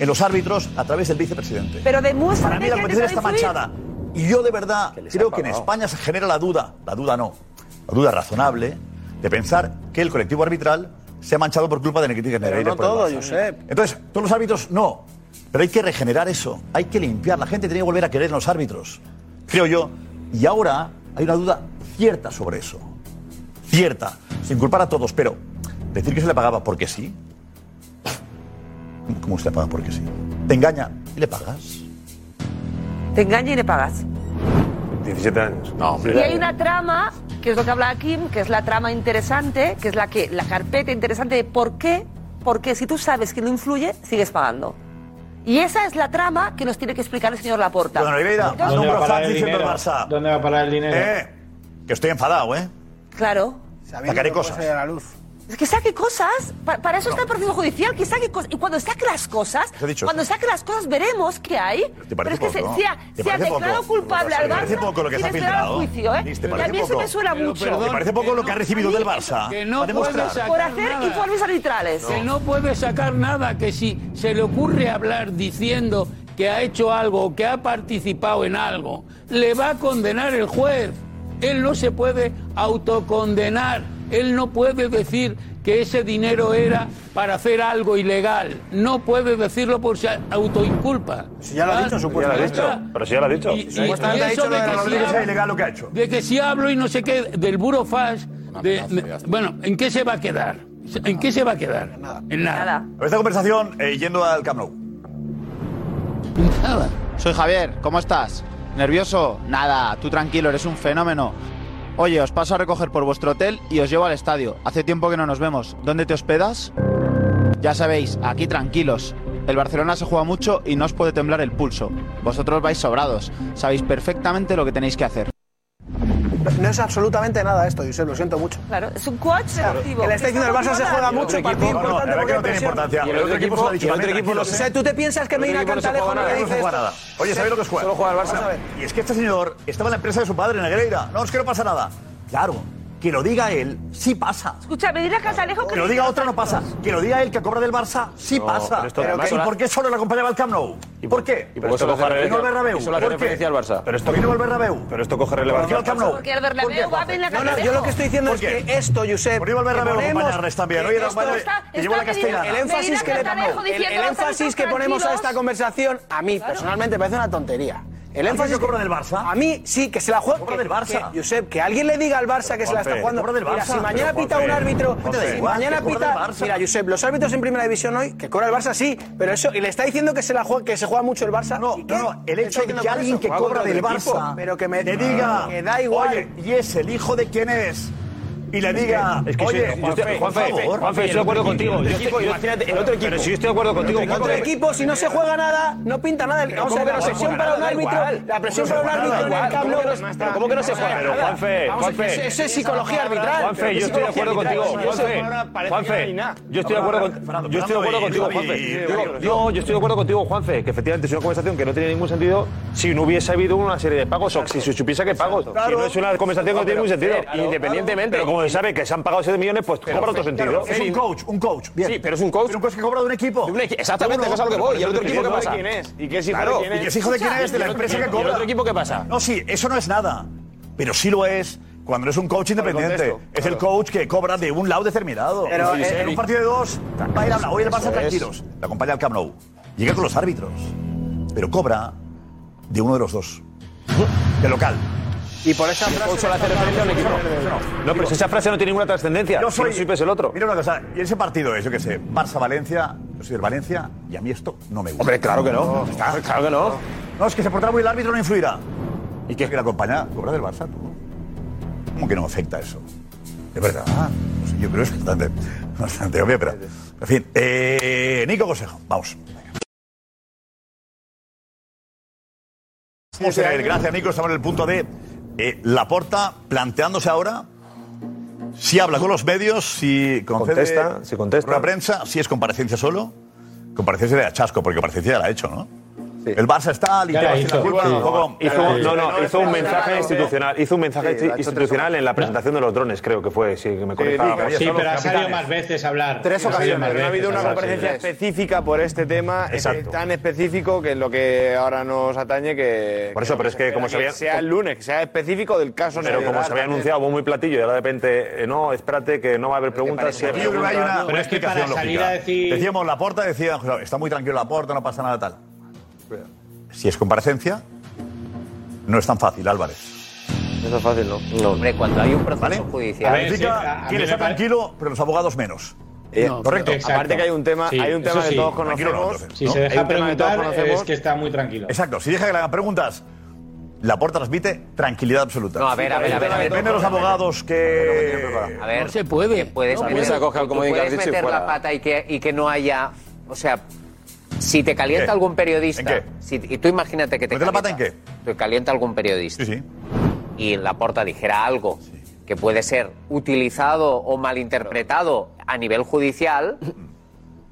[SPEAKER 4] en los árbitros a través del vicepresidente.
[SPEAKER 14] Pero demuestra
[SPEAKER 4] Para mí la
[SPEAKER 14] que ha
[SPEAKER 4] competición está
[SPEAKER 14] intentado influir.
[SPEAKER 4] manchada. Y yo de verdad
[SPEAKER 18] les ha
[SPEAKER 4] creo que en
[SPEAKER 18] pagado.
[SPEAKER 4] España se genera la duda, la duda no, la duda razonable de pensar que el colectivo arbitral se ha manchado por culpa de Negrete Negreira
[SPEAKER 13] no
[SPEAKER 4] por el
[SPEAKER 13] todo,
[SPEAKER 4] Barça.
[SPEAKER 13] Josep.
[SPEAKER 4] Entonces, todos los árbitros no. Pero hay que regenerar eso, hay que limpiar. La gente tiene que volver a querer en los árbitros, creo yo. Y ahora hay una duda cierta sobre eso. Cierta, sin culpar a todos, pero decir que se le pagaba porque sí, ¿Cómo usted paga porque sí? Te engaña y le pagas.
[SPEAKER 14] Te engaña y le pagas.
[SPEAKER 11] 17 años. No,
[SPEAKER 14] Y hay una trama, que es lo que hablaba Kim, que es la trama interesante, que es la que la carpeta interesante de por qué, porque si tú sabes que no influye, sigues pagando. Y esa es la trama que nos tiene que explicar el señor Laporta.
[SPEAKER 4] Bueno, Oliveira,
[SPEAKER 14] Entonces-
[SPEAKER 4] ¿Dónde
[SPEAKER 15] ¿Dónde
[SPEAKER 4] va
[SPEAKER 15] va
[SPEAKER 4] a
[SPEAKER 15] a parar el
[SPEAKER 4] diciendo el
[SPEAKER 15] dinero?
[SPEAKER 4] Barça?
[SPEAKER 15] ¿Dónde va a parar el dinero?
[SPEAKER 4] Eh, que estoy enfadado, ¿eh?
[SPEAKER 14] Claro.
[SPEAKER 4] Sacaré cosas.
[SPEAKER 14] Es que saque cosas. Pa- para eso está el proceso judicial, que saque cosas. Y cuando saque las cosas,
[SPEAKER 4] Te he dicho
[SPEAKER 14] cuando
[SPEAKER 4] eso.
[SPEAKER 14] saque las cosas, veremos qué hay.
[SPEAKER 4] ¿Te
[SPEAKER 14] Pero
[SPEAKER 4] parece
[SPEAKER 14] es que se,
[SPEAKER 4] poco?
[SPEAKER 14] se ha,
[SPEAKER 4] ¿Te
[SPEAKER 14] se ha
[SPEAKER 4] parece poco?
[SPEAKER 14] declarado culpable
[SPEAKER 4] ¿Te
[SPEAKER 14] al
[SPEAKER 4] parece
[SPEAKER 14] Barça
[SPEAKER 4] poco lo que
[SPEAKER 14] y
[SPEAKER 4] se ha
[SPEAKER 14] les queda
[SPEAKER 4] filtrado?
[SPEAKER 14] el juicio, ¿eh?
[SPEAKER 4] Liz, ¿te
[SPEAKER 14] Y a
[SPEAKER 4] parece
[SPEAKER 14] mí eso
[SPEAKER 4] poco?
[SPEAKER 14] me suena
[SPEAKER 4] Pero,
[SPEAKER 14] mucho.
[SPEAKER 4] perdón, ¿Te parece poco lo que ha recibido del Barça?
[SPEAKER 17] Que no
[SPEAKER 4] Para demostrar.
[SPEAKER 17] puede sacar
[SPEAKER 14] Por hacer
[SPEAKER 17] nada.
[SPEAKER 14] informes arbitrales.
[SPEAKER 17] Que no puede sacar nada, que si se le ocurre hablar diciendo que ha hecho algo, o que ha participado en algo, le va a condenar el juez. Él no se puede autocondenar. Él no puede decir que ese dinero era para hacer algo ilegal. No puede decirlo por si autoinculpa.
[SPEAKER 4] Pues ya lo ha
[SPEAKER 17] Ah,
[SPEAKER 4] dicho,
[SPEAKER 17] ya
[SPEAKER 4] supuestamente.
[SPEAKER 17] está.
[SPEAKER 11] Pero si ya lo ha dicho.
[SPEAKER 17] Y- y- y pues, eso de que si
[SPEAKER 4] sea
[SPEAKER 17] hablo-
[SPEAKER 4] ilegal lo que ha hecho.
[SPEAKER 17] de que si hablo y no sé qué del burofax, de, de- bueno, ¿en qué se va a quedar? ¿En qué se va a quedar? En nada.
[SPEAKER 4] Esta conversación eh, yendo al Camp Nou.
[SPEAKER 17] Nada.
[SPEAKER 19] Soy Javier, ¿cómo estás? ¿Nervioso? Nada, tú tranquilo, eres un fenómeno. Oye, os paso a recoger por vuestro hotel y os llevo al estadio. Hace tiempo que no nos vemos. ¿Dónde te hospedas? Ya sabéis, aquí tranquilos. El Barcelona se juega mucho y no os puede temblar el pulso. Vosotros vais sobrados. Sabéis perfectamente lo que tenéis que hacer.
[SPEAKER 13] No es absolutamente nada esto, Josep, lo siento mucho.
[SPEAKER 14] Claro, es un coach activo.
[SPEAKER 13] Que Le está diciendo el Barça se juega
[SPEAKER 4] El otro
[SPEAKER 13] mucho,
[SPEAKER 4] equipo-
[SPEAKER 13] partido
[SPEAKER 4] no, no, la
[SPEAKER 13] importante
[SPEAKER 4] verdad que no
[SPEAKER 13] porque
[SPEAKER 4] tiene
[SPEAKER 13] presiona.
[SPEAKER 4] importancia. El otro equipo se lo ha dicho, "Ven, tranquilos".
[SPEAKER 13] O sea, tú te piensas que
[SPEAKER 4] El otro
[SPEAKER 13] Medina
[SPEAKER 4] equipo no se
[SPEAKER 13] Cantalejo
[SPEAKER 4] juega
[SPEAKER 13] no
[SPEAKER 4] nada,
[SPEAKER 13] le
[SPEAKER 4] no se
[SPEAKER 13] dice
[SPEAKER 4] juega
[SPEAKER 13] esto.
[SPEAKER 4] nada. Oye, ¿sabéis lo que os juega?
[SPEAKER 13] Solo juega el Barça.
[SPEAKER 4] Vamos a ver. Y es que este señor estaba en la empresa de su padre, en Negreira. No, es que no pasa nada. Claro, que lo diga él, sí pasa.
[SPEAKER 14] Escucha, Medina Cantalejo
[SPEAKER 4] Que lo diga otro no pasa. Que lo diga él que cobra del Barça, sí
[SPEAKER 11] No,
[SPEAKER 4] pasa.
[SPEAKER 11] pero esto
[SPEAKER 4] Pero
[SPEAKER 11] además-
[SPEAKER 4] que- ¿Y por qué solo la acompañaba al Camp Nou? ¿Por qué?
[SPEAKER 11] Y por esto coge
[SPEAKER 4] Vino al
[SPEAKER 11] relevancia.
[SPEAKER 4] Bernabéu.
[SPEAKER 11] Eso le hace
[SPEAKER 4] ¿Por qué?
[SPEAKER 11] referencia al Barça. Pero esto
[SPEAKER 4] Vino al Bernabéu.
[SPEAKER 11] Pero esto coge
[SPEAKER 4] ¿Por qué
[SPEAKER 11] relevancia.
[SPEAKER 4] al Camp Nou?
[SPEAKER 14] Porque el Bernabéu va a venir la
[SPEAKER 13] No, no, yo lo que estoy diciendo
[SPEAKER 4] ¿Por
[SPEAKER 13] es
[SPEAKER 4] qué?
[SPEAKER 13] que esto, Josep.
[SPEAKER 4] Por ir al Bernabéu a
[SPEAKER 13] que ponemos-
[SPEAKER 4] acompañarles también, ¿no? Y
[SPEAKER 13] que
[SPEAKER 4] era
[SPEAKER 13] esto-
[SPEAKER 4] Bernabéu, Está- que llevó la está Medina-
[SPEAKER 13] El
[SPEAKER 4] Castellana.
[SPEAKER 13] énfasis que le
[SPEAKER 4] Medina Cantalejo
[SPEAKER 13] ponemos, el,
[SPEAKER 4] diciendo,
[SPEAKER 13] el énfasis que
[SPEAKER 4] "Estamos
[SPEAKER 13] ponemos a esta
[SPEAKER 4] tranquilos".
[SPEAKER 13] conversación, a mí personalmente me parece una tontería. El
[SPEAKER 4] ¿A
[SPEAKER 13] énfasis
[SPEAKER 4] quién cobra del Barça?
[SPEAKER 13] A mí sí, que se la juega.
[SPEAKER 4] Cobra
[SPEAKER 13] que-
[SPEAKER 4] del Barça.
[SPEAKER 13] que, Josep, que alguien le diga al Barça que se la está
[SPEAKER 4] Juanfe,
[SPEAKER 13] jugando.
[SPEAKER 4] cobra del
[SPEAKER 13] Mira,
[SPEAKER 4] Barça.
[SPEAKER 13] si mañana
[SPEAKER 4] Pero,
[SPEAKER 13] pita un
[SPEAKER 4] Juanfe,
[SPEAKER 13] árbitro.
[SPEAKER 4] Juanfe,
[SPEAKER 13] Si
[SPEAKER 4] igual,
[SPEAKER 13] mañana
[SPEAKER 4] que cobra
[SPEAKER 13] pita.
[SPEAKER 4] del Barça.
[SPEAKER 13] Mira, Josep, los árbitros en primera división hoy, que cobra el Barça sí, pero eso. Y le está diciendo que se la juega, que se juega mucho el Barça. No, no,
[SPEAKER 4] El hecho de que alguien que cobra del Barça
[SPEAKER 13] Pero que me
[SPEAKER 4] le diga,
[SPEAKER 13] Que da igual.
[SPEAKER 4] oye, ¿y es el hijo de quién es? Y le
[SPEAKER 11] Es que-
[SPEAKER 4] diga,
[SPEAKER 11] es que
[SPEAKER 4] oye,
[SPEAKER 11] sí, Juanfe,
[SPEAKER 4] por
[SPEAKER 11] Juanfe,
[SPEAKER 4] favor.
[SPEAKER 11] Juanfe, yo estoy de acuerdo contigo. Yo estoy- imagínate, el otro equipo.
[SPEAKER 4] Pero si yo estoy de acuerdo contigo,
[SPEAKER 13] El otro
[SPEAKER 4] Juanfe.
[SPEAKER 13] equipo, si no se juega nada, no pinta nada.
[SPEAKER 4] Pero
[SPEAKER 13] Vamos a
[SPEAKER 4] ¿cómo
[SPEAKER 13] ver,
[SPEAKER 4] que
[SPEAKER 13] la
[SPEAKER 4] no se
[SPEAKER 13] presión
[SPEAKER 4] juega
[SPEAKER 13] para
[SPEAKER 4] nada?
[SPEAKER 13] un
[SPEAKER 4] Da
[SPEAKER 13] árbitro,
[SPEAKER 4] igual.
[SPEAKER 13] la
[SPEAKER 4] ¿Cómo
[SPEAKER 13] presión
[SPEAKER 4] se
[SPEAKER 13] para un
[SPEAKER 4] juega
[SPEAKER 13] árbitro en
[SPEAKER 4] nada?
[SPEAKER 13] el Camp
[SPEAKER 4] ¿Cómo
[SPEAKER 13] Nou.
[SPEAKER 4] que no se-
[SPEAKER 13] Pero
[SPEAKER 4] ¿cómo que no se juega
[SPEAKER 11] Pero
[SPEAKER 4] nada?
[SPEAKER 11] Juanfe,
[SPEAKER 4] Vamos,
[SPEAKER 11] Juanfe.
[SPEAKER 4] eso- eso es psicología arbitral.
[SPEAKER 11] Juanfe, yo
[SPEAKER 4] Eso es
[SPEAKER 11] estoy de acuerdo
[SPEAKER 4] psicología
[SPEAKER 11] contigo.
[SPEAKER 4] arbitral. Eso
[SPEAKER 11] Juanfe,
[SPEAKER 4] ahora parece que no hay
[SPEAKER 11] Juanfe,
[SPEAKER 4] nada.
[SPEAKER 11] yo estoy de acuerdo con- yo estoy de acuerdo contigo,
[SPEAKER 4] Fernando y-
[SPEAKER 11] Juanfe.
[SPEAKER 4] y-
[SPEAKER 11] Yo- Yo, yo estoy de acuerdo contigo, Juanfe, que efectivamente es una conversación que no tiene ningún sentido si no hubiese habido una serie de pagos o si se supiese que pagos. Si
[SPEAKER 12] Claro.
[SPEAKER 11] no es una conversación que no tiene ningún sentido.
[SPEAKER 12] Claro, claro. Independientemente-
[SPEAKER 11] Pero como se sabe que se han pagado 7 millones, pues cobra otro sentido.
[SPEAKER 4] Es un coach, un coach. Bien.
[SPEAKER 12] Sí, pero es un coach.
[SPEAKER 4] un coach que cobra de un equipo.
[SPEAKER 12] Exactamente, eso es a lo que voy. ¿Y el otro equipo qué
[SPEAKER 4] Claro,
[SPEAKER 12] pasa?
[SPEAKER 4] ¿Y que es hijo de quién es?
[SPEAKER 12] Escucha, ¿y el otro- y el otro equipo qué pasa?
[SPEAKER 4] No, sí, eso no es nada. Pero sí lo es cuando es un coach independiente.
[SPEAKER 12] contexto,
[SPEAKER 4] Es el coach que cobra de un lado determinado.
[SPEAKER 13] Pero,
[SPEAKER 4] Sí,
[SPEAKER 13] eh,
[SPEAKER 4] sí, en un partido de dos, va a ir a hablar. Hoy el Barça tranquilos. La acompaña al Camp Nou. Llega con los árbitros. Pero cobra de uno de los dos. De local.
[SPEAKER 13] Y por esa
[SPEAKER 11] frase le hace referencia a un equipo. No, pero si esa frase no tiene ninguna trascendencia.
[SPEAKER 4] Yo soy.
[SPEAKER 11] Si no supes el otro.
[SPEAKER 4] Mira una cosa, y ese partido es, yo qué sé, Barça-Valencia, yo soy del Valencia, y a mí esto no me gusta.
[SPEAKER 11] Hombre, claro que no.
[SPEAKER 4] Está-
[SPEAKER 11] Claro que no.
[SPEAKER 4] No, es que se portará muy el árbitro, no influirá. ¿Y qué? Que la acompaña, cobra del Barça, tú. ¿Cómo que no afecta eso? Es verdad. No sé, yo creo que es bastante, bastante obvio, pero. En fin, eh, Nico Consejo, vamos. Vamos a ver, gracias Nico, estamos en el punto de eh, Laporta planteándose ahora si habla con los medios, si concede
[SPEAKER 11] Contesta, si contesta.
[SPEAKER 4] rueda de prensa, si es comparecencia solo, comparecencia de achasco, porque comparecencia ya la ha hecho, ¿no? El Barça está,
[SPEAKER 11] Ya la
[SPEAKER 4] Literal tiene la culpa, un poco-
[SPEAKER 11] Hizo, no, no, hizo un mensaje
[SPEAKER 4] Sí.
[SPEAKER 11] institucional, hizo un mensaje
[SPEAKER 4] Sí, la ha hecho
[SPEAKER 11] institucional en la presentación de los drones, creo que fue, si me corrija.
[SPEAKER 15] Sí,
[SPEAKER 11] Pablo.
[SPEAKER 15] pero ha salido más veces a hablar.
[SPEAKER 20] Tres
[SPEAKER 15] Ha salido
[SPEAKER 20] ocasiones,
[SPEAKER 15] más
[SPEAKER 20] pero no ha
[SPEAKER 15] veces
[SPEAKER 20] habido
[SPEAKER 15] a
[SPEAKER 20] una
[SPEAKER 15] hablar,
[SPEAKER 20] comparecencia
[SPEAKER 15] sí.
[SPEAKER 20] específica por este tema, eh,
[SPEAKER 11] Exacto.
[SPEAKER 20] tan específico que es lo que ahora nos atañe que...
[SPEAKER 11] Por eso, pero es que como se había-
[SPEAKER 20] sea el lunes, que sea específico del caso.
[SPEAKER 11] Pero como se había anunciado muy platillo y ahora de repente, eh, no, espérate que no va a haber preguntas. si hay
[SPEAKER 4] Yo creo que hay
[SPEAKER 11] preguntas,
[SPEAKER 4] una,
[SPEAKER 11] no.
[SPEAKER 4] una explicación lógica. Decíamos, la porta decía, José, está muy tranquilo la porta, no pasa nada tal. Si es comparecencia, no es tan fácil, Álvarez.
[SPEAKER 16] Eso es fácil, ¿no? Hombre, cuando hay un proceso
[SPEAKER 4] A
[SPEAKER 16] judicial.
[SPEAKER 4] ver, quien está tranquilo, pero los abogados menos.
[SPEAKER 20] Eh,
[SPEAKER 4] Correcto.
[SPEAKER 20] exacto. Aparte que hay un tema- Sí, hay un tema eso que sí. todos
[SPEAKER 4] Tranquilo no,
[SPEAKER 20] conocemos,
[SPEAKER 4] entonces,
[SPEAKER 20] Si
[SPEAKER 4] ¿no?
[SPEAKER 20] se deja
[SPEAKER 4] Hay un tema que todos
[SPEAKER 20] preguntar,
[SPEAKER 4] conocemos.
[SPEAKER 20] es que está muy tranquilo.
[SPEAKER 4] Exacto, si deja que le hagan preguntas, la porta transmite tranquilidad absoluta.
[SPEAKER 20] No, a ver, a ver, a ver, a ver.
[SPEAKER 4] Depende de los abogados que.
[SPEAKER 16] A ver,
[SPEAKER 4] se puede.
[SPEAKER 16] puedes
[SPEAKER 4] No,
[SPEAKER 16] meter,
[SPEAKER 4] puedes acoger al
[SPEAKER 16] tú
[SPEAKER 4] comodín que has
[SPEAKER 16] puedes
[SPEAKER 4] dicho y
[SPEAKER 16] meter la
[SPEAKER 4] fuera.
[SPEAKER 16] pata y que, y que no haya. O sea, si te calienta
[SPEAKER 4] ¿Qué?
[SPEAKER 16] algún periodista.
[SPEAKER 4] ¿En qué?
[SPEAKER 16] si- y tú imagínate que te
[SPEAKER 4] ¿Meter la pata en
[SPEAKER 16] calienta- Te calienta algún periodista. Y la porta dijera algo que puede ser utilizado o malinterpretado a nivel judicial.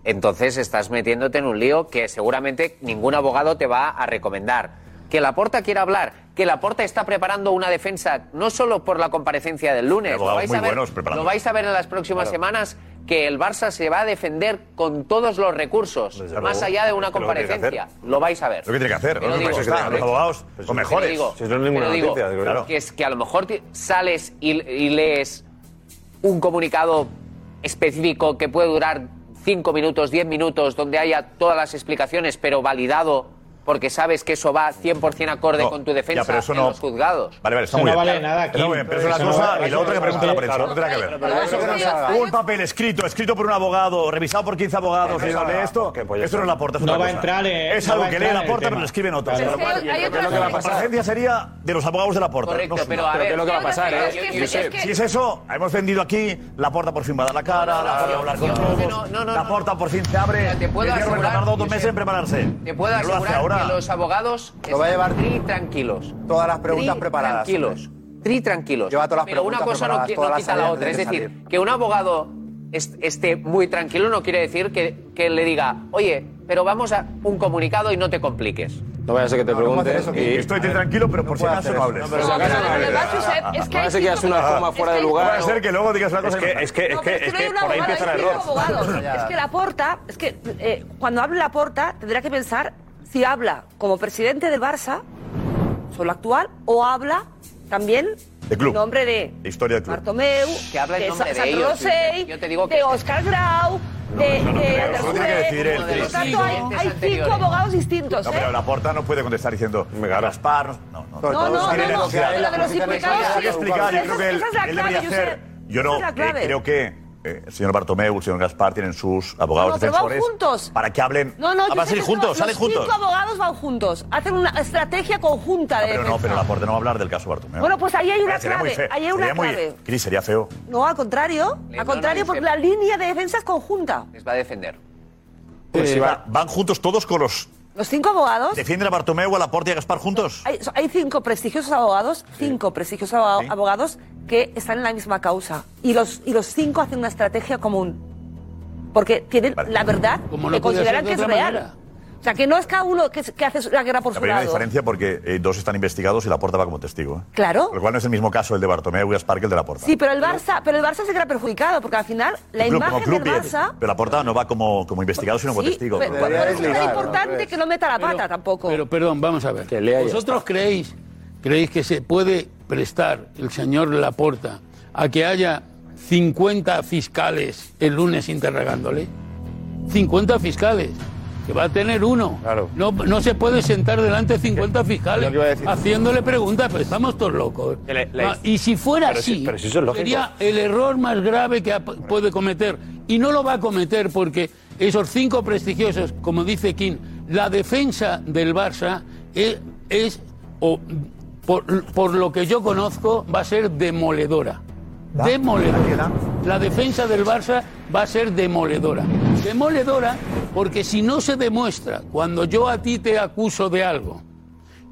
[SPEAKER 16] Entonces estás metiéndote en un lío que seguramente ningún abogado te va a recomendar. Que Laporta quiera hablar, que Laporta está preparando una defensa no solo por la comparecencia del lunes,
[SPEAKER 4] abogados muy
[SPEAKER 16] a ver,
[SPEAKER 4] buenos preparando.
[SPEAKER 16] lo vais a ver en las próximas
[SPEAKER 4] Claro.
[SPEAKER 16] semanas que el Barça se va a defender con todos los recursos, más
[SPEAKER 4] luego.
[SPEAKER 16] allá de una
[SPEAKER 4] Es que lo tiene que
[SPEAKER 16] comparecencia.
[SPEAKER 4] hacer.
[SPEAKER 16] Lo vais a ver.
[SPEAKER 4] Lo que tiene que hacer,
[SPEAKER 16] Te
[SPEAKER 4] ¿no?
[SPEAKER 16] lo digo. Pues
[SPEAKER 4] Eso está, los abogados,
[SPEAKER 16] Te
[SPEAKER 4] los
[SPEAKER 16] lo
[SPEAKER 4] mejores.
[SPEAKER 16] digo.
[SPEAKER 4] Si eso no es
[SPEAKER 16] Te
[SPEAKER 4] ninguna
[SPEAKER 16] lo digo.
[SPEAKER 4] noticia, digo, claro.
[SPEAKER 16] Que es que a lo mejor ti- sales y, y lees un comunicado específico que puede durar 5 minutos, 10 minutos, donde haya todas las explicaciones, pero validado porque sabes que eso va 100% acorde
[SPEAKER 4] No,
[SPEAKER 16] con tu
[SPEAKER 4] ya,
[SPEAKER 16] defensa
[SPEAKER 4] pero eso
[SPEAKER 16] en
[SPEAKER 4] no-
[SPEAKER 16] los juzgados.
[SPEAKER 4] Vale, vale, está
[SPEAKER 16] Eso
[SPEAKER 4] muy
[SPEAKER 16] no
[SPEAKER 4] bien.
[SPEAKER 16] vale nada
[SPEAKER 4] Está
[SPEAKER 16] aquí.
[SPEAKER 4] muy bien, pero es una
[SPEAKER 16] Eso no
[SPEAKER 4] cosa
[SPEAKER 16] vale.
[SPEAKER 4] y la otra que pregunta la prensa, no tiene que ver.
[SPEAKER 16] Pero eso que no salga.
[SPEAKER 4] Un papel escrito, escrito por un abogado, revisado por 15 abogados,
[SPEAKER 11] Que no
[SPEAKER 4] y
[SPEAKER 11] salga.
[SPEAKER 4] de esto,
[SPEAKER 11] Que pues ya
[SPEAKER 4] esto no es
[SPEAKER 11] está.
[SPEAKER 4] la porta, es
[SPEAKER 11] No
[SPEAKER 4] otra
[SPEAKER 11] va a
[SPEAKER 4] cosa.
[SPEAKER 11] entrar, eh,
[SPEAKER 4] Es
[SPEAKER 11] no
[SPEAKER 4] algo
[SPEAKER 11] va a
[SPEAKER 4] que lee
[SPEAKER 11] entrar
[SPEAKER 4] la
[SPEAKER 11] el
[SPEAKER 4] porta,
[SPEAKER 11] tema.
[SPEAKER 4] pero lo escriben otros.
[SPEAKER 11] Pero es que hay- hay otras-
[SPEAKER 4] La presencia sería de los abogados de la porta.
[SPEAKER 16] Correcto,
[SPEAKER 4] no suya.
[SPEAKER 16] pero a Pero ver, ¿qué es lo que va a pasar, eh? es que- es que-
[SPEAKER 4] Si es eso, hemos vendido aquí, la puerta por fin va a dar la cara, la puerta va a hablar con todos, la puerta por fin se abre.
[SPEAKER 16] Te puedo
[SPEAKER 4] el hierro que
[SPEAKER 16] asegurar,
[SPEAKER 4] tardó dos
[SPEAKER 16] Josep,
[SPEAKER 4] meses en prepararse.
[SPEAKER 16] Te puedo
[SPEAKER 4] Y lo hace
[SPEAKER 16] asegurar
[SPEAKER 4] ahora.
[SPEAKER 16] que los abogados
[SPEAKER 4] Lo va a
[SPEAKER 16] están tri tranquilos.
[SPEAKER 18] Todas las preguntas
[SPEAKER 16] Tri
[SPEAKER 18] preparadas.
[SPEAKER 16] Tranquilos. Tri tranquilos.
[SPEAKER 18] Lleva todas las
[SPEAKER 16] Pero una
[SPEAKER 18] preguntas
[SPEAKER 16] cosa no,
[SPEAKER 18] preparadas,
[SPEAKER 16] qui- no
[SPEAKER 18] todas las
[SPEAKER 16] quita la
[SPEAKER 18] áreas
[SPEAKER 16] otra. Es
[SPEAKER 18] antes de
[SPEAKER 16] decir, que un abogado est- esté muy tranquilo no quiere decir que, que le diga, oye, pero vamos a un comunicado y no te compliques.
[SPEAKER 12] No vaya a ser que te pregunten. y-
[SPEAKER 4] Estoy tranquilo, pero por si acaso no hables.
[SPEAKER 12] por si acaso no hables. No vaya a ser que hagas una forma fuera de lugar.
[SPEAKER 4] No vaya a Ah. ser que luego digas una cosa
[SPEAKER 11] Es que, es que, es que, es que por ahí empieza el error.
[SPEAKER 14] Es que la porta, es que eh, cuando hable la porta tendrá que pensar si habla como presidente del Barça, solo actual, o habla también
[SPEAKER 4] De club.
[SPEAKER 14] en nombre de
[SPEAKER 4] Historia del club.
[SPEAKER 14] Bartomeu,
[SPEAKER 16] Que habla en
[SPEAKER 14] de
[SPEAKER 16] nombre de
[SPEAKER 14] Sandro
[SPEAKER 16] ellos,
[SPEAKER 14] Rosell,
[SPEAKER 16] yo te digo que-
[SPEAKER 14] de Oscar Grau, de,
[SPEAKER 4] no
[SPEAKER 14] de
[SPEAKER 4] creo.
[SPEAKER 14] Andrés
[SPEAKER 4] Eso tiene que
[SPEAKER 14] Soler.
[SPEAKER 4] decidir él,
[SPEAKER 14] Por lo
[SPEAKER 4] sí.
[SPEAKER 14] tanto, hay, hay cinco
[SPEAKER 16] anteriores.
[SPEAKER 14] abogados distintos,
[SPEAKER 4] No,
[SPEAKER 14] ¿eh?
[SPEAKER 4] pero la porta no puede contestar diciendo Gaspar. No, no,
[SPEAKER 14] No, no,
[SPEAKER 4] tiene
[SPEAKER 14] no, no,
[SPEAKER 4] necesidad.
[SPEAKER 14] pero lo de los implicados
[SPEAKER 4] Hay que
[SPEAKER 14] sí.
[SPEAKER 4] explicar, yo
[SPEAKER 14] Esa-
[SPEAKER 4] creo que él,
[SPEAKER 14] esa es la
[SPEAKER 4] él
[SPEAKER 14] clave,
[SPEAKER 4] debería
[SPEAKER 14] Josep.
[SPEAKER 4] hacer. Yo
[SPEAKER 14] Esa
[SPEAKER 4] no,
[SPEAKER 14] es la
[SPEAKER 4] eh,
[SPEAKER 14] clave.
[SPEAKER 4] creo que eh, el señor Bartomeu, el señor Gaspar tienen sus abogados
[SPEAKER 14] No, no, pero van
[SPEAKER 4] defensores
[SPEAKER 14] juntos.
[SPEAKER 4] para que hablen.
[SPEAKER 14] No, no,
[SPEAKER 4] Ah,
[SPEAKER 14] yo
[SPEAKER 4] van a
[SPEAKER 14] sé
[SPEAKER 4] salir
[SPEAKER 14] que
[SPEAKER 4] juntos,
[SPEAKER 14] los-
[SPEAKER 4] salen
[SPEAKER 14] los
[SPEAKER 4] juntos. Ah,
[SPEAKER 14] Cinco abogados van juntos, hacen una estrategia conjunta de
[SPEAKER 4] Pero no,
[SPEAKER 14] defensa.
[SPEAKER 4] pero la porta no va a hablar del caso Bartomeu.
[SPEAKER 14] Bueno, pues ahí hay una
[SPEAKER 4] Sería muy
[SPEAKER 14] clave,
[SPEAKER 4] feo,
[SPEAKER 14] ahí hay una
[SPEAKER 4] sería muy-
[SPEAKER 14] clave.
[SPEAKER 4] Cris, sería feo.
[SPEAKER 14] No, al contrario, al contrario, porque la línea de defensa es conjunta.
[SPEAKER 16] Les va a defender.
[SPEAKER 4] Pues si va- van juntos todos con los.
[SPEAKER 14] Los cinco abogados,
[SPEAKER 4] ¿Defienden a Bartomeu, a Laporte y a Gaspar juntos?
[SPEAKER 14] hay, so- hay cinco prestigiosos abogados, cinco prestigiosos abo- abogados que están en la misma causa. Y los, y los cinco hacen una estrategia común. Porque tienen la verdad
[SPEAKER 17] Como no
[SPEAKER 14] que
[SPEAKER 17] podía
[SPEAKER 14] consideran
[SPEAKER 17] ser de
[SPEAKER 14] que es
[SPEAKER 17] otra
[SPEAKER 14] real.
[SPEAKER 17] manera.
[SPEAKER 14] O sea, que no es cada uno que, que hace la guerra por su
[SPEAKER 4] Habría una
[SPEAKER 14] lado.
[SPEAKER 4] diferencia porque eh, dos están investigados y Laporta va como testigo. ¿eh?
[SPEAKER 14] Claro.
[SPEAKER 4] Lo cual no es el mismo caso el de Bartomeu y Gaspar que el de Laporta.
[SPEAKER 14] Sí, pero el Barça, pero el Barça se queda perjudicado, porque al final la
[SPEAKER 4] Club, como
[SPEAKER 14] imagen
[SPEAKER 4] club,
[SPEAKER 14] del
[SPEAKER 4] eh,
[SPEAKER 14] Barça
[SPEAKER 4] Pero Laporta no va como, como investigado, sino como
[SPEAKER 14] Sí,
[SPEAKER 4] testigo.
[SPEAKER 14] pero-
[SPEAKER 4] Vale,
[SPEAKER 14] pero
[SPEAKER 4] vale.
[SPEAKER 14] es tan importante que no meta la pata tampoco.
[SPEAKER 17] Pero perdón, vamos a ver.
[SPEAKER 12] ya
[SPEAKER 17] ¿Vosotros creéis, creéis que se puede prestar el señor Laporta a que haya 50 fiscales el lunes interrogándole? 50 fiscales. Que va a tener uno. No, no se puede sentar delante de
[SPEAKER 11] Eh,
[SPEAKER 17] 50 fiscales haciéndole preguntas, pero estamos todos locos. Ah, y si fuera
[SPEAKER 11] Pero
[SPEAKER 17] así,
[SPEAKER 11] sí- pero si Pues eso es lógico.
[SPEAKER 17] sería el error más grave que ap- puede cometer. Y no lo va a cometer porque esos cinco prestigiosos, como dice King, la defensa del Barça es, es, o, por, por lo que yo conozco, va a ser demoledora. Demoledora. La defensa del Barça va a ser demoledora. Demoledora porque si no se demuestra cuando yo a ti te acuso de algo,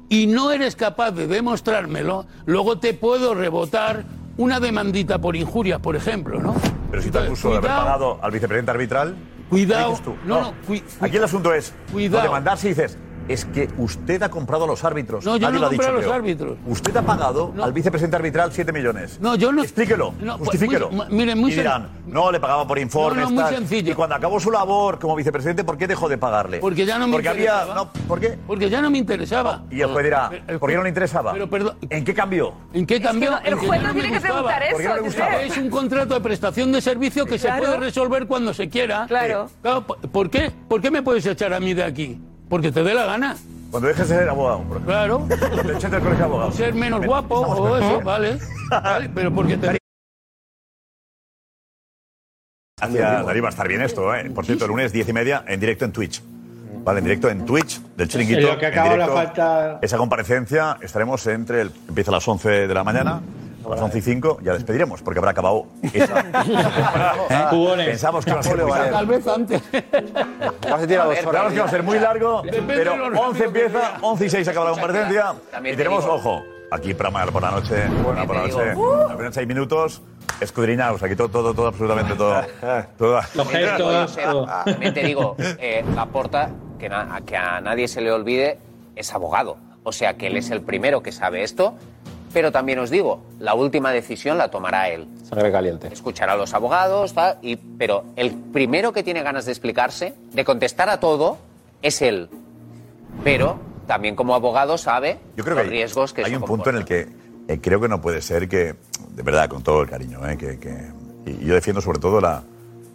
[SPEAKER 17] y no eres capaz de demostrármelo, luego te puedo rebotar una demandita por injurias, por ejemplo, ¿no?
[SPEAKER 4] Pero si te acuso de haber
[SPEAKER 17] Cuidado.
[SPEAKER 4] pagado al vicepresidente arbitral.
[SPEAKER 17] Cuidado.
[SPEAKER 4] dices tú,
[SPEAKER 17] No, no,
[SPEAKER 4] Aquí el asunto es.
[SPEAKER 17] Cuidado.
[SPEAKER 4] Cuidado. demandarse y dices. Es que usted ha comprado a los árbitros.
[SPEAKER 17] No, yo
[SPEAKER 4] Nadie
[SPEAKER 17] no
[SPEAKER 4] lo ha
[SPEAKER 17] compré
[SPEAKER 4] dicho,
[SPEAKER 17] a los
[SPEAKER 4] creo.
[SPEAKER 17] árbitros.
[SPEAKER 4] Usted ha pagado al vicepresidente arbitral 7 millones.
[SPEAKER 17] No, yo no.
[SPEAKER 4] Explíquelo.
[SPEAKER 17] No, pues,
[SPEAKER 4] justifíquelo.
[SPEAKER 17] muy- miren, muy
[SPEAKER 4] y
[SPEAKER 17] sen-
[SPEAKER 4] dirán, no, le pagaba por informes.
[SPEAKER 17] No, no, muy
[SPEAKER 4] tal. Y cuando acabó su labor como vicepresidente, ¿por qué dejó de pagarle?
[SPEAKER 17] Porque ya no me
[SPEAKER 4] Porque había.
[SPEAKER 17] interesaba.
[SPEAKER 4] no, ¿Por qué?
[SPEAKER 17] Porque ya no me interesaba.
[SPEAKER 4] Y el juez dirá,
[SPEAKER 17] Pero-
[SPEAKER 4] ¿por qué no le interesaba?
[SPEAKER 17] Pero perdón.
[SPEAKER 4] ¿En qué cambió?
[SPEAKER 17] ¿En qué cambió?
[SPEAKER 14] no, el
[SPEAKER 17] En que
[SPEAKER 14] juez
[SPEAKER 17] ya
[SPEAKER 14] no
[SPEAKER 17] me
[SPEAKER 14] tiene que
[SPEAKER 17] gustaba.
[SPEAKER 14] preguntar
[SPEAKER 4] ¿Por qué no le eso, gustaba? Josep.
[SPEAKER 17] Es un contrato de prestación de servicio que
[SPEAKER 14] Claro.
[SPEAKER 17] se puede resolver cuando se quiera. Eh,
[SPEAKER 14] Claro.
[SPEAKER 17] Claro, ¿por- ¿Por qué? ¿Por qué me puedes echar a mí de aquí? Porque te dé la gana.
[SPEAKER 4] Cuando dejes de ser abogado, por ejemplo.
[SPEAKER 17] Claro.
[SPEAKER 4] Te echan del colegio de abogados.
[SPEAKER 17] Ser menos guapo o eso, vale. Vale, Pero porque te
[SPEAKER 4] Gracias, Darío. Va a estar bien esto, ¿eh? Por cierto, el lunes 10 y media en directo en Twitch. Vale, en directo en Twitch del chiringuito.
[SPEAKER 15] En lo que
[SPEAKER 4] en
[SPEAKER 15] acaba la
[SPEAKER 4] directo.
[SPEAKER 15] falta.
[SPEAKER 4] Esa comparecencia estaremos entre. El, empieza a las 11 de la mañana, a las 11 y 5, ya despediremos, porque habrá acabado esa. ¿Eh? Pensamos que iba a ser muy largo.
[SPEAKER 17] Tal vez antes.
[SPEAKER 4] Vamos a tirar dos horas. Pensamos que va a ser muy largo,
[SPEAKER 17] Depende de lo
[SPEAKER 4] pero
[SPEAKER 17] rápido
[SPEAKER 4] 11 empieza, 11 y 6 acaba la comparecencia.
[SPEAKER 16] También
[SPEAKER 4] Y
[SPEAKER 16] te
[SPEAKER 4] tenemos,
[SPEAKER 16] digo.
[SPEAKER 4] ojo, aquí programa por la noche, programa por la
[SPEAKER 16] te
[SPEAKER 4] noche,
[SPEAKER 16] digo. Uh.
[SPEAKER 4] apenas 6 minutos. Escudrinaos, aquí todo, todo, todo, absolutamente todo. todo.
[SPEAKER 16] También te digo, Josep, ah, También te digo, eh, Laporta, que, na- a que a nadie se le olvide, es abogado. O sea que él es el primero que sabe esto, pero también os digo, la última decisión la tomará él.
[SPEAKER 12] Sangre caliente.
[SPEAKER 16] Escuchará a los abogados, tal, y, pero el primero que tiene ganas de explicarse, de contestar a todo, es él. Pero también como abogado sabe
[SPEAKER 4] Yo creo que
[SPEAKER 16] los
[SPEAKER 4] hay,
[SPEAKER 16] riesgos que
[SPEAKER 4] hay
[SPEAKER 16] eso
[SPEAKER 4] un punto en el que eh, creo que no puede ser que, de verdad, con todo el cariño, eh, que, que- y yo defiendo sobre todo la,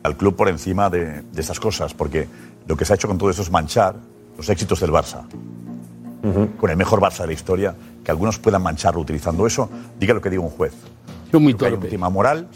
[SPEAKER 4] al club por encima de, de estas cosas, porque lo que se ha hecho con todo eso es manchar los éxitos del Barça. con el mejor Barça de la historia, que algunos puedan mancharlo utilizando eso, diga lo que diga un juez. Porque Hay un tema moral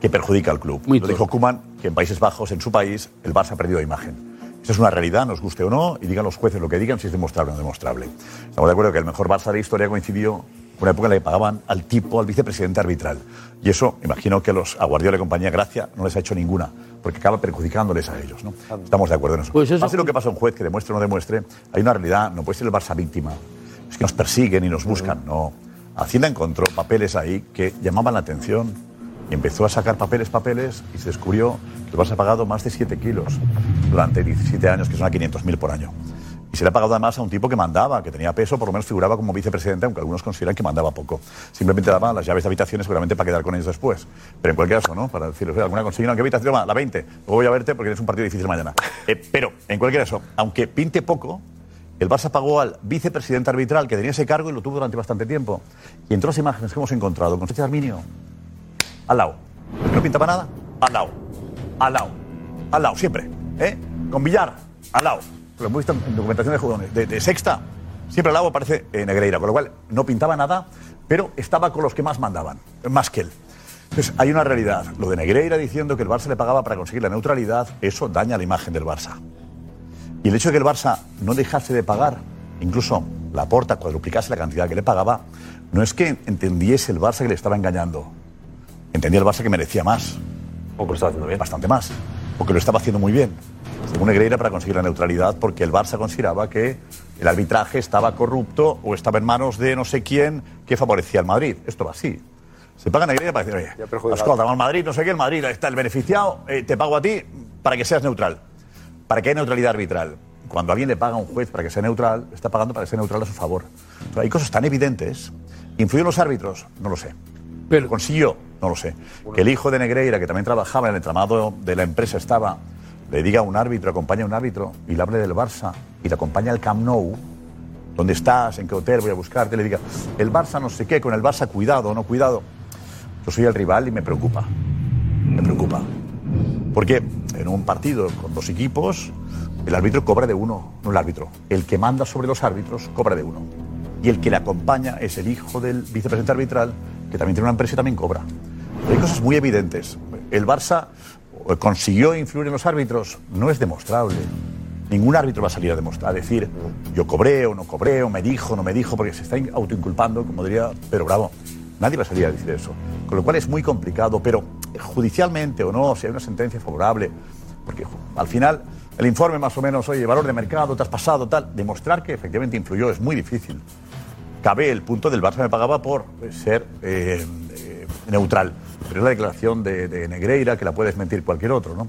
[SPEAKER 4] que perjudica al club. lo dijo Kuman, que en Países Bajos, en su país, el Barça ha perdido imagen. Esa es una realidad, nos guste o no, y digan los jueces lo que digan, si es demostrable o no demostrable. Estamos de acuerdo que el mejor Barça de la historia coincidió con una época en la que pagaban al tipo, al vicepresidente arbitral. Y eso, imagino que a los, a Guardiola y compañía, gracia, no les ha hecho ninguna, porque acaba perjudicándoles a ellos. ¿no? Estamos de acuerdo en eso. Pase lo que pasa a un juez, que demuestre o no demuestre, hay una realidad, no puede ser el Barça víctima. Es que nos persiguen y nos buscan, no. Hacienda encontró papeles ahí que llamaban la atención y empezó a sacar papeles, papeles, y se descubrió que el Barça ha pagado más de 7 kilos durante 17 años, que son a 500.000 por año. Y se le ha pagado además a un tipo que mandaba, que tenía peso, por lo menos figuraba como vicepresidente, aunque algunos consideran que mandaba poco. Simplemente daba las llaves de habitaciones seguramente para quedar con ellos después. Pero en cualquier caso, ¿no? Para decirles, oye, alguna consigna, ¿en qué habitación? Toma, la 20. Luego voy a verte porque tienes un partido difícil mañana. Eh, pero, en cualquier caso, aunque pinte poco, el Barça pagó al vicepresidente arbitral que tenía ese cargo y lo tuvo durante bastante tiempo. Y entre las imágenes que hemos encontrado con Sánchez Arminio, al lado. Que no pintaba nada, al lado. Al lado. Al lado, siempre. ¿eh? Con Villar, al lado. Lo hemos visto en documentación de jugadores. De, de sexta, siempre al lado aparece eh, Negreira. Con lo cual, no pintaba nada, pero estaba con los que más mandaban, más que él. Entonces, hay una realidad. Lo de Negreira diciendo que el Barça le pagaba para conseguir la neutralidad, eso daña la imagen del Barça. Y el hecho de que el Barça no dejase de pagar, incluso la porta cuadruplicase la cantidad que le pagaba, no es que entendiese el Barça que le estaba engañando. Entendía el Barça que merecía más. O que lo estaba haciendo bien. Bastante más. O que lo estaba haciendo muy bien. Según Negreira, para conseguir la neutralidad, porque el Barça consideraba que el arbitraje estaba corrupto o estaba en manos de no sé quién que favorecía al Madrid. Esto va así. Se paga Negreira para decir, oye,
[SPEAKER 20] perjudicado.
[SPEAKER 4] escolta, vamos al Madrid, no sé qué, el Madrid está el beneficiado, eh, te pago a ti para que seas neutral. Para que haya neutralidad arbitral. Cuando alguien le paga a un juez para que sea neutral, está pagando para que sea neutral a su favor. O sea, hay cosas tan evidentes. ¿Influyen los árbitros? No lo sé. Pero consiguió, no lo sé, que el hijo de Negreira, que también trabajaba en el entramado de la empresa, estaba, le diga a un árbitro, acompaña a un árbitro y le hable del Barça y le acompaña al Camp Nou, ¿dónde estás? ¿En qué hotel? Voy a buscarte. Le diga, el Barça no sé qué, con el Barça cuidado, no cuidado. Yo soy el rival y me preocupa. Me preocupa. Porque en un partido con dos equipos, el árbitro cobra de uno, no el árbitro. El que manda sobre los árbitros cobra de uno. Y el que le acompaña es el hijo del vicepresidente arbitral, que también tiene una empresa y también cobra. Hay cosas muy evidentes. El Barça eh, consiguió influir en los árbitros, no es demostrable. Ningún árbitro va a salir a, demostrar, a decir yo cobré o no cobré, o me dijo, no me dijo, porque se está in- autoinculpando, como diría Pero Bravo. Nadie va a salir a decir eso. Con lo cual es muy complicado, pero judicialmente o no, si hay una sentencia favorable, porque jo, al final el informe más o menos, oye, valor de mercado, te has pasado, tal, demostrar que efectivamente influyó es muy difícil cabe el punto del Barça me pagaba por ser eh, eh, neutral. Pero es la declaración de, de Negreira que la puedes mentir cualquier otro, ¿no?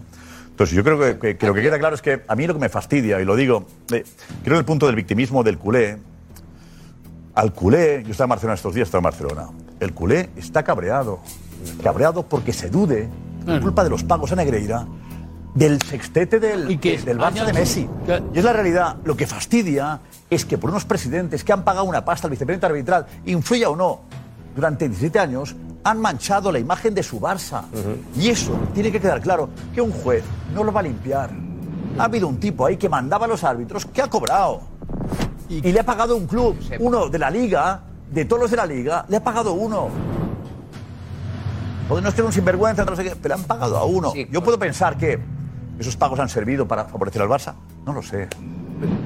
[SPEAKER 4] Entonces yo creo que, que- que lo que queda claro es que a mí lo que me fastidia, y lo digo, eh, creo que el punto del victimismo del culé, al culé, yo estaba en Barcelona estos días, estaba en Barcelona, el culé está cabreado, cabreado porque se dude, por culpa de los pagos a Negreira, del sextete del, del Barça de Messi. Y es la realidad. Lo que fastidia es que por unos presidentes que han pagado una pasta al vicepresidente arbitral, influya o no, durante 17 años, han manchado la imagen de su Barça. Y eso tiene que quedar claro, que un juez no lo va a limpiar. Ha habido un tipo ahí que mandaba a los árbitros que ha cobrado. Y, le ha pagado un club, uno de la liga, de todos los de la liga, le ha pagado uno. Porque no es que era un sinvergüenza, no sé qué, pero le han pagado a uno. Yo puedo pensar que esos pagos han servido para favorecer al Barça. No lo sé.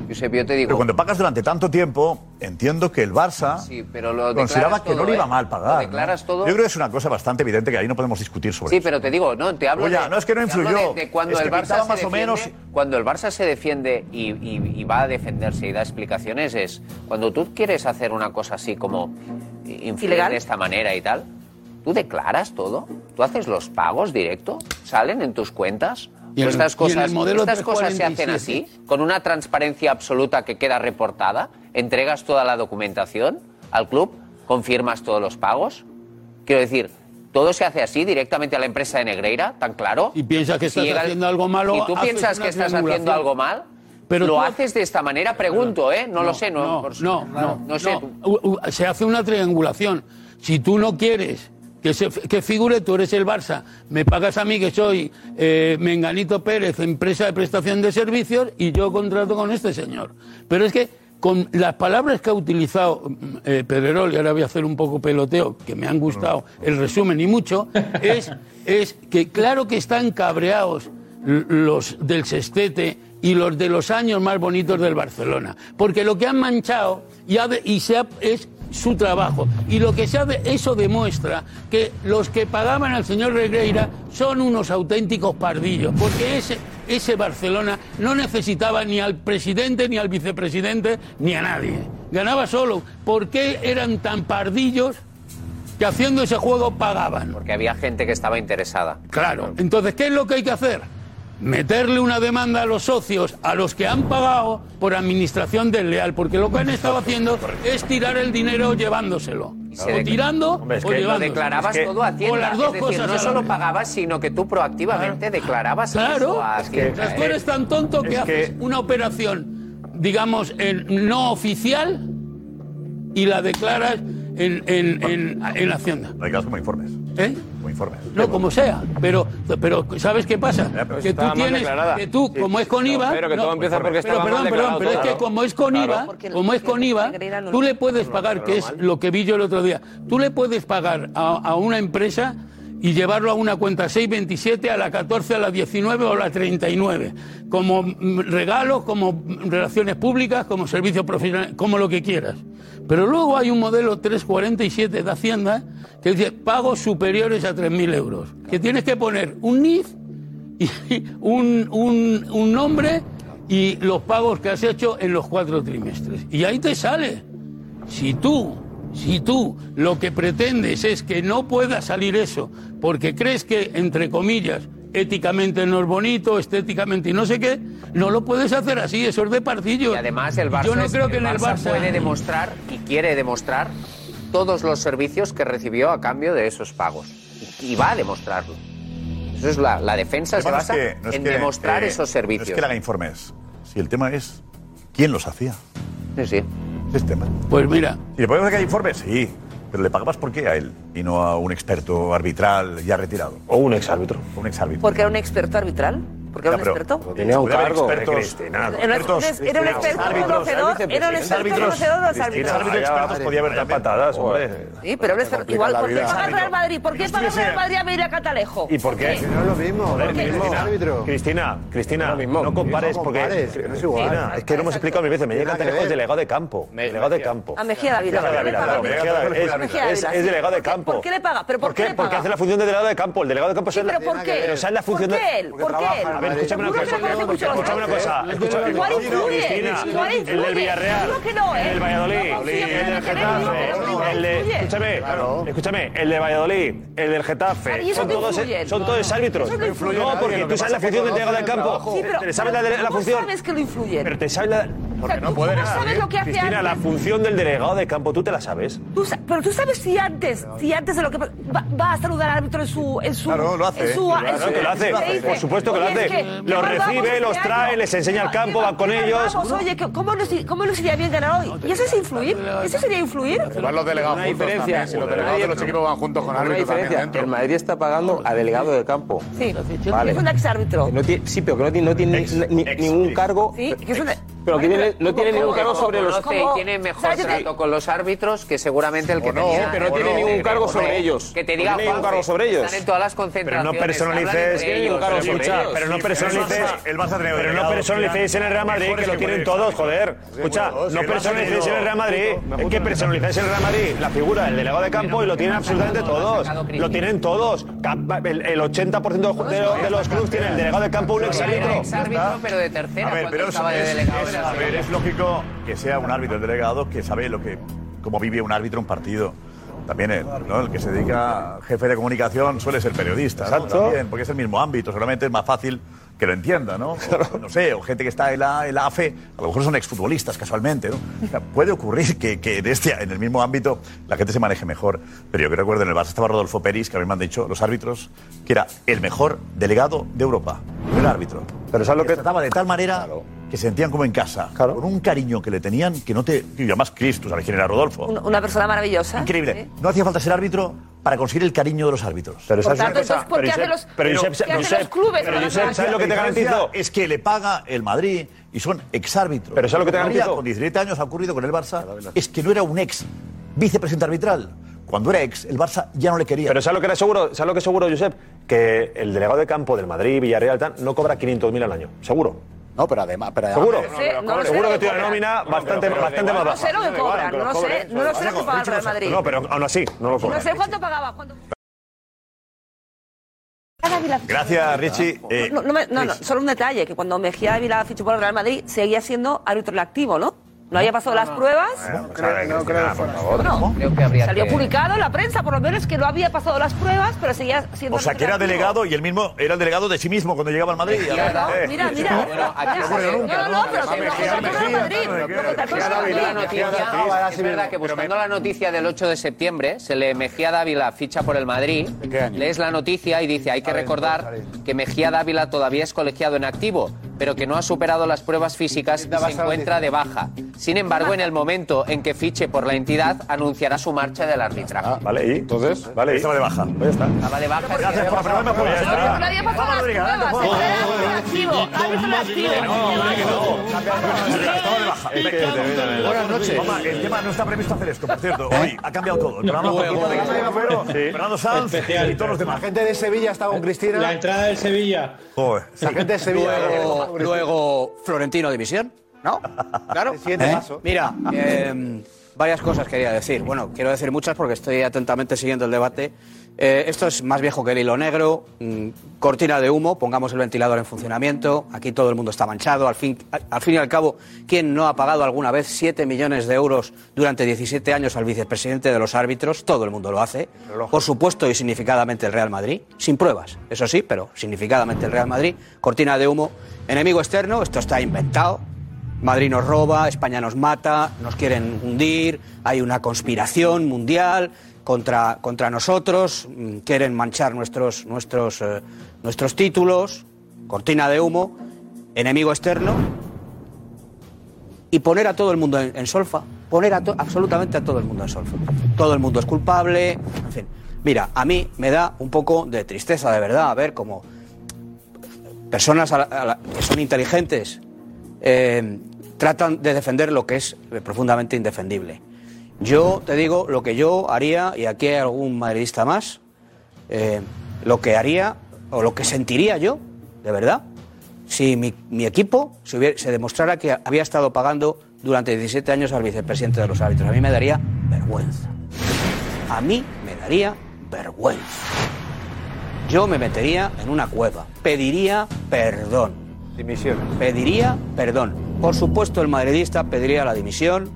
[SPEAKER 4] Pero cuando pagas durante tanto tiempo, entiendo que el Barça
[SPEAKER 16] Pero lo
[SPEAKER 4] consideraba
[SPEAKER 16] declaras
[SPEAKER 4] que no
[SPEAKER 16] todo,
[SPEAKER 4] le iba
[SPEAKER 16] ¿eh?
[SPEAKER 4] mal pagar.
[SPEAKER 16] Lo
[SPEAKER 4] ¿no?
[SPEAKER 16] declaras todo.
[SPEAKER 4] Yo creo que es una cosa bastante evidente que ahí no podemos discutir sobre
[SPEAKER 16] Sí,
[SPEAKER 4] eso.
[SPEAKER 16] pero te digo, no, te hablo
[SPEAKER 4] Oye,
[SPEAKER 16] de,
[SPEAKER 4] no es que no
[SPEAKER 16] te hablo
[SPEAKER 4] influyó,
[SPEAKER 16] de- de cuando
[SPEAKER 4] es
[SPEAKER 16] el
[SPEAKER 4] que
[SPEAKER 16] Barça
[SPEAKER 4] pintaba
[SPEAKER 16] se
[SPEAKER 4] más o
[SPEAKER 16] defiende-
[SPEAKER 4] menos-
[SPEAKER 16] cuando el Barça se defiende y, y- y va a defenderse y da explicaciones es cuando tú quieres hacer una cosa así como influir
[SPEAKER 14] Ilegal.
[SPEAKER 16] de esta manera y tal, tú declaras todo, tú haces los pagos directo, salen en tus cuentas.
[SPEAKER 17] Y en el-
[SPEAKER 16] estas
[SPEAKER 17] y en el
[SPEAKER 16] cosas,
[SPEAKER 17] modelo
[SPEAKER 16] estas cosas se hacen
[SPEAKER 17] 347.
[SPEAKER 16] así, con una transparencia absoluta que queda reportada, entregas toda la documentación al club, confirmas todos los pagos. Quiero decir, todo se hace así directamente a la empresa de Negreira, tan claro. Y
[SPEAKER 17] piensas que estás haciendo algo malo,
[SPEAKER 16] Si tú
[SPEAKER 17] haces
[SPEAKER 16] piensas
[SPEAKER 17] una
[SPEAKER 16] que estás
[SPEAKER 17] triangulación.
[SPEAKER 16] haciendo algo mal,
[SPEAKER 17] Pero
[SPEAKER 16] lo
[SPEAKER 17] tú-
[SPEAKER 16] haces de esta manera, pregunto, ¿eh? No, lo sé, no.
[SPEAKER 17] No,
[SPEAKER 16] por-
[SPEAKER 17] no, no,
[SPEAKER 16] no sé. tú-
[SPEAKER 17] U- u- Se hace una triangulación. Si tú no quieres que, se, que figure, tú eres el Barça. Me pagas a mí, que soy eh, Menganito Pérez, empresa de prestación de servicios, y yo contrato con este señor. Pero es que con las palabras que ha utilizado mm, eh, Pedrerol, y ahora voy a hacer un poco peloteo, que me han gustado el resumen y mucho, es, es que claro que están cabreados l- los del Sestete y los de los años más bonitos del Barcelona, porque lo que han manchado y, ha de- y se ha- es su trabajo. Y lo que se ha de- eso demuestra que los que pagaban al señor Regreira son unos auténticos pardillos, porque ese, ese Barcelona no necesitaba ni al presidente, ni al vicepresidente, ni a nadie. Ganaba solo. ¿Por qué eran tan pardillos que haciendo ese juego pagaban?
[SPEAKER 16] Porque había gente que estaba interesada.
[SPEAKER 17] Claro. Entonces, ¿qué es lo que hay que hacer? Meterle una demanda a los socios, a los que han pagado por administración desleal, porque lo que han estado haciendo es tirar el dinero llevándoselo.
[SPEAKER 16] se
[SPEAKER 17] O
[SPEAKER 16] declara-
[SPEAKER 17] tirando
[SPEAKER 16] Hombre, es
[SPEAKER 17] o
[SPEAKER 16] que lo
[SPEAKER 17] llevándoselo.
[SPEAKER 16] declarabas todo a
[SPEAKER 17] O
[SPEAKER 16] Hacienda.
[SPEAKER 17] las dos
[SPEAKER 16] es decir,
[SPEAKER 17] cosas. a
[SPEAKER 16] no
[SPEAKER 17] la
[SPEAKER 16] solo
[SPEAKER 17] vez.
[SPEAKER 16] pagabas, sino que tú proactivamente declarabas eso a Hacienda.
[SPEAKER 17] Entonces, tú eres tan tonto que haces una operación, digamos, en no oficial y la declaras en, en, en, en Hacienda.
[SPEAKER 4] No Ah, hay caso como informes.
[SPEAKER 17] ¿Eh?
[SPEAKER 4] Como informes.
[SPEAKER 17] No, como sea, pero, pero ¿sabes qué pasa? Que tú
[SPEAKER 2] estaba mal
[SPEAKER 17] tienes,
[SPEAKER 2] declarada.
[SPEAKER 17] que tú,
[SPEAKER 2] Sí,
[SPEAKER 17] como es con
[SPEAKER 2] no,
[SPEAKER 17] IVA...
[SPEAKER 2] pero que
[SPEAKER 17] no,
[SPEAKER 2] todo empieza porque
[SPEAKER 17] pero
[SPEAKER 2] estaba mal
[SPEAKER 17] perdón, perdón,
[SPEAKER 2] declarado
[SPEAKER 17] pero es
[SPEAKER 2] todo,
[SPEAKER 17] que
[SPEAKER 2] claro.
[SPEAKER 17] como es con
[SPEAKER 2] Claro.
[SPEAKER 17] IVA, como es con IVA, tú le puedes pagar, que es lo que vi yo el otro día, tú le puedes pagar a, a una empresa y llevarlo a una cuenta 627, a la 14, a la 19 o a la 39, como mm, regalos, como mm, relaciones públicas, como servicios profesionales, como lo que quieras. Pero luego hay un modelo 347 de Hacienda que dice pagos superiores a 3.000 euros, que tienes que poner un NIF y un, un, un nombre y los pagos que has hecho en los cuatro trimestres. Y ahí te sale. Si tú, si tú lo que pretendes es que no pueda salir eso, porque crees que, entre comillas, éticamente no es bonito, estéticamente y no sé qué, no lo puedes hacer así, eso es de partido. Y
[SPEAKER 16] además el Barça
[SPEAKER 17] Yo no
[SPEAKER 16] es-
[SPEAKER 17] creo que
[SPEAKER 16] el
[SPEAKER 17] en el
[SPEAKER 16] Barça
[SPEAKER 17] Barça...
[SPEAKER 16] puede demostrar y quiere demostrar todos los servicios que recibió a cambio de esos pagos. Y, y va a demostrarlo. Eso es la, la defensa se
[SPEAKER 4] El tema
[SPEAKER 16] basa
[SPEAKER 4] es que- no es
[SPEAKER 16] en
[SPEAKER 4] que,
[SPEAKER 16] demostrar
[SPEAKER 4] eh,
[SPEAKER 16] esos
[SPEAKER 4] No
[SPEAKER 16] servicios.
[SPEAKER 4] es que le haga informes. Si el tema es quién los hacía.
[SPEAKER 16] Sí, sí.
[SPEAKER 4] Sistema.
[SPEAKER 17] Pues mira.
[SPEAKER 4] ¿Y le podemos hacer que haga informes? Sí. Pero le pagabas por qué a él y no a un experto arbitral ya retirado. O un exárbitro. Un exárbitro.
[SPEAKER 14] Porque era un experto arbitral. Porque era un experto.
[SPEAKER 4] Tenía
[SPEAKER 14] un cargo de
[SPEAKER 4] Cristina.
[SPEAKER 14] Era un- era un experto conocedor, era un experto conocedor de los árbitros.
[SPEAKER 4] Árbitros expertos podía haber también. patadas, hombre.
[SPEAKER 14] Sí, pero él es igual. ¿Por qué paga el Real Madrid? ¿Por qué paga el Real Madrid a Medina Catalejo?
[SPEAKER 11] ¿Y por qué? No es lo mismo. Cristina, Cristina, Cristina, no compares
[SPEAKER 18] No
[SPEAKER 11] porque.
[SPEAKER 18] compares, no es igual.
[SPEAKER 11] Cristina, es que lo hemos explicado mil veces. Me llega
[SPEAKER 18] Nada que
[SPEAKER 11] Cantalejo es
[SPEAKER 18] ver.
[SPEAKER 11] delegado de campo. Delegado de campo.
[SPEAKER 14] A Mejía Dávila.
[SPEAKER 11] Mejía Dávila, claro,
[SPEAKER 14] Mejía
[SPEAKER 11] Mejía
[SPEAKER 14] Dávila.
[SPEAKER 11] Dávila,
[SPEAKER 14] Mejía
[SPEAKER 11] es-
[SPEAKER 14] Dávila,
[SPEAKER 11] Es
[SPEAKER 14] sí.
[SPEAKER 11] delegado de campo.
[SPEAKER 14] ¿Por qué le paga? ¿Pero por,
[SPEAKER 11] ¿Por qué?
[SPEAKER 14] le
[SPEAKER 11] Porque
[SPEAKER 14] paga?
[SPEAKER 11] hace la función de delegado de campo. El delegado de campo es
[SPEAKER 14] Sí,
[SPEAKER 11] el-
[SPEAKER 14] pero ¿por qué?
[SPEAKER 11] Pero esa es la función
[SPEAKER 14] ¿Por
[SPEAKER 11] de-
[SPEAKER 14] qué él? ¿Por qué él?
[SPEAKER 11] A ver, escúchame una
[SPEAKER 14] Tú no
[SPEAKER 11] cosa.
[SPEAKER 14] conoces mucho los
[SPEAKER 11] Escúchame una
[SPEAKER 14] árbitros.
[SPEAKER 11] cosa. Escúchame
[SPEAKER 14] Igual influye,
[SPEAKER 11] Cristina,
[SPEAKER 14] igual
[SPEAKER 11] el
[SPEAKER 14] influye.
[SPEAKER 11] del Villarreal,
[SPEAKER 14] Digo que no, ¿eh?
[SPEAKER 11] el del Valladolid,
[SPEAKER 14] No confío en
[SPEAKER 11] el del
[SPEAKER 14] el Villarreal,
[SPEAKER 11] Getafe,
[SPEAKER 14] no, no,
[SPEAKER 11] el de...
[SPEAKER 14] influye.
[SPEAKER 11] Escúchame, escúchame, el de Valladolid, el del
[SPEAKER 14] Ah,
[SPEAKER 11] Getafe.
[SPEAKER 14] ¿y eso
[SPEAKER 11] Son
[SPEAKER 14] te
[SPEAKER 11] todos, e-,
[SPEAKER 14] influye?
[SPEAKER 11] son
[SPEAKER 14] No,
[SPEAKER 11] todos
[SPEAKER 14] no,
[SPEAKER 11] árbitros.
[SPEAKER 14] eso no influye a
[SPEAKER 11] No,
[SPEAKER 14] nadie,
[SPEAKER 11] porque
[SPEAKER 14] lo
[SPEAKER 11] tú
[SPEAKER 14] que
[SPEAKER 11] sabes la
[SPEAKER 14] pasa es que
[SPEAKER 11] función del
[SPEAKER 14] conocen
[SPEAKER 11] delegado de
[SPEAKER 14] el
[SPEAKER 11] campo.
[SPEAKER 14] trabajo. Sí, pero-
[SPEAKER 11] Te sabes la, la
[SPEAKER 14] ¿cómo
[SPEAKER 11] función.
[SPEAKER 14] sabes que lo influyen?
[SPEAKER 11] Pero te sabes la...
[SPEAKER 14] Porque no tú puede cómo nadie. sabes lo que hace
[SPEAKER 11] Cristina, la
[SPEAKER 14] alguien.
[SPEAKER 11] función del delegado de campo, tú te la sabes.
[SPEAKER 14] Tú sa- pero tú sabes si antes, si antes de lo que pasa- va, va a saludar al árbitro en su, en su,
[SPEAKER 11] Claro, lo hace,
[SPEAKER 14] en su,
[SPEAKER 11] ¿eh?
[SPEAKER 14] en
[SPEAKER 11] Claro
[SPEAKER 14] su-
[SPEAKER 11] que lo hace,
[SPEAKER 14] le
[SPEAKER 11] por
[SPEAKER 14] dice,
[SPEAKER 11] supuesto que lo
[SPEAKER 14] "Oye,
[SPEAKER 11] hace.
[SPEAKER 14] es
[SPEAKER 11] Los
[SPEAKER 14] que mal
[SPEAKER 11] recibe,
[SPEAKER 14] vamos
[SPEAKER 11] los
[SPEAKER 14] este
[SPEAKER 11] trae,
[SPEAKER 14] año.
[SPEAKER 11] les enseña el campo,
[SPEAKER 14] Qué
[SPEAKER 11] va con
[SPEAKER 14] mal
[SPEAKER 11] ellos.
[SPEAKER 14] vamos, oye, que- ¿cómo nos, cómo nos iría bien ganar hoy? ¿Y eso es influir? ¿Eso sería influir?
[SPEAKER 8] Van los delegados
[SPEAKER 16] Una
[SPEAKER 8] juntos
[SPEAKER 16] diferencia.
[SPEAKER 8] también, si los
[SPEAKER 16] Una
[SPEAKER 8] delegados de los
[SPEAKER 16] diferencia.
[SPEAKER 8] equipos van juntos con
[SPEAKER 16] Una
[SPEAKER 8] árbitros también
[SPEAKER 16] diferencia,
[SPEAKER 8] dentro.
[SPEAKER 16] El Madrid está pagando a delegado de campo.
[SPEAKER 14] Sí,
[SPEAKER 16] Vale.
[SPEAKER 14] es un exárbitro.
[SPEAKER 16] No tiene, sí, pero que no tiene, no tiene ni- ni- ningún cargo.
[SPEAKER 14] Sí, que es un...
[SPEAKER 16] Pero que tiene- no tiene ningún cargo sobre los
[SPEAKER 14] conoce y
[SPEAKER 16] que
[SPEAKER 14] tiene mejor trato
[SPEAKER 16] con los árbitros que seguramente el que
[SPEAKER 11] no,
[SPEAKER 16] tenía-
[SPEAKER 11] pero no tiene
[SPEAKER 16] Sí,
[SPEAKER 11] ningún cargo
[SPEAKER 16] no.
[SPEAKER 11] sobre ellos.
[SPEAKER 16] Que te diga
[SPEAKER 11] No tiene ningún
[SPEAKER 16] Juanfe,
[SPEAKER 11] cargo sobre ellos.
[SPEAKER 16] Están en todas las concentraciones. hablan entre ellos,
[SPEAKER 11] Pero
[SPEAKER 16] sobre
[SPEAKER 11] escucha,
[SPEAKER 16] ellos.
[SPEAKER 11] pero no
[SPEAKER 16] Sí,
[SPEAKER 11] personalices.
[SPEAKER 4] El Barça tenía
[SPEAKER 11] Pero no
[SPEAKER 4] delegado,
[SPEAKER 11] personalicéis en el Real Madrid, que lo tienen todos, joder. Escucha,
[SPEAKER 4] bueno,
[SPEAKER 11] no
[SPEAKER 4] el Barça
[SPEAKER 11] personalicéis en
[SPEAKER 4] tiene
[SPEAKER 11] el Real Madrid.
[SPEAKER 4] todo.
[SPEAKER 11] Es que personalizáis en el Real Madrid la figura del delegado de campo y lo tienen absolutamente todos. Lo tienen todos. Cap- El el 80% de los- de los- de los clubes tienen el delegado de campo un
[SPEAKER 16] Era
[SPEAKER 11] exárbitro.
[SPEAKER 16] exárbitro, pero de tercera.
[SPEAKER 4] A ver,
[SPEAKER 16] cuando
[SPEAKER 4] pero es,
[SPEAKER 16] estaba de
[SPEAKER 4] es-
[SPEAKER 16] delegado
[SPEAKER 4] es-
[SPEAKER 16] en la
[SPEAKER 4] a ver,
[SPEAKER 16] selección.
[SPEAKER 4] es lógico que sea un árbitro el delegado que sabe lo que cómo vive un árbitro un partido. También el, ¿no? el que se dedica a jefe de comunicación suele ser periodista, ¿no?
[SPEAKER 11] Exacto.
[SPEAKER 4] También, porque es el mismo ámbito, seguramente es más fácil que lo entienda, ¿no? O, no sé, o gente que está en la, en la AFE, a lo mejor son exfutbolistas casualmente, ¿no? O sea, puede ocurrir que, que en, este, en el mismo ámbito la gente se maneje mejor. Pero yo que recuerdo en el Barça estaba Rodolfo Peris, que a mí me han dicho los árbitros, que era el mejor delegado de Europa, el árbitro. Pero ¿sabes lo que... Trataba de tal manera que se sentían como en casa, con un cariño que le tenían, que no te... Y además Cristo, ¿sabes quién era Rodolfo?
[SPEAKER 14] Un- Una persona maravillosa.
[SPEAKER 4] Increíble.
[SPEAKER 14] ¿sí?
[SPEAKER 4] No hacía falta ser árbitro para conseguir el cariño de los árbitros. Pero
[SPEAKER 14] Por tanto, entonces, ¿por qué hacen los, ¿por qué hacen los clubes? para ganar?
[SPEAKER 4] Es que le paga el Madrid y son exárbitros.
[SPEAKER 11] Pero ¿sabes lo que te
[SPEAKER 4] María,
[SPEAKER 11] garantizo?
[SPEAKER 4] Con 17 años ha ocurrido con el Barça, es que no era un ex vicepresidente arbitral. Cuando era ex, el Barça ya no le quería.
[SPEAKER 11] Pero ¿sabes lo que era seguro? ¿Sabes lo que es seguro, Josep? Que el delegado de campo del Madrid, Villarreal, tal, no cobra 500.000 al año. Seguro.
[SPEAKER 8] No, pero además... Pero
[SPEAKER 11] seguro.
[SPEAKER 8] No lo sé, no lo sé
[SPEAKER 11] seguro
[SPEAKER 8] lo
[SPEAKER 11] que
[SPEAKER 8] que
[SPEAKER 11] tiene una
[SPEAKER 8] cobra.
[SPEAKER 11] nómina
[SPEAKER 8] No,
[SPEAKER 11] bastante,
[SPEAKER 8] pero- pero
[SPEAKER 11] bastante
[SPEAKER 8] igual,
[SPEAKER 11] más
[SPEAKER 8] no
[SPEAKER 11] baja.
[SPEAKER 8] sé lo que
[SPEAKER 11] Da igual,
[SPEAKER 8] cobran,
[SPEAKER 11] aunque lo
[SPEAKER 8] no sé,
[SPEAKER 14] Eh,
[SPEAKER 11] cobren,
[SPEAKER 8] no lo sé lo que paga el Real Madrid.
[SPEAKER 11] No, pero aún así, no lo
[SPEAKER 14] No
[SPEAKER 11] cobran.
[SPEAKER 14] sé cuánto pagaba. cuánto-
[SPEAKER 4] Gracias, Richie. Eh,
[SPEAKER 14] No, no, me- no, no, solo un detalle, que cuando Mejía Ávila fichó por el Real Madrid seguía siendo árbitro en activo, ¿no? No había pasado las pruebas.
[SPEAKER 11] no creo por favor.
[SPEAKER 14] No,
[SPEAKER 11] creo
[SPEAKER 4] que habría
[SPEAKER 14] Salió
[SPEAKER 4] que-
[SPEAKER 14] publicado en la prensa, por lo menos que no había pasado las pruebas, pero seguía siendo.
[SPEAKER 4] O sea, que era
[SPEAKER 14] árbitro en activo.
[SPEAKER 4] delegado y él mismo era el delegado de sí mismo cuando llegaba al Madrid.
[SPEAKER 14] Mejía, ¿no? Mira, mira. Bueno, aquí no ocurrió nunca, No, no, ¿no? no, pero Además, que lo Mejía, contrató el Mejía, Madrid, claro, lo contrató el
[SPEAKER 16] Mejía Dávila,
[SPEAKER 14] Madrid.
[SPEAKER 16] la noticia,
[SPEAKER 14] Mejía Dávila,
[SPEAKER 16] es verdad que buscando la noticia del 8 de septiembre, se le Mejía Dávila ficha por el Madrid, lees la noticia y dice, hay que recordar que Mejía Dávila todavía es colegiado en activo, pero que no ha superado las pruebas físicas y se encuentra de baja. Sin embargo, en el momento en que fiche por la entidad, anunciará su marcha del arbitraje.
[SPEAKER 11] Ah, Vale, y entonces, vale, estaba de baja. Pues ya está.
[SPEAKER 16] Estaba de baja.
[SPEAKER 4] pues,
[SPEAKER 14] No había pasado las pruebas, era activo, árbitro en activo.
[SPEAKER 4] Buenas noches. Mamá, el tema no está previsto hacer esto, por cierto. Hoy ha cambiado todo. El programa por culpa de Cristina Ferro, Fernando Sanz
[SPEAKER 15] Especial.
[SPEAKER 4] y todos los demás.
[SPEAKER 18] gente de Sevilla estaba con Cristina.
[SPEAKER 15] Eh, La entrada del Sevilla.
[SPEAKER 18] La gente de Sevilla.
[SPEAKER 21] Luego, luego Florentino dimisión, ¿no? Claro.
[SPEAKER 18] siguiente paso.
[SPEAKER 21] Mira, eh, varias cosas quería decir. Bueno, quiero decir muchas porque estoy atentamente siguiendo el debate. Eh, esto es más viejo que el hilo negro, mm, cortina de humo, pongamos el ventilador en funcionamiento, aquí todo el mundo está manchado, al fin, al- al fin y al cabo, ¿quién no ha pagado alguna vez 7 millones de euros durante 17 años al vicepresidente de los árbitros? Todo el mundo lo hace, por supuesto y significadamente el Real Madrid, sin pruebas, eso sí, pero significadamente el Real Madrid, cortina de humo, enemigo externo, esto está inventado, Madrid nos roba, España nos mata, nos quieren hundir, hay una conspiración mundial contra, contra nosotros, mm, quieren manchar nuestros, nuestros, eh, nuestros títulos, cortina de humo, enemigo externo, y poner a todo el mundo en, en solfa, poner a to- absolutamente a todo el mundo en solfa. Todo el mundo es culpable, en fin. Mira, a mí me da un poco de tristeza, de verdad, ver cómo personas a la- a la- que son inteligentes eh, tratan de defender lo que es eh, profundamente indefendible. Yo te digo lo que yo haría, y aquí hay algún madridista más, eh, lo que haría o lo que sentiría yo, de verdad, si mi, mi equipo se, hubiera- se demostrara que había estado pagando durante 17 años al vicepresidente de los árbitros. A mí me daría vergüenza. A mí me daría vergüenza. Yo me metería en una cueva, pediría perdón. Dimisiones. Pediría perdón. Por supuesto, el madridista pediría la dimisión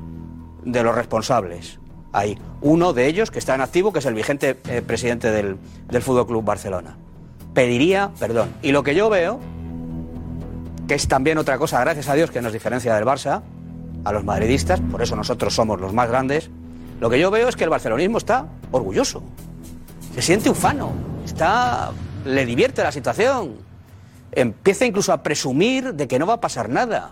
[SPEAKER 21] de los responsables. Hay uno de ellos que está en activo, que es el vigente eh, presidente del, del Fútbol Club Barcelona. Pediría perdón. Y lo que yo veo, que es también otra cosa, gracias a Dios, que nos diferencia del Barça, a los madridistas, por eso nosotros somos los más grandes, lo que yo veo es que el barcelonismo está orgulloso, se siente ufano, está, le divierte la situación, empieza incluso a presumir de que no va a pasar nada,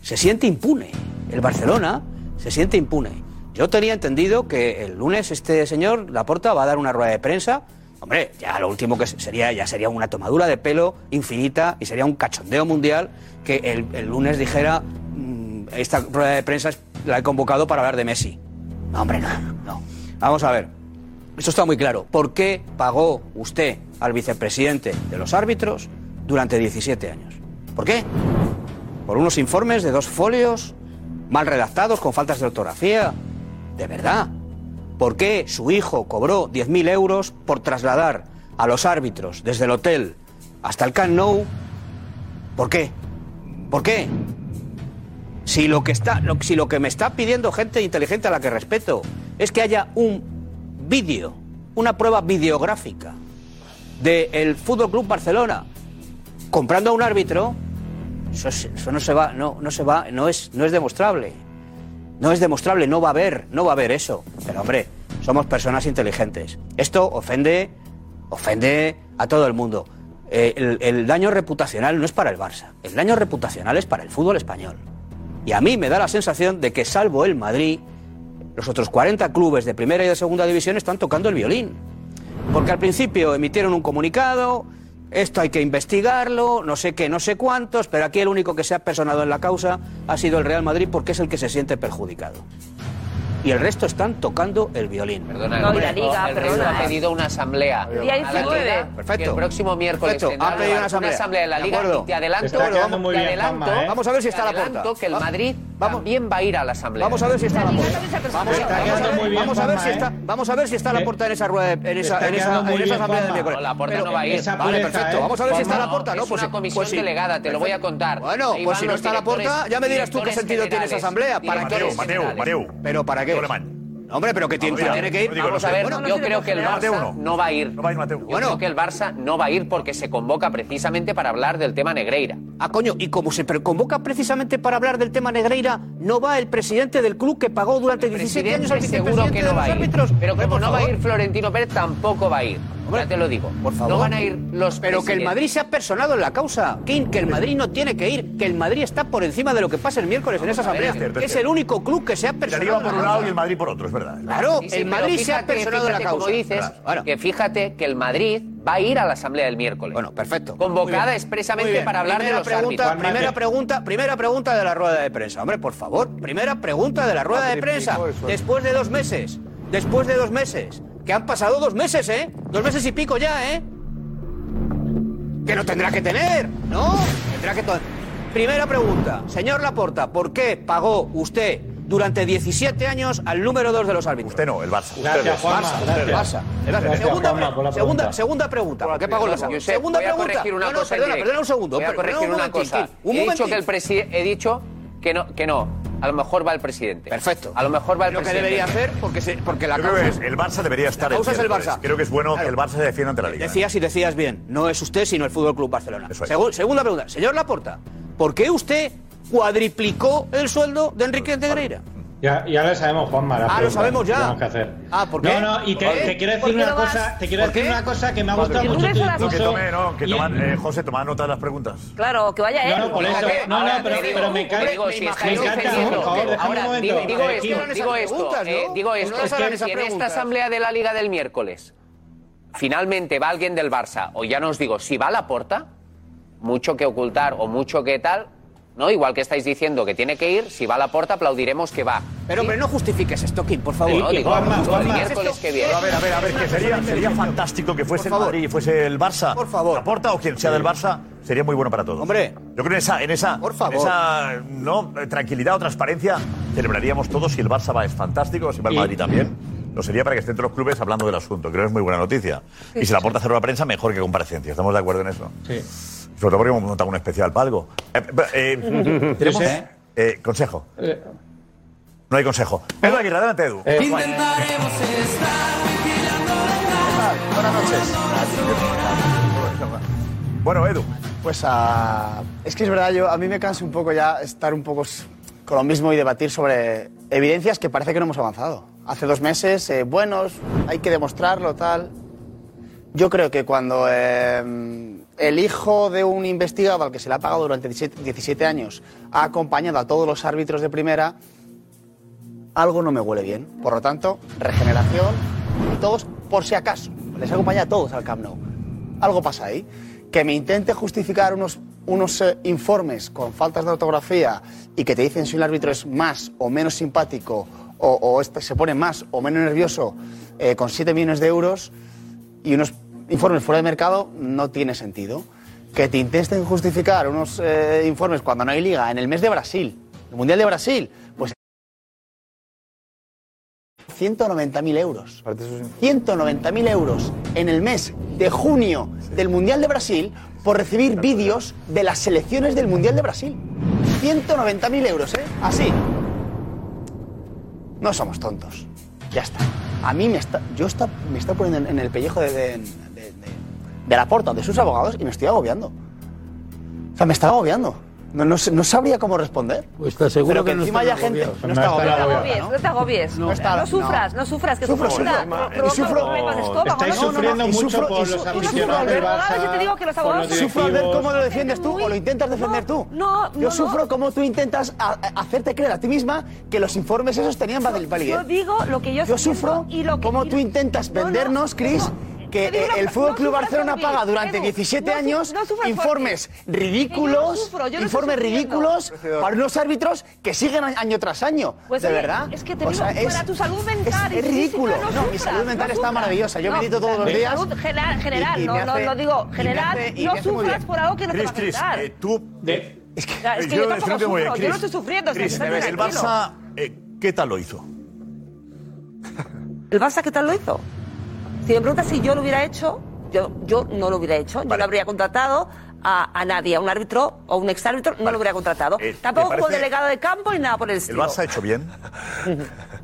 [SPEAKER 21] se siente impune, el Barcelona se siente impune. Yo tenía entendido que el lunes este señor Laporta va a dar una rueda de prensa. Hombre, ya lo último que sería ya sería una tomadura de pelo infinita y sería un cachondeo mundial que el- el lunes dijera "Mm, esta rueda de prensa es- la he convocado para hablar de Messi. No, hombre, no, no. Vamos a ver. Esto está muy claro. ¿Por qué pagó usted al vicepresidente de los árbitros durante 17 años? ¿Por qué? ¿Por unos informes de dos folios mal redactados con faltas de ortografía? ¿De verdad? ¿Por qué su hijo cobró 10.000 euros por trasladar a los árbitros desde el hotel hasta el Camp Nou? ¿Por qué? ¿Por qué? Si lo que está, lo- si lo que me está pidiendo gente inteligente a la que respeto es que haya un vídeo, una prueba videográfica del Fútbol Club Barcelona comprando a un árbitro, eso, es- eso no se va, no, no se va, no es, no es demostrable. No es demostrable, no va a haber, no va a haber eso. Pero hombre, somos personas inteligentes. Esto ofende, ofende a todo el mundo. eh, el, el daño reputacional no es para el Barça, el daño reputacional es para el fútbol español. Y a mí me da la sensación de que salvo el Madrid, los otros 40 clubes de primera y de segunda división están tocando el violín. Porque al principio emitieron un comunicado, esto hay que investigarlo, no sé qué, no sé cuántos, pero aquí el único que se ha personado en la causa ha sido el Real Madrid porque es el que se siente perjudicado. Y el resto están tocando el violín.
[SPEAKER 16] Perdona, el resto- el resto ha pedido una asamblea.
[SPEAKER 21] Y
[SPEAKER 16] a la que irá
[SPEAKER 21] Perfecto.
[SPEAKER 16] El próximo miércoles
[SPEAKER 21] Perfecto,
[SPEAKER 16] tendrá
[SPEAKER 21] han pedido
[SPEAKER 16] lugar
[SPEAKER 21] una asamblea.
[SPEAKER 16] de la
[SPEAKER 21] De
[SPEAKER 16] Liga.
[SPEAKER 21] acuerdo.
[SPEAKER 16] y te adelanto,
[SPEAKER 21] Se está quedando
[SPEAKER 16] te
[SPEAKER 21] muy bien,
[SPEAKER 16] adelanto-
[SPEAKER 21] Juanma, ¿eh? Vamos a ver si
[SPEAKER 16] te
[SPEAKER 21] está a la puerta.
[SPEAKER 16] adelanto que el Madrid también va a ir a la asamblea.
[SPEAKER 21] Vamos a ver si está a la puerta. Vamos a- vamos a ver-
[SPEAKER 16] muy bien,
[SPEAKER 21] Vamos a ver si
[SPEAKER 16] Juanma,
[SPEAKER 21] está,
[SPEAKER 16] ¿eh?
[SPEAKER 21] vamos a ver si está la puerta en esa rueda, de- en esa,
[SPEAKER 16] Está
[SPEAKER 21] en esa,
[SPEAKER 16] quedando muy
[SPEAKER 21] en esa
[SPEAKER 16] bien,
[SPEAKER 21] asamblea del
[SPEAKER 16] Juanma.
[SPEAKER 21] miércoles.
[SPEAKER 16] No, la puerta
[SPEAKER 21] Pero
[SPEAKER 16] no va a ir.
[SPEAKER 21] Vale,
[SPEAKER 16] Vale,
[SPEAKER 21] perfecto.
[SPEAKER 16] ¿eh?
[SPEAKER 21] Vamos a ver si está la
[SPEAKER 16] Juanma,
[SPEAKER 21] puerta.
[SPEAKER 16] es
[SPEAKER 21] No, pues,
[SPEAKER 16] una comisión
[SPEAKER 21] pues sí.
[SPEAKER 16] delegada, te lo voy a contar.
[SPEAKER 21] Bueno,
[SPEAKER 16] Ahí
[SPEAKER 21] pues
[SPEAKER 16] van
[SPEAKER 21] si no
[SPEAKER 16] los
[SPEAKER 21] está la
[SPEAKER 16] directores-
[SPEAKER 21] puerta, ya me dirás tú qué
[SPEAKER 16] directores
[SPEAKER 21] sentido tiene esa
[SPEAKER 16] generales,
[SPEAKER 21] asamblea. ¿Para
[SPEAKER 16] directores
[SPEAKER 21] qué?
[SPEAKER 16] generales.
[SPEAKER 21] ¿Pero para qué? No, hombre, pero que tiene,
[SPEAKER 16] Vamos a
[SPEAKER 21] tiene
[SPEAKER 16] ver,
[SPEAKER 21] que ir.
[SPEAKER 16] Vamos a ver, yo creo que el Barça
[SPEAKER 21] Mateo,
[SPEAKER 16] no va a ir. No va a ir Mateo. Yo creo que el Barça no va a ir porque se convoca precisamente para hablar del tema Negreira.
[SPEAKER 21] Ah, coño, y como se pre- convoca precisamente para hablar del tema Negreira, no va el presidente del club que pagó durante 17 años al
[SPEAKER 16] Presidente seguro que
[SPEAKER 21] vicepresidente
[SPEAKER 16] no va a
[SPEAKER 21] de los
[SPEAKER 16] ir.
[SPEAKER 21] árbitros.
[SPEAKER 16] Pero
[SPEAKER 21] Hombre,
[SPEAKER 16] como
[SPEAKER 21] por
[SPEAKER 16] no va a
[SPEAKER 21] favor.
[SPEAKER 16] ir Florentino Pérez, tampoco va a ir. Ya te lo digo. Por
[SPEAKER 21] favor.
[SPEAKER 16] No van a ir los
[SPEAKER 21] Pero que el
[SPEAKER 16] presidentes.
[SPEAKER 21] Madrid se ha personado en la causa, King, que el Madrid no tiene que ir, que el Madrid está por encima de lo que pasa el miércoles en esa
[SPEAKER 4] Vamos a ver,
[SPEAKER 21] asamblea.
[SPEAKER 4] es cierto, es
[SPEAKER 21] Es el
[SPEAKER 4] cierto.
[SPEAKER 21] único club que se ha
[SPEAKER 4] La
[SPEAKER 21] personado.
[SPEAKER 4] Liga
[SPEAKER 21] en
[SPEAKER 4] por
[SPEAKER 21] la
[SPEAKER 4] un lado
[SPEAKER 21] causa.
[SPEAKER 4] y el Madrid por otro, es verdad.
[SPEAKER 21] Claro,
[SPEAKER 16] Sí, sí,
[SPEAKER 21] el
[SPEAKER 16] pero
[SPEAKER 21] Madrid se ha
[SPEAKER 16] fíjate,
[SPEAKER 21] personado en la
[SPEAKER 16] fíjate
[SPEAKER 21] causa.
[SPEAKER 16] Como dices, que fíjate que el Madrid va a ir a la asamblea del miércoles. Bueno,
[SPEAKER 21] perfecto. Muy
[SPEAKER 16] Convocada
[SPEAKER 21] bien. Muy
[SPEAKER 16] expresamente
[SPEAKER 21] bien.
[SPEAKER 16] para hablar de
[SPEAKER 21] primera
[SPEAKER 16] los
[SPEAKER 21] pregunta,
[SPEAKER 16] árbitros.
[SPEAKER 21] Primera pregunta, primera pregunta de la rueda de prensa. Hombre, por favor, primera pregunta de la rueda de prensa. Después de dos meses, después de dos meses, que han pasado dos meses, ¿eh? Dos meses y pico ya, ¿eh? Que no tendrá que tener, ¿no? Tendrá que... to- Primera pregunta, señor Laporta, ¿por qué pagó usted durante 17 años al número 2 de los árbitros? Usted
[SPEAKER 4] no, el Barça.
[SPEAKER 21] Gracias, Barça, Barça. El Barça. Segunda, pre- segunda, segunda pregunta, ¿por qué pagó el Barça?
[SPEAKER 16] Josep,
[SPEAKER 21] segunda
[SPEAKER 16] eh? voy a
[SPEAKER 21] pregunta.
[SPEAKER 16] corregir una
[SPEAKER 21] no, no,
[SPEAKER 16] cosa,
[SPEAKER 21] perdona,
[SPEAKER 16] Jake.
[SPEAKER 21] perdona un segundo.
[SPEAKER 16] Voy a
[SPEAKER 21] perdona un
[SPEAKER 16] corregir una
[SPEAKER 21] momentín,
[SPEAKER 16] cosa.
[SPEAKER 21] Gil, un
[SPEAKER 16] He dicho
[SPEAKER 21] momentín.
[SPEAKER 16] que el presi- he dicho que no, que no. A lo mejor va el presidente. Perfecto. A lo mejor va el
[SPEAKER 21] Lo que
[SPEAKER 16] presidente.
[SPEAKER 21] debería hacer, porque, se- porque la
[SPEAKER 4] Yo creo
[SPEAKER 21] causa...
[SPEAKER 4] que es- el Barça debería estar
[SPEAKER 21] La causa es el
[SPEAKER 4] miércoles.
[SPEAKER 21] Barça.
[SPEAKER 4] Creo que es bueno que el Barça se defienda ante la Liga.
[SPEAKER 21] Decías y decías bien, no es usted sino el Fútbol Club Barcelona. Segu- segunda pregunta, señor Laporta, ¿por qué usted cuadriplicó el sueldo de Enrique Negreira?
[SPEAKER 15] Ah, Ya, ya lo sabemos, Juanma. la
[SPEAKER 21] Ah, lo
[SPEAKER 15] pregunta
[SPEAKER 21] sabemos ya.
[SPEAKER 15] que Tenemos que hacer.
[SPEAKER 21] Ah, ¿por qué?
[SPEAKER 15] No, no, y te,
[SPEAKER 21] ¿Por qué?
[SPEAKER 15] te quiero
[SPEAKER 21] ¿Por
[SPEAKER 15] decir
[SPEAKER 21] qué
[SPEAKER 15] una
[SPEAKER 21] no
[SPEAKER 15] cosa,
[SPEAKER 21] vas?
[SPEAKER 15] te quiero
[SPEAKER 21] ¿Por
[SPEAKER 15] decir
[SPEAKER 21] qué?
[SPEAKER 15] una cosa que me ha
[SPEAKER 4] Madre
[SPEAKER 15] gustado
[SPEAKER 4] mía.
[SPEAKER 15] mucho. tu
[SPEAKER 4] No, que
[SPEAKER 15] discurso.
[SPEAKER 4] tome, no, que toma, eh, José, toma nota de las preguntas.
[SPEAKER 14] Claro, que vaya
[SPEAKER 16] ¿eh?
[SPEAKER 14] él.
[SPEAKER 15] No, no, por eso. No, no, pero, pero me encanta.
[SPEAKER 16] Digo, si
[SPEAKER 15] me
[SPEAKER 16] estáis
[SPEAKER 15] encanta,
[SPEAKER 16] defendiendo-
[SPEAKER 15] por favor, déjame un
[SPEAKER 16] Ahora,
[SPEAKER 15] momento.
[SPEAKER 16] digo, digo
[SPEAKER 15] Eh,
[SPEAKER 16] esto, digo esto, eh, digo esto.
[SPEAKER 21] nos harán esas
[SPEAKER 16] Si en esta
[SPEAKER 21] preguntas.
[SPEAKER 16] asamblea de la Liga del miércoles finalmente va alguien del Barça, o ya no os digo, si va a la porta, mucho que ocultar o mucho que tal, ¿no? Igual que estáis diciendo que tiene que ir, si va a la porta aplaudiremos que va.
[SPEAKER 21] Pero, pero no justifiques esto, Kim, por favor.
[SPEAKER 16] No,
[SPEAKER 21] Y- y
[SPEAKER 16] digo,
[SPEAKER 21] Juanma,
[SPEAKER 16] el
[SPEAKER 21] Juanma,
[SPEAKER 16] miércoles que viene.
[SPEAKER 4] Pero a ver, a ver, a ver, que sería, sería fantástico que fuese el Madrid y fuese el Barça. Por favor. Laporta o quien sea del Barça, sería muy bueno para todos. Hombre. Yo creo en esa, en esa,
[SPEAKER 21] favor.
[SPEAKER 4] en esa no, eh, tranquilidad o transparencia celebraríamos todos si el Barça va es fantástico, si va el Madrid también. Lo sería para que estén todos los clubes hablando del asunto. Creo que es muy buena noticia. Y si la porta cerró la prensa, mejor que comparecencia. ¿Estamos de acuerdo en eso?
[SPEAKER 15] Sí.
[SPEAKER 4] Sobre todo porque hemos montado un especial para algo. Eh, eh, tenemos-
[SPEAKER 15] Josep.
[SPEAKER 4] eh, consejo.
[SPEAKER 15] Eh.
[SPEAKER 4] No hay consejo. Edu Aguirre, adelante, Edu.
[SPEAKER 3] Buenas noches.
[SPEAKER 4] Bueno, Edu.
[SPEAKER 3] Pues a... es que es verdad, yo a mí me cansa un poco ya estar un poco s- con lo mismo y debatir sobre evidencias que parece que no hemos avanzado. Hace dos meses, eh, buenos, hay que demostrarlo, tal. Yo creo que cuando eh, el hijo de un investigado al que se le ha pagado durante 17, 17 años ha acompañado a todos los árbitros de primera, algo no me huele bien. Por lo tanto, regeneración, y todos por si acaso. Les acompaña a todos al Camp Nou. Algo pasa ahí. Que me intente justificar unos, unos eh, informes con faltas de ortografía y que te dicen si un árbitro es más o menos simpático o, o este se pone más o menos nervioso eh, con 7 millones de euros y unos informes fuera de mercado no tiene sentido. Que te intenten justificar unos eh, informes cuando no hay liga en el mes de Brasil, el Mundial de Brasil, pues 190.000 euros. 190.000 euros en el mes de junio del Mundial de Brasil por recibir vídeos de las selecciones del Mundial de Brasil. 190.000 euros, ¿eh? Así. No somos tontos. Ya está. A mí me está, yo está, me está poniendo en, en el pellejo de, de, de- de- de la porta, de sus abogados, y me estoy agobiando. O sea, me está agobiando. No, no sé- no sabría cómo responder.
[SPEAKER 17] Pues te aseguro
[SPEAKER 3] Pero que,
[SPEAKER 17] que no
[SPEAKER 3] encima
[SPEAKER 17] están
[SPEAKER 3] haya gente.
[SPEAKER 17] agobiados.
[SPEAKER 3] No
[SPEAKER 17] No
[SPEAKER 3] está
[SPEAKER 17] están
[SPEAKER 3] agobiada,
[SPEAKER 17] agobiados.
[SPEAKER 3] ¿no?
[SPEAKER 14] agobies, no te agobies. No,
[SPEAKER 3] está- no.
[SPEAKER 14] sufras, no, sufras, que
[SPEAKER 3] Sufro,
[SPEAKER 14] eso
[SPEAKER 3] sufro.
[SPEAKER 14] provoca,
[SPEAKER 3] Y
[SPEAKER 14] provoca
[SPEAKER 3] sufro.
[SPEAKER 14] problemas de estómago.
[SPEAKER 3] Estáis
[SPEAKER 14] no, no, no.
[SPEAKER 3] sufriendo
[SPEAKER 14] Y
[SPEAKER 3] mucho
[SPEAKER 14] sufro-
[SPEAKER 3] por
[SPEAKER 14] y
[SPEAKER 3] los
[SPEAKER 14] su- y sufro,
[SPEAKER 3] aficionados del
[SPEAKER 14] Alberto,
[SPEAKER 3] Barça,
[SPEAKER 14] ahora Yo te digo que los
[SPEAKER 3] por
[SPEAKER 14] abogados...
[SPEAKER 3] los Sufro al ver directivos. cómo lo defiendes tú o lo intentas defender tú.
[SPEAKER 14] No, no,
[SPEAKER 3] Yo
[SPEAKER 14] no.
[SPEAKER 3] sufro como tú intentas a- a- hacerte creer a ti misma que los informes esos tenían validez.
[SPEAKER 14] yo digo lo que yo
[SPEAKER 3] Yo
[SPEAKER 14] siento
[SPEAKER 3] sufro
[SPEAKER 14] y lo que
[SPEAKER 3] como tú intentas vendernos, Cris, que
[SPEAKER 14] digo
[SPEAKER 3] eh,
[SPEAKER 14] una
[SPEAKER 3] el
[SPEAKER 14] cosa,
[SPEAKER 3] Fútbol
[SPEAKER 14] no
[SPEAKER 3] Club
[SPEAKER 14] sufras
[SPEAKER 3] Barcelona
[SPEAKER 14] por mí,
[SPEAKER 3] paga durante
[SPEAKER 14] Edu,
[SPEAKER 3] 17
[SPEAKER 14] no su-
[SPEAKER 3] años
[SPEAKER 14] no sufras por
[SPEAKER 3] informes
[SPEAKER 14] mí. Que yo no
[SPEAKER 3] ridículos,
[SPEAKER 14] sufro, yo no estoy
[SPEAKER 3] informes
[SPEAKER 14] sufriendo.
[SPEAKER 3] ridículos para unos árbitros que siguen a- año tras año.
[SPEAKER 14] Pues
[SPEAKER 3] de
[SPEAKER 14] oye,
[SPEAKER 3] verdad.
[SPEAKER 14] es que te
[SPEAKER 3] O
[SPEAKER 14] digo,
[SPEAKER 3] sea,
[SPEAKER 14] para tu salud mental
[SPEAKER 3] Es,
[SPEAKER 14] y
[SPEAKER 3] es
[SPEAKER 14] física,
[SPEAKER 3] ridículo.
[SPEAKER 14] no
[SPEAKER 3] mi
[SPEAKER 14] sufras,
[SPEAKER 3] salud mental
[SPEAKER 14] no
[SPEAKER 3] está
[SPEAKER 14] sufras.
[SPEAKER 3] maravillosa. Yo
[SPEAKER 14] No,
[SPEAKER 3] medito todos los
[SPEAKER 14] mi
[SPEAKER 3] días.
[SPEAKER 14] salud general, general,
[SPEAKER 3] Y- y
[SPEAKER 14] no,
[SPEAKER 3] me
[SPEAKER 14] no,
[SPEAKER 3] hace-
[SPEAKER 14] lo digo,
[SPEAKER 3] y me
[SPEAKER 14] general,
[SPEAKER 3] hace- y
[SPEAKER 14] no
[SPEAKER 3] me hace muy
[SPEAKER 14] sufras
[SPEAKER 3] bien.
[SPEAKER 14] por algo que no
[SPEAKER 4] Cris,
[SPEAKER 14] te
[SPEAKER 4] Cris,
[SPEAKER 14] va a afectar.
[SPEAKER 4] eh, tú. Es que,
[SPEAKER 14] es que yo tampoco sufro, yo no estoy sufriendo, estoy bastante
[SPEAKER 4] el
[SPEAKER 14] tranquilo.
[SPEAKER 4] Barça, eh, ¿qué tal lo hizo?
[SPEAKER 14] ¿El Barça qué tal lo hizo? Si me preguntas si yo lo hubiera hecho, yo, yo no lo hubiera hecho. Yo no habría contratado a, a nadie, a un árbitro o un exárbitro, no lo hubiera contratado. Tampoco
[SPEAKER 4] ¿te
[SPEAKER 14] como
[SPEAKER 4] parece-
[SPEAKER 14] delegado de campo ni nada por el
[SPEAKER 4] ¿El
[SPEAKER 14] estilo.
[SPEAKER 4] Barça ha hecho bien?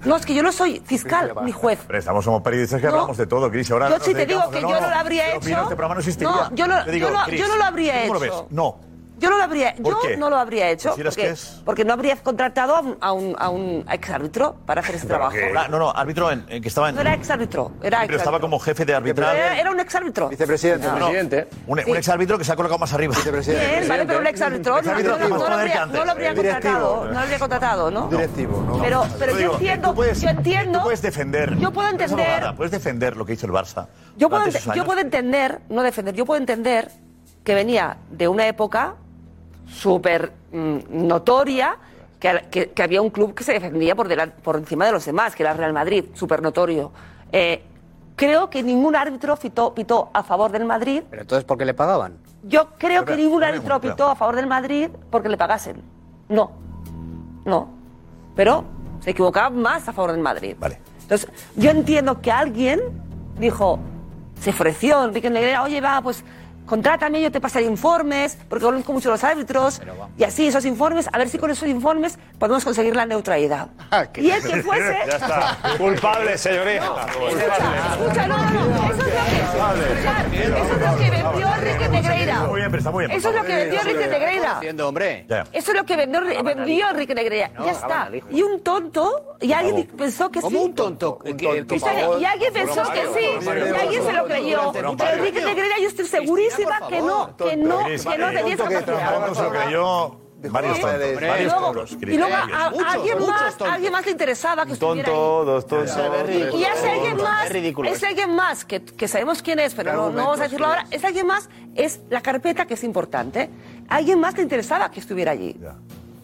[SPEAKER 14] No, es que yo no soy fiscal ni juez.
[SPEAKER 4] Pero estamos somos periodistas que
[SPEAKER 14] No.
[SPEAKER 4] hablamos de todo, Cris. Ahora
[SPEAKER 14] Yo
[SPEAKER 4] nos
[SPEAKER 14] sí te digo
[SPEAKER 4] dedicamos a-
[SPEAKER 14] que yo no lo habría
[SPEAKER 4] pero opino,
[SPEAKER 14] hecho.
[SPEAKER 4] Este programa no existiría.
[SPEAKER 14] No, yo no-
[SPEAKER 4] Te digo,
[SPEAKER 14] yo no-
[SPEAKER 4] Cris,
[SPEAKER 14] yo no lo habría
[SPEAKER 4] ¿tú ¿Cómo
[SPEAKER 14] hecho.
[SPEAKER 4] lo ves? No.
[SPEAKER 14] Yo no lo habría,
[SPEAKER 4] ¿Por
[SPEAKER 14] yo
[SPEAKER 4] qué?
[SPEAKER 14] no lo habría hecho.
[SPEAKER 4] ¿Consideras
[SPEAKER 14] porque,
[SPEAKER 4] que es?
[SPEAKER 14] porque no habría contratado a un, a un, a un exárbitro para hacer ese trabajo.
[SPEAKER 4] Ah, No, no, árbitro en, en que estaba en.
[SPEAKER 14] No era exárbitro, era
[SPEAKER 4] pero estaba
[SPEAKER 14] exárbitro.
[SPEAKER 4] como jefe de arbitral.
[SPEAKER 14] Era, era un exárbitro.
[SPEAKER 4] No, no, Un, un exárbitro que se ha colocado más arriba.
[SPEAKER 14] Bien, vale, pero un exárbitro no,
[SPEAKER 4] Exárbitro
[SPEAKER 14] no,
[SPEAKER 4] que
[SPEAKER 14] no
[SPEAKER 4] más
[SPEAKER 14] lo
[SPEAKER 4] poder que
[SPEAKER 14] habría,
[SPEAKER 4] antes.
[SPEAKER 14] no lo habría contratado. No lo habría contratado, ¿no?
[SPEAKER 4] Directivo, ¿no?
[SPEAKER 14] Pero, pero yo
[SPEAKER 4] digo,
[SPEAKER 14] entiendo, yo entiendo,
[SPEAKER 4] Puedes defender.
[SPEAKER 14] Yo puedo
[SPEAKER 4] eres
[SPEAKER 14] entender-
[SPEAKER 4] abogada, Puedes defender lo que hizo el Barça.
[SPEAKER 14] yo puedo,
[SPEAKER 4] durante
[SPEAKER 14] ente-
[SPEAKER 4] esos
[SPEAKER 14] yo
[SPEAKER 4] años.
[SPEAKER 14] puedo entender, no defender, yo puedo entender que venía de una época súper mm, notoria, que, que- que había un club que se defendía por, delan- por encima de los demás, que era el Real Madrid, súper notorio. Eh, creo que ningún árbitro fitó- pitó a favor del Madrid
[SPEAKER 1] Pero entonces, ¿por qué le pagaban?
[SPEAKER 14] Yo creo que
[SPEAKER 1] Espera,
[SPEAKER 14] ningún
[SPEAKER 1] espera,
[SPEAKER 14] árbitro
[SPEAKER 1] espera.
[SPEAKER 14] pitó a favor del Madrid porque le pagasen. No. No. Pero se equivocaba más a favor del Madrid. Vale. Entonces, yo entiendo que alguien dijo, se ofreció Enrique Negreira, oye, va, pues contrátame, yo te pasaré informes, porque conozco mucho a los árbitros, y así esos informes, a ver si con esos informes podemos conseguir la neutralidad.
[SPEAKER 4] Ah,
[SPEAKER 14] y el que fuese...
[SPEAKER 9] Ya está.
[SPEAKER 2] Culpable, señoría.
[SPEAKER 14] Escucha, no, no, no, eso es lo que... escuchar, eso es lo que vendió Enrique Negreira.
[SPEAKER 4] Muy bien, pero está muy bien. por
[SPEAKER 14] Eso es lo
[SPEAKER 4] favor.
[SPEAKER 14] que vendió Enrique Negreira.
[SPEAKER 1] Haciendo, hombre.
[SPEAKER 4] Ya.
[SPEAKER 14] Eso es lo que vendió, vendió Enrique Negreira. ya está. Y un tonto, y alguien pensó que sí.
[SPEAKER 1] Como un tonto. que- que
[SPEAKER 14] Y, sabe-
[SPEAKER 1] pagó-
[SPEAKER 14] y alguien pensó
[SPEAKER 1] Por
[SPEAKER 14] que
[SPEAKER 1] Mario,
[SPEAKER 14] sí,
[SPEAKER 1] por Mario,
[SPEAKER 14] y alguien se lo
[SPEAKER 1] por Mario.
[SPEAKER 14] creyó.
[SPEAKER 1] Durante mucho
[SPEAKER 14] Pero Enrique
[SPEAKER 1] tiempo.
[SPEAKER 14] Negreira, yo estoy segurísima que no, que no,
[SPEAKER 4] Cris,
[SPEAKER 14] que no
[SPEAKER 4] vale,
[SPEAKER 14] tenía esa capacidad.
[SPEAKER 4] Tonto se lo creyó. Varios tontos.
[SPEAKER 14] Y
[SPEAKER 4] Varios
[SPEAKER 14] luego-
[SPEAKER 4] tontos.
[SPEAKER 14] Y luego a, a
[SPEAKER 4] Muchos,
[SPEAKER 14] alguien,
[SPEAKER 4] muchos
[SPEAKER 14] más, a alguien más le interesaba que estuviera ahí.
[SPEAKER 11] Tonto, dos tontos.
[SPEAKER 14] Y ese alguien más,
[SPEAKER 11] Es ridículo.
[SPEAKER 14] ese alguien más, que, que sabemos quién es, pero
[SPEAKER 11] Qué
[SPEAKER 14] no, no vamos a
[SPEAKER 11] argumentos,
[SPEAKER 14] decirlo ahora, ese alguien más es la carpeta que es importante. Alguien más te interesaba que estuviera allí.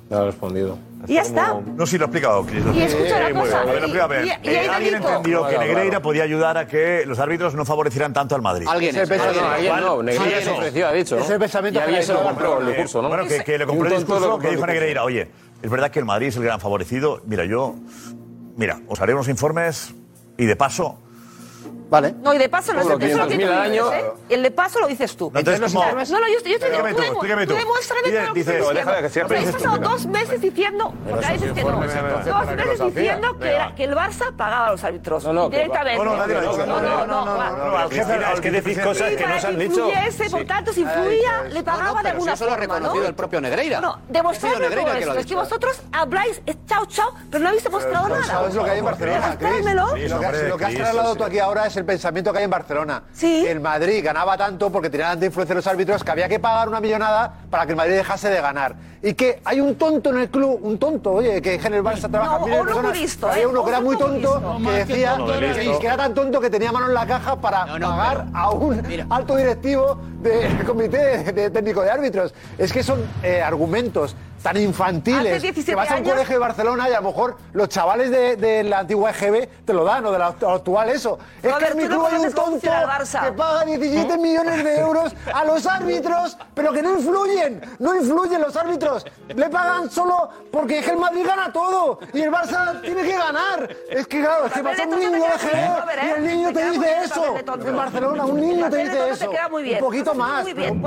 [SPEAKER 11] Ya lo he respondido.
[SPEAKER 14] Y ya está.
[SPEAKER 4] No, sí, lo ha explicado, Cris. lo
[SPEAKER 14] Y
[SPEAKER 4] ha explicado.
[SPEAKER 14] escucha una
[SPEAKER 4] Sí, muy
[SPEAKER 14] cosa,
[SPEAKER 4] bien. A ver,
[SPEAKER 14] y-
[SPEAKER 4] explica, a ver.
[SPEAKER 14] y- y ahí
[SPEAKER 4] Eh,
[SPEAKER 14] lo
[SPEAKER 4] Alguien
[SPEAKER 14] dijo.
[SPEAKER 4] entendió que
[SPEAKER 14] Claro,
[SPEAKER 4] Negreira podía ayudar a que los árbitros no favorecieran tanto al Madrid.
[SPEAKER 1] Alguien es,
[SPEAKER 4] ¿Cuál?
[SPEAKER 1] alguien, alguien no,
[SPEAKER 4] Sí,
[SPEAKER 1] Negreira
[SPEAKER 4] eso.
[SPEAKER 1] se ofreció, ha dicho, ¿no? Ese es el pensamiento
[SPEAKER 11] Y alguien se lo
[SPEAKER 1] generalizado.
[SPEAKER 11] compró, el discurso, ¿no?
[SPEAKER 4] Bueno, que, que le
[SPEAKER 11] Y
[SPEAKER 4] compró
[SPEAKER 11] un
[SPEAKER 4] el
[SPEAKER 11] tonto lo
[SPEAKER 4] discurso
[SPEAKER 11] compró
[SPEAKER 4] que
[SPEAKER 11] el
[SPEAKER 4] dijo
[SPEAKER 11] discurso.
[SPEAKER 4] Negreira. Oye, es verdad que el Madrid es el gran favorecido. Mira, yo. Mira, os haré unos informes y de paso.
[SPEAKER 3] Vale.
[SPEAKER 14] No, y de paso no es
[SPEAKER 4] Todo
[SPEAKER 14] eso
[SPEAKER 4] lo que
[SPEAKER 14] es lo que
[SPEAKER 4] dices.
[SPEAKER 14] tú
[SPEAKER 4] Mil al
[SPEAKER 14] dices,
[SPEAKER 4] año.
[SPEAKER 14] ¿eh? El de paso lo dices tú.
[SPEAKER 4] No, entonces,
[SPEAKER 14] O sea,
[SPEAKER 4] ¿cómo?
[SPEAKER 14] No, no, yo estoy, yo estoy
[SPEAKER 4] Explícame tú,
[SPEAKER 14] dime-
[SPEAKER 4] explícame tú.
[SPEAKER 14] demuéstrame
[SPEAKER 4] Dice-
[SPEAKER 14] todo lo que
[SPEAKER 4] dices-
[SPEAKER 14] estoy
[SPEAKER 4] Pero
[SPEAKER 14] diciendo.
[SPEAKER 4] déjala que siga
[SPEAKER 14] O sea, He
[SPEAKER 4] pensando.
[SPEAKER 14] pasado dos meses diciendo,
[SPEAKER 4] Pero
[SPEAKER 14] porque ahí
[SPEAKER 4] esos
[SPEAKER 14] dices que no.
[SPEAKER 4] informes, entonces,
[SPEAKER 14] Dos
[SPEAKER 4] ¿para qué
[SPEAKER 14] meses
[SPEAKER 4] los hacía?
[SPEAKER 14] diciendo que
[SPEAKER 4] Venga.
[SPEAKER 14] era- que el Barça pagaba a los árbitros
[SPEAKER 4] no, que va.
[SPEAKER 14] directamente.
[SPEAKER 4] No, no, nadie lo ha dicho.
[SPEAKER 14] No, no, no, va.
[SPEAKER 4] Cristina, es que decís cosas
[SPEAKER 14] Y
[SPEAKER 4] que
[SPEAKER 14] para
[SPEAKER 4] no se han
[SPEAKER 14] que
[SPEAKER 4] dicho.
[SPEAKER 14] influyese, por tanto, si influía, le
[SPEAKER 1] pues, pero
[SPEAKER 14] pagaba de
[SPEAKER 1] si
[SPEAKER 14] alguna
[SPEAKER 1] eso lo ha
[SPEAKER 14] forma,
[SPEAKER 1] reconocido
[SPEAKER 14] ¿no?
[SPEAKER 1] el propio Negreira.
[SPEAKER 14] No,
[SPEAKER 1] Ha sido
[SPEAKER 14] demostrarlo
[SPEAKER 1] Negreira
[SPEAKER 14] todo
[SPEAKER 1] que lo ha
[SPEAKER 14] esto. Es que
[SPEAKER 1] dicho.
[SPEAKER 14] vosotros habláis, es chao, chao, pero no habéis demostrado
[SPEAKER 18] Pero
[SPEAKER 14] nada.
[SPEAKER 18] ¿Sabes lo que hay en Barcelona, Cris? Sí,
[SPEAKER 14] Demostrármelo.
[SPEAKER 18] Lo que, lo que has
[SPEAKER 4] Cris,
[SPEAKER 18] trasladado
[SPEAKER 4] sí.
[SPEAKER 18] tú aquí ahora es el pensamiento que hay en Barcelona. Que El Madrid ganaba tanto porque tenía tanta influencia los árbitros que había que pagar una millonada para que el Madrid dejase de ganar. Y que hay un tonto en el club, un tonto, oye, que en el Barça trabaja
[SPEAKER 14] o
[SPEAKER 18] miles de
[SPEAKER 14] un
[SPEAKER 18] personas.
[SPEAKER 14] ocurristo,
[SPEAKER 18] pero había
[SPEAKER 14] ¿eh?
[SPEAKER 18] uno que era
[SPEAKER 14] Un
[SPEAKER 18] muy tonto
[SPEAKER 14] ocurristo.
[SPEAKER 18] que
[SPEAKER 14] Más que
[SPEAKER 18] decía
[SPEAKER 14] tonto, de listo.
[SPEAKER 18] y que era tan tonto que tenía mano en la caja para pagar a un alto directivo del comité de, de técnico de árbitros. Es que son eh, argumentos tan infantiles que vas a un
[SPEAKER 14] 17 años-
[SPEAKER 18] colegio de Barcelona y a lo mejor los chavales de, de la antigua EGB te lo dan o de la act- actual eso. Es que
[SPEAKER 14] Robert,
[SPEAKER 18] en mi
[SPEAKER 14] tú no
[SPEAKER 18] club hay un
[SPEAKER 14] conoces cómo
[SPEAKER 18] tonto
[SPEAKER 14] funciona el Barça. ¿Eh?
[SPEAKER 18] que paga 17 millones de euros a los árbitros, pero que no influyen, no influyen los árbitros. Le pagan solo porque es que el Madrid gana todo y el Barça tiene que ganar. Es que claro, es que pasa un niño de EGB
[SPEAKER 14] ¿eh?
[SPEAKER 18] y el niño te dice eso. En Barcelona un niño te dice eso. Un poquito más. pero un-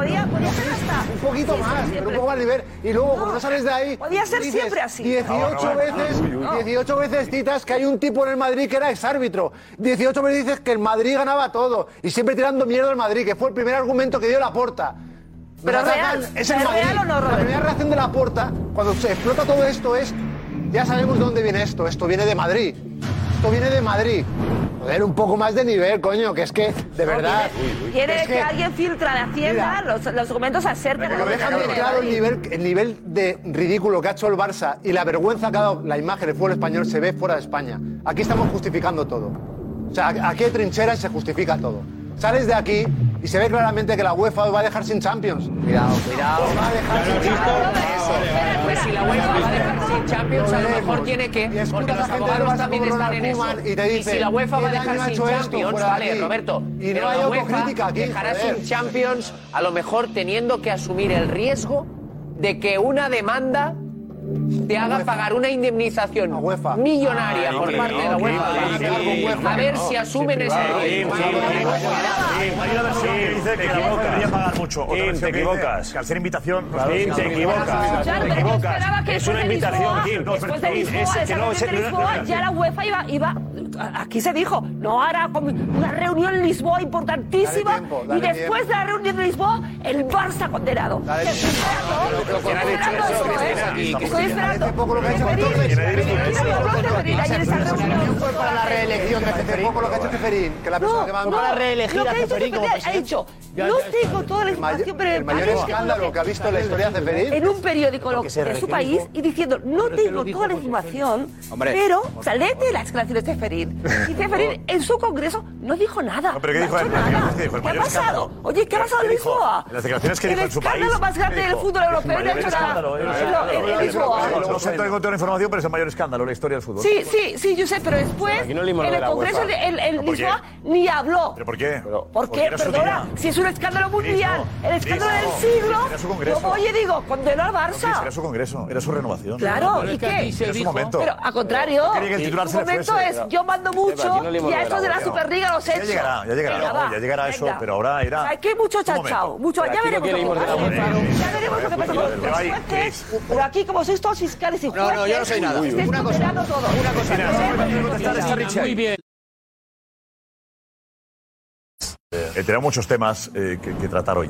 [SPEAKER 18] Un poquito más, pero un poco más nivel. Y luego, como no sales de ahí,
[SPEAKER 14] podía ser
[SPEAKER 18] dices
[SPEAKER 14] siempre así.
[SPEAKER 18] 18
[SPEAKER 14] No, no, no.
[SPEAKER 18] veces,
[SPEAKER 14] Uy, uy.
[SPEAKER 18] 18 veces citas que hay un tipo en el Madrid que era exárbitro. 18 veces dices que el Madrid ganaba todo y siempre tirando mierda al Madrid, que fue el primer argumento que dio la porta.
[SPEAKER 22] Pero
[SPEAKER 18] Nos
[SPEAKER 22] real,
[SPEAKER 18] atacan, es el
[SPEAKER 22] ¿es
[SPEAKER 18] Madrid.
[SPEAKER 22] real o no,
[SPEAKER 18] La
[SPEAKER 22] Robert?
[SPEAKER 18] primera reacción de la puerta, cuando se explota todo esto, es. Ya sabemos de dónde viene esto. Esto viene de Madrid. Esto viene de Madrid. Joder, un poco más de nivel, coño, que es que, de verdad.
[SPEAKER 14] Quiere
[SPEAKER 18] es
[SPEAKER 14] que, alguien filtra la hacienda, los, los documentos se acercan a
[SPEAKER 18] Pero
[SPEAKER 14] los
[SPEAKER 18] deja bien claro el nivel, el nivel de ridículo que ha hecho el Barça y la vergüenza que ha dado la imagen del fútbol español se ve fuera de España. Aquí estamos justificando todo. O sea, aquí hay trincheras y se justifica todo. Sales de aquí y se ve claramente que la UEFA os va a dejar sin Champions. Cuidado, cuidado. Va a dejar sin
[SPEAKER 16] Pues si la UEFA va a dejar sin Champions, a lo mejor tiene que. Porque los abogados también están en eso.
[SPEAKER 18] Y te dicen,
[SPEAKER 16] si la UEFA va a
[SPEAKER 18] "¿Qué daño
[SPEAKER 16] dejar
[SPEAKER 18] ha
[SPEAKER 16] sin
[SPEAKER 18] hecho esto
[SPEAKER 16] Champions,
[SPEAKER 18] por
[SPEAKER 16] vale,
[SPEAKER 18] aquí?".
[SPEAKER 16] Roberto.
[SPEAKER 18] Y no
[SPEAKER 16] pero
[SPEAKER 18] hay
[SPEAKER 16] la UEFA
[SPEAKER 18] autocrítica aquí,
[SPEAKER 16] dejará
[SPEAKER 18] joder.
[SPEAKER 16] sin Champions, a lo mejor teniendo que asumir el riesgo de que una demanda te haga pagar una indemnización millonaria
[SPEAKER 9] Ah,
[SPEAKER 16] por
[SPEAKER 9] que
[SPEAKER 16] parte
[SPEAKER 9] no,
[SPEAKER 16] de la
[SPEAKER 9] que
[SPEAKER 16] UEFA.
[SPEAKER 9] no, que no, que no.
[SPEAKER 16] A ver si asumen ese riesgo.
[SPEAKER 4] Hay una versión que dice que la UEFA debería pagar mucho. Otra versión que dice que al ser invitación...
[SPEAKER 23] Claro,
[SPEAKER 4] Kim,
[SPEAKER 23] sí, sí.
[SPEAKER 14] Claro, pero yo esperaba que
[SPEAKER 4] Es una
[SPEAKER 14] después de
[SPEAKER 4] invitación,
[SPEAKER 14] Lisboa,
[SPEAKER 4] Kim. No,
[SPEAKER 14] Después de
[SPEAKER 4] pero-
[SPEAKER 14] Lisboa,
[SPEAKER 4] es que
[SPEAKER 14] esa
[SPEAKER 4] no,
[SPEAKER 14] reunión
[SPEAKER 4] es-
[SPEAKER 14] de
[SPEAKER 4] no, no,
[SPEAKER 14] Lisboa,
[SPEAKER 4] no, no.
[SPEAKER 14] ya la UEFA iba, iba- Aquí se dijo, no hará como una reunión en Lisboa importantísima.
[SPEAKER 18] Dale tiempo, dale
[SPEAKER 14] y después de la reunión de Lisboa, el Barça condenado. Estoy esperando eso, ¿eh? Estoy esperando.
[SPEAKER 18] fue para la reelección de Ceferín. Poco lo que ha hecho Ceferín, que la persona que va
[SPEAKER 14] No,
[SPEAKER 18] a
[SPEAKER 14] no, lo que ha dicho
[SPEAKER 18] Ceferín como
[SPEAKER 14] Ceferín, ha dicho,
[SPEAKER 18] Ya,
[SPEAKER 14] no
[SPEAKER 18] ya está.
[SPEAKER 14] tengo toda la información, pero
[SPEAKER 18] el mayor
[SPEAKER 14] parece
[SPEAKER 18] escándalo
[SPEAKER 14] lo
[SPEAKER 18] que ha visto en la historia de Ceferín.
[SPEAKER 14] En un periódico lo-
[SPEAKER 18] que se
[SPEAKER 14] de su
[SPEAKER 18] recriminó.
[SPEAKER 14] país y diciendo, no tengo toda la información,
[SPEAKER 21] Hombre,
[SPEAKER 14] pero, o sea, léete las declaraciones de Ceferín. Y Ceferín en su congreso no dijo nada.
[SPEAKER 4] No, pero ¿qué
[SPEAKER 14] no
[SPEAKER 4] dijo
[SPEAKER 14] ha
[SPEAKER 4] él?
[SPEAKER 14] hecho
[SPEAKER 4] Las
[SPEAKER 14] nada.
[SPEAKER 4] declaraciones que dijo, el
[SPEAKER 14] ¿Qué ha
[SPEAKER 4] mayor
[SPEAKER 14] pasado?
[SPEAKER 4] escándalo.
[SPEAKER 14] Oye, ¿qué ha
[SPEAKER 4] ¿Qué
[SPEAKER 14] pasado en
[SPEAKER 4] dijo?
[SPEAKER 14] Lisboa?
[SPEAKER 4] Las declaraciones que
[SPEAKER 14] El
[SPEAKER 4] dijo en su país.
[SPEAKER 14] escándalo más grande
[SPEAKER 4] ¿Qué
[SPEAKER 14] del
[SPEAKER 4] dijo?
[SPEAKER 14] fútbol europeo y no ha
[SPEAKER 4] El
[SPEAKER 14] hecho
[SPEAKER 4] mayor
[SPEAKER 14] nada.
[SPEAKER 4] escándalo, ¿eh? el
[SPEAKER 14] En-
[SPEAKER 4] mayor
[SPEAKER 14] en- en
[SPEAKER 4] escándalo.
[SPEAKER 14] Lisboa.
[SPEAKER 4] No sé, tengo toda la información, pero es el mayor escándalo en la historia del fútbol.
[SPEAKER 14] "Ah, Sí, sí, sí, yo sé, pero después
[SPEAKER 4] Aquí
[SPEAKER 14] en
[SPEAKER 4] no leímos lo de
[SPEAKER 14] el
[SPEAKER 4] la
[SPEAKER 14] Congreso
[SPEAKER 4] UEFA.
[SPEAKER 14] el, el
[SPEAKER 4] No, ¿por qué?
[SPEAKER 14] Lisboa ni habló.
[SPEAKER 4] ¿Pero por qué?
[SPEAKER 14] ¿Por qué?
[SPEAKER 4] era su
[SPEAKER 14] Perdona,
[SPEAKER 4] día.
[SPEAKER 14] si es un escándalo mundial, el escándalo
[SPEAKER 4] Cris,
[SPEAKER 14] del
[SPEAKER 4] no. Era su
[SPEAKER 14] siglo,
[SPEAKER 4] congreso.
[SPEAKER 14] como oye digo, condenó al
[SPEAKER 4] Sí,
[SPEAKER 14] Barça.
[SPEAKER 4] era su congreso, era su renovación.
[SPEAKER 14] Claro,
[SPEAKER 4] Pero
[SPEAKER 14] ¿y
[SPEAKER 4] es que
[SPEAKER 14] qué?
[SPEAKER 4] aquí se Era su dijo- momento.
[SPEAKER 14] Pero al contrario,
[SPEAKER 4] Yo quería que el titular
[SPEAKER 14] su
[SPEAKER 4] se le
[SPEAKER 14] momento
[SPEAKER 4] fuese.
[SPEAKER 14] es yo mando mucho
[SPEAKER 4] aquí no leímos
[SPEAKER 14] y
[SPEAKER 4] lo
[SPEAKER 14] a
[SPEAKER 4] de
[SPEAKER 14] estos
[SPEAKER 4] la
[SPEAKER 14] de la
[SPEAKER 4] UEFA.
[SPEAKER 14] Superliga los he
[SPEAKER 4] Ya
[SPEAKER 14] hecho.
[SPEAKER 4] llegará, ya llegará,
[SPEAKER 14] Venga,
[SPEAKER 4] no,
[SPEAKER 14] va,
[SPEAKER 4] ya llegará eso,
[SPEAKER 14] venga.
[SPEAKER 4] pero ahora era-
[SPEAKER 14] O sea, que mucho chachao, mucho. Ya veremos lo que pasa.
[SPEAKER 8] ¿eh?
[SPEAKER 14] Ya veremos lo que pasa con los jueces. Pero aquí, como sois todos fiscales y jueces,
[SPEAKER 21] no, yo no soy nada.
[SPEAKER 14] estáis
[SPEAKER 21] Una cosa,
[SPEAKER 14] condenando todo. Una cosa,
[SPEAKER 17] Muy bien.
[SPEAKER 4] Eh, tenemos muchos temas eh, que, que tratar hoy.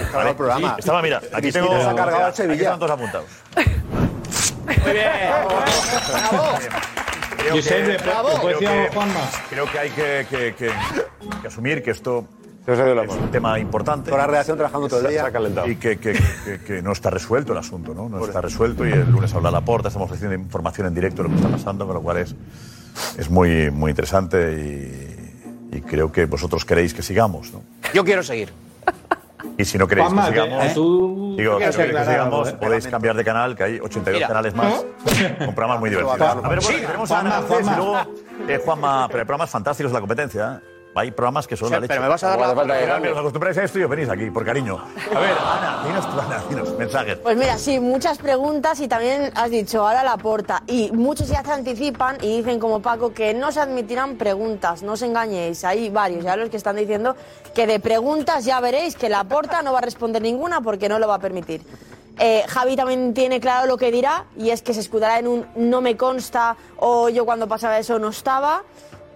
[SPEAKER 4] Estaba
[SPEAKER 18] el programa.
[SPEAKER 4] Estaba, mira, aquí
[SPEAKER 18] Cristina
[SPEAKER 4] tengo.
[SPEAKER 18] se ha cargado a
[SPEAKER 4] aquí
[SPEAKER 18] Sevilla.
[SPEAKER 4] están todos apuntados.
[SPEAKER 24] Muy bien.
[SPEAKER 4] Creo
[SPEAKER 15] Josep, le- le puedes decir algo, Juanma.
[SPEAKER 4] creo que hay que, que- que- que asumir que esto es un tema importante.
[SPEAKER 18] Toda la redacción trabajando todo el
[SPEAKER 4] Se ha-
[SPEAKER 18] día.
[SPEAKER 4] se ha calentado. Y que, que- que- que no está resuelto el asunto, ¿no? No está resuelto y el lunes habla la porta, estamos recibiendo información en directo de lo que está pasando, con lo cual es, es muy, muy interesante y, y creo que vosotros queréis que sigamos, ¿no?
[SPEAKER 21] Yo quiero seguir.
[SPEAKER 4] Y si no queréis
[SPEAKER 15] Juanma,
[SPEAKER 4] que sigamos,
[SPEAKER 15] que ¿eh? tú-
[SPEAKER 4] digo,
[SPEAKER 15] tú
[SPEAKER 4] que no queréis
[SPEAKER 15] quieres
[SPEAKER 4] que
[SPEAKER 15] aclarar algo,
[SPEAKER 4] sigamos,
[SPEAKER 15] ¿eh?
[SPEAKER 4] podéis cambiar de canal, que hay 82
[SPEAKER 15] Mira.
[SPEAKER 4] canales más, con programas muy divertidos. A ver, bueno,
[SPEAKER 15] Sí,
[SPEAKER 4] tenemos a
[SPEAKER 15] Juanma,
[SPEAKER 4] Ana Frances y luego eh, Juanma, pero hay programas fantásticos de la competencia. ¿eh? Hay programas que son
[SPEAKER 21] O sea,
[SPEAKER 4] la leche.
[SPEAKER 21] pero me vas a dar la-
[SPEAKER 4] Pero, pero Os acostumbráis a esto y os venís aquí, por cariño. A ver, Ana, dinos tú, Ana, dinos mensajes.
[SPEAKER 1] Pues mira, sí, muchas preguntas y también has dicho ahora la porta. Y muchos ya se anticipan y dicen como Paco que no se admitirán preguntas, no os engañéis. Hay varios ya los que están diciendo que de preguntas ya veréis que la porta no va a responder ninguna porque no lo va a permitir. Eh, Javi también tiene claro lo que dirá y es que se escudará en un no me consta o yo cuando pasaba eso no estaba.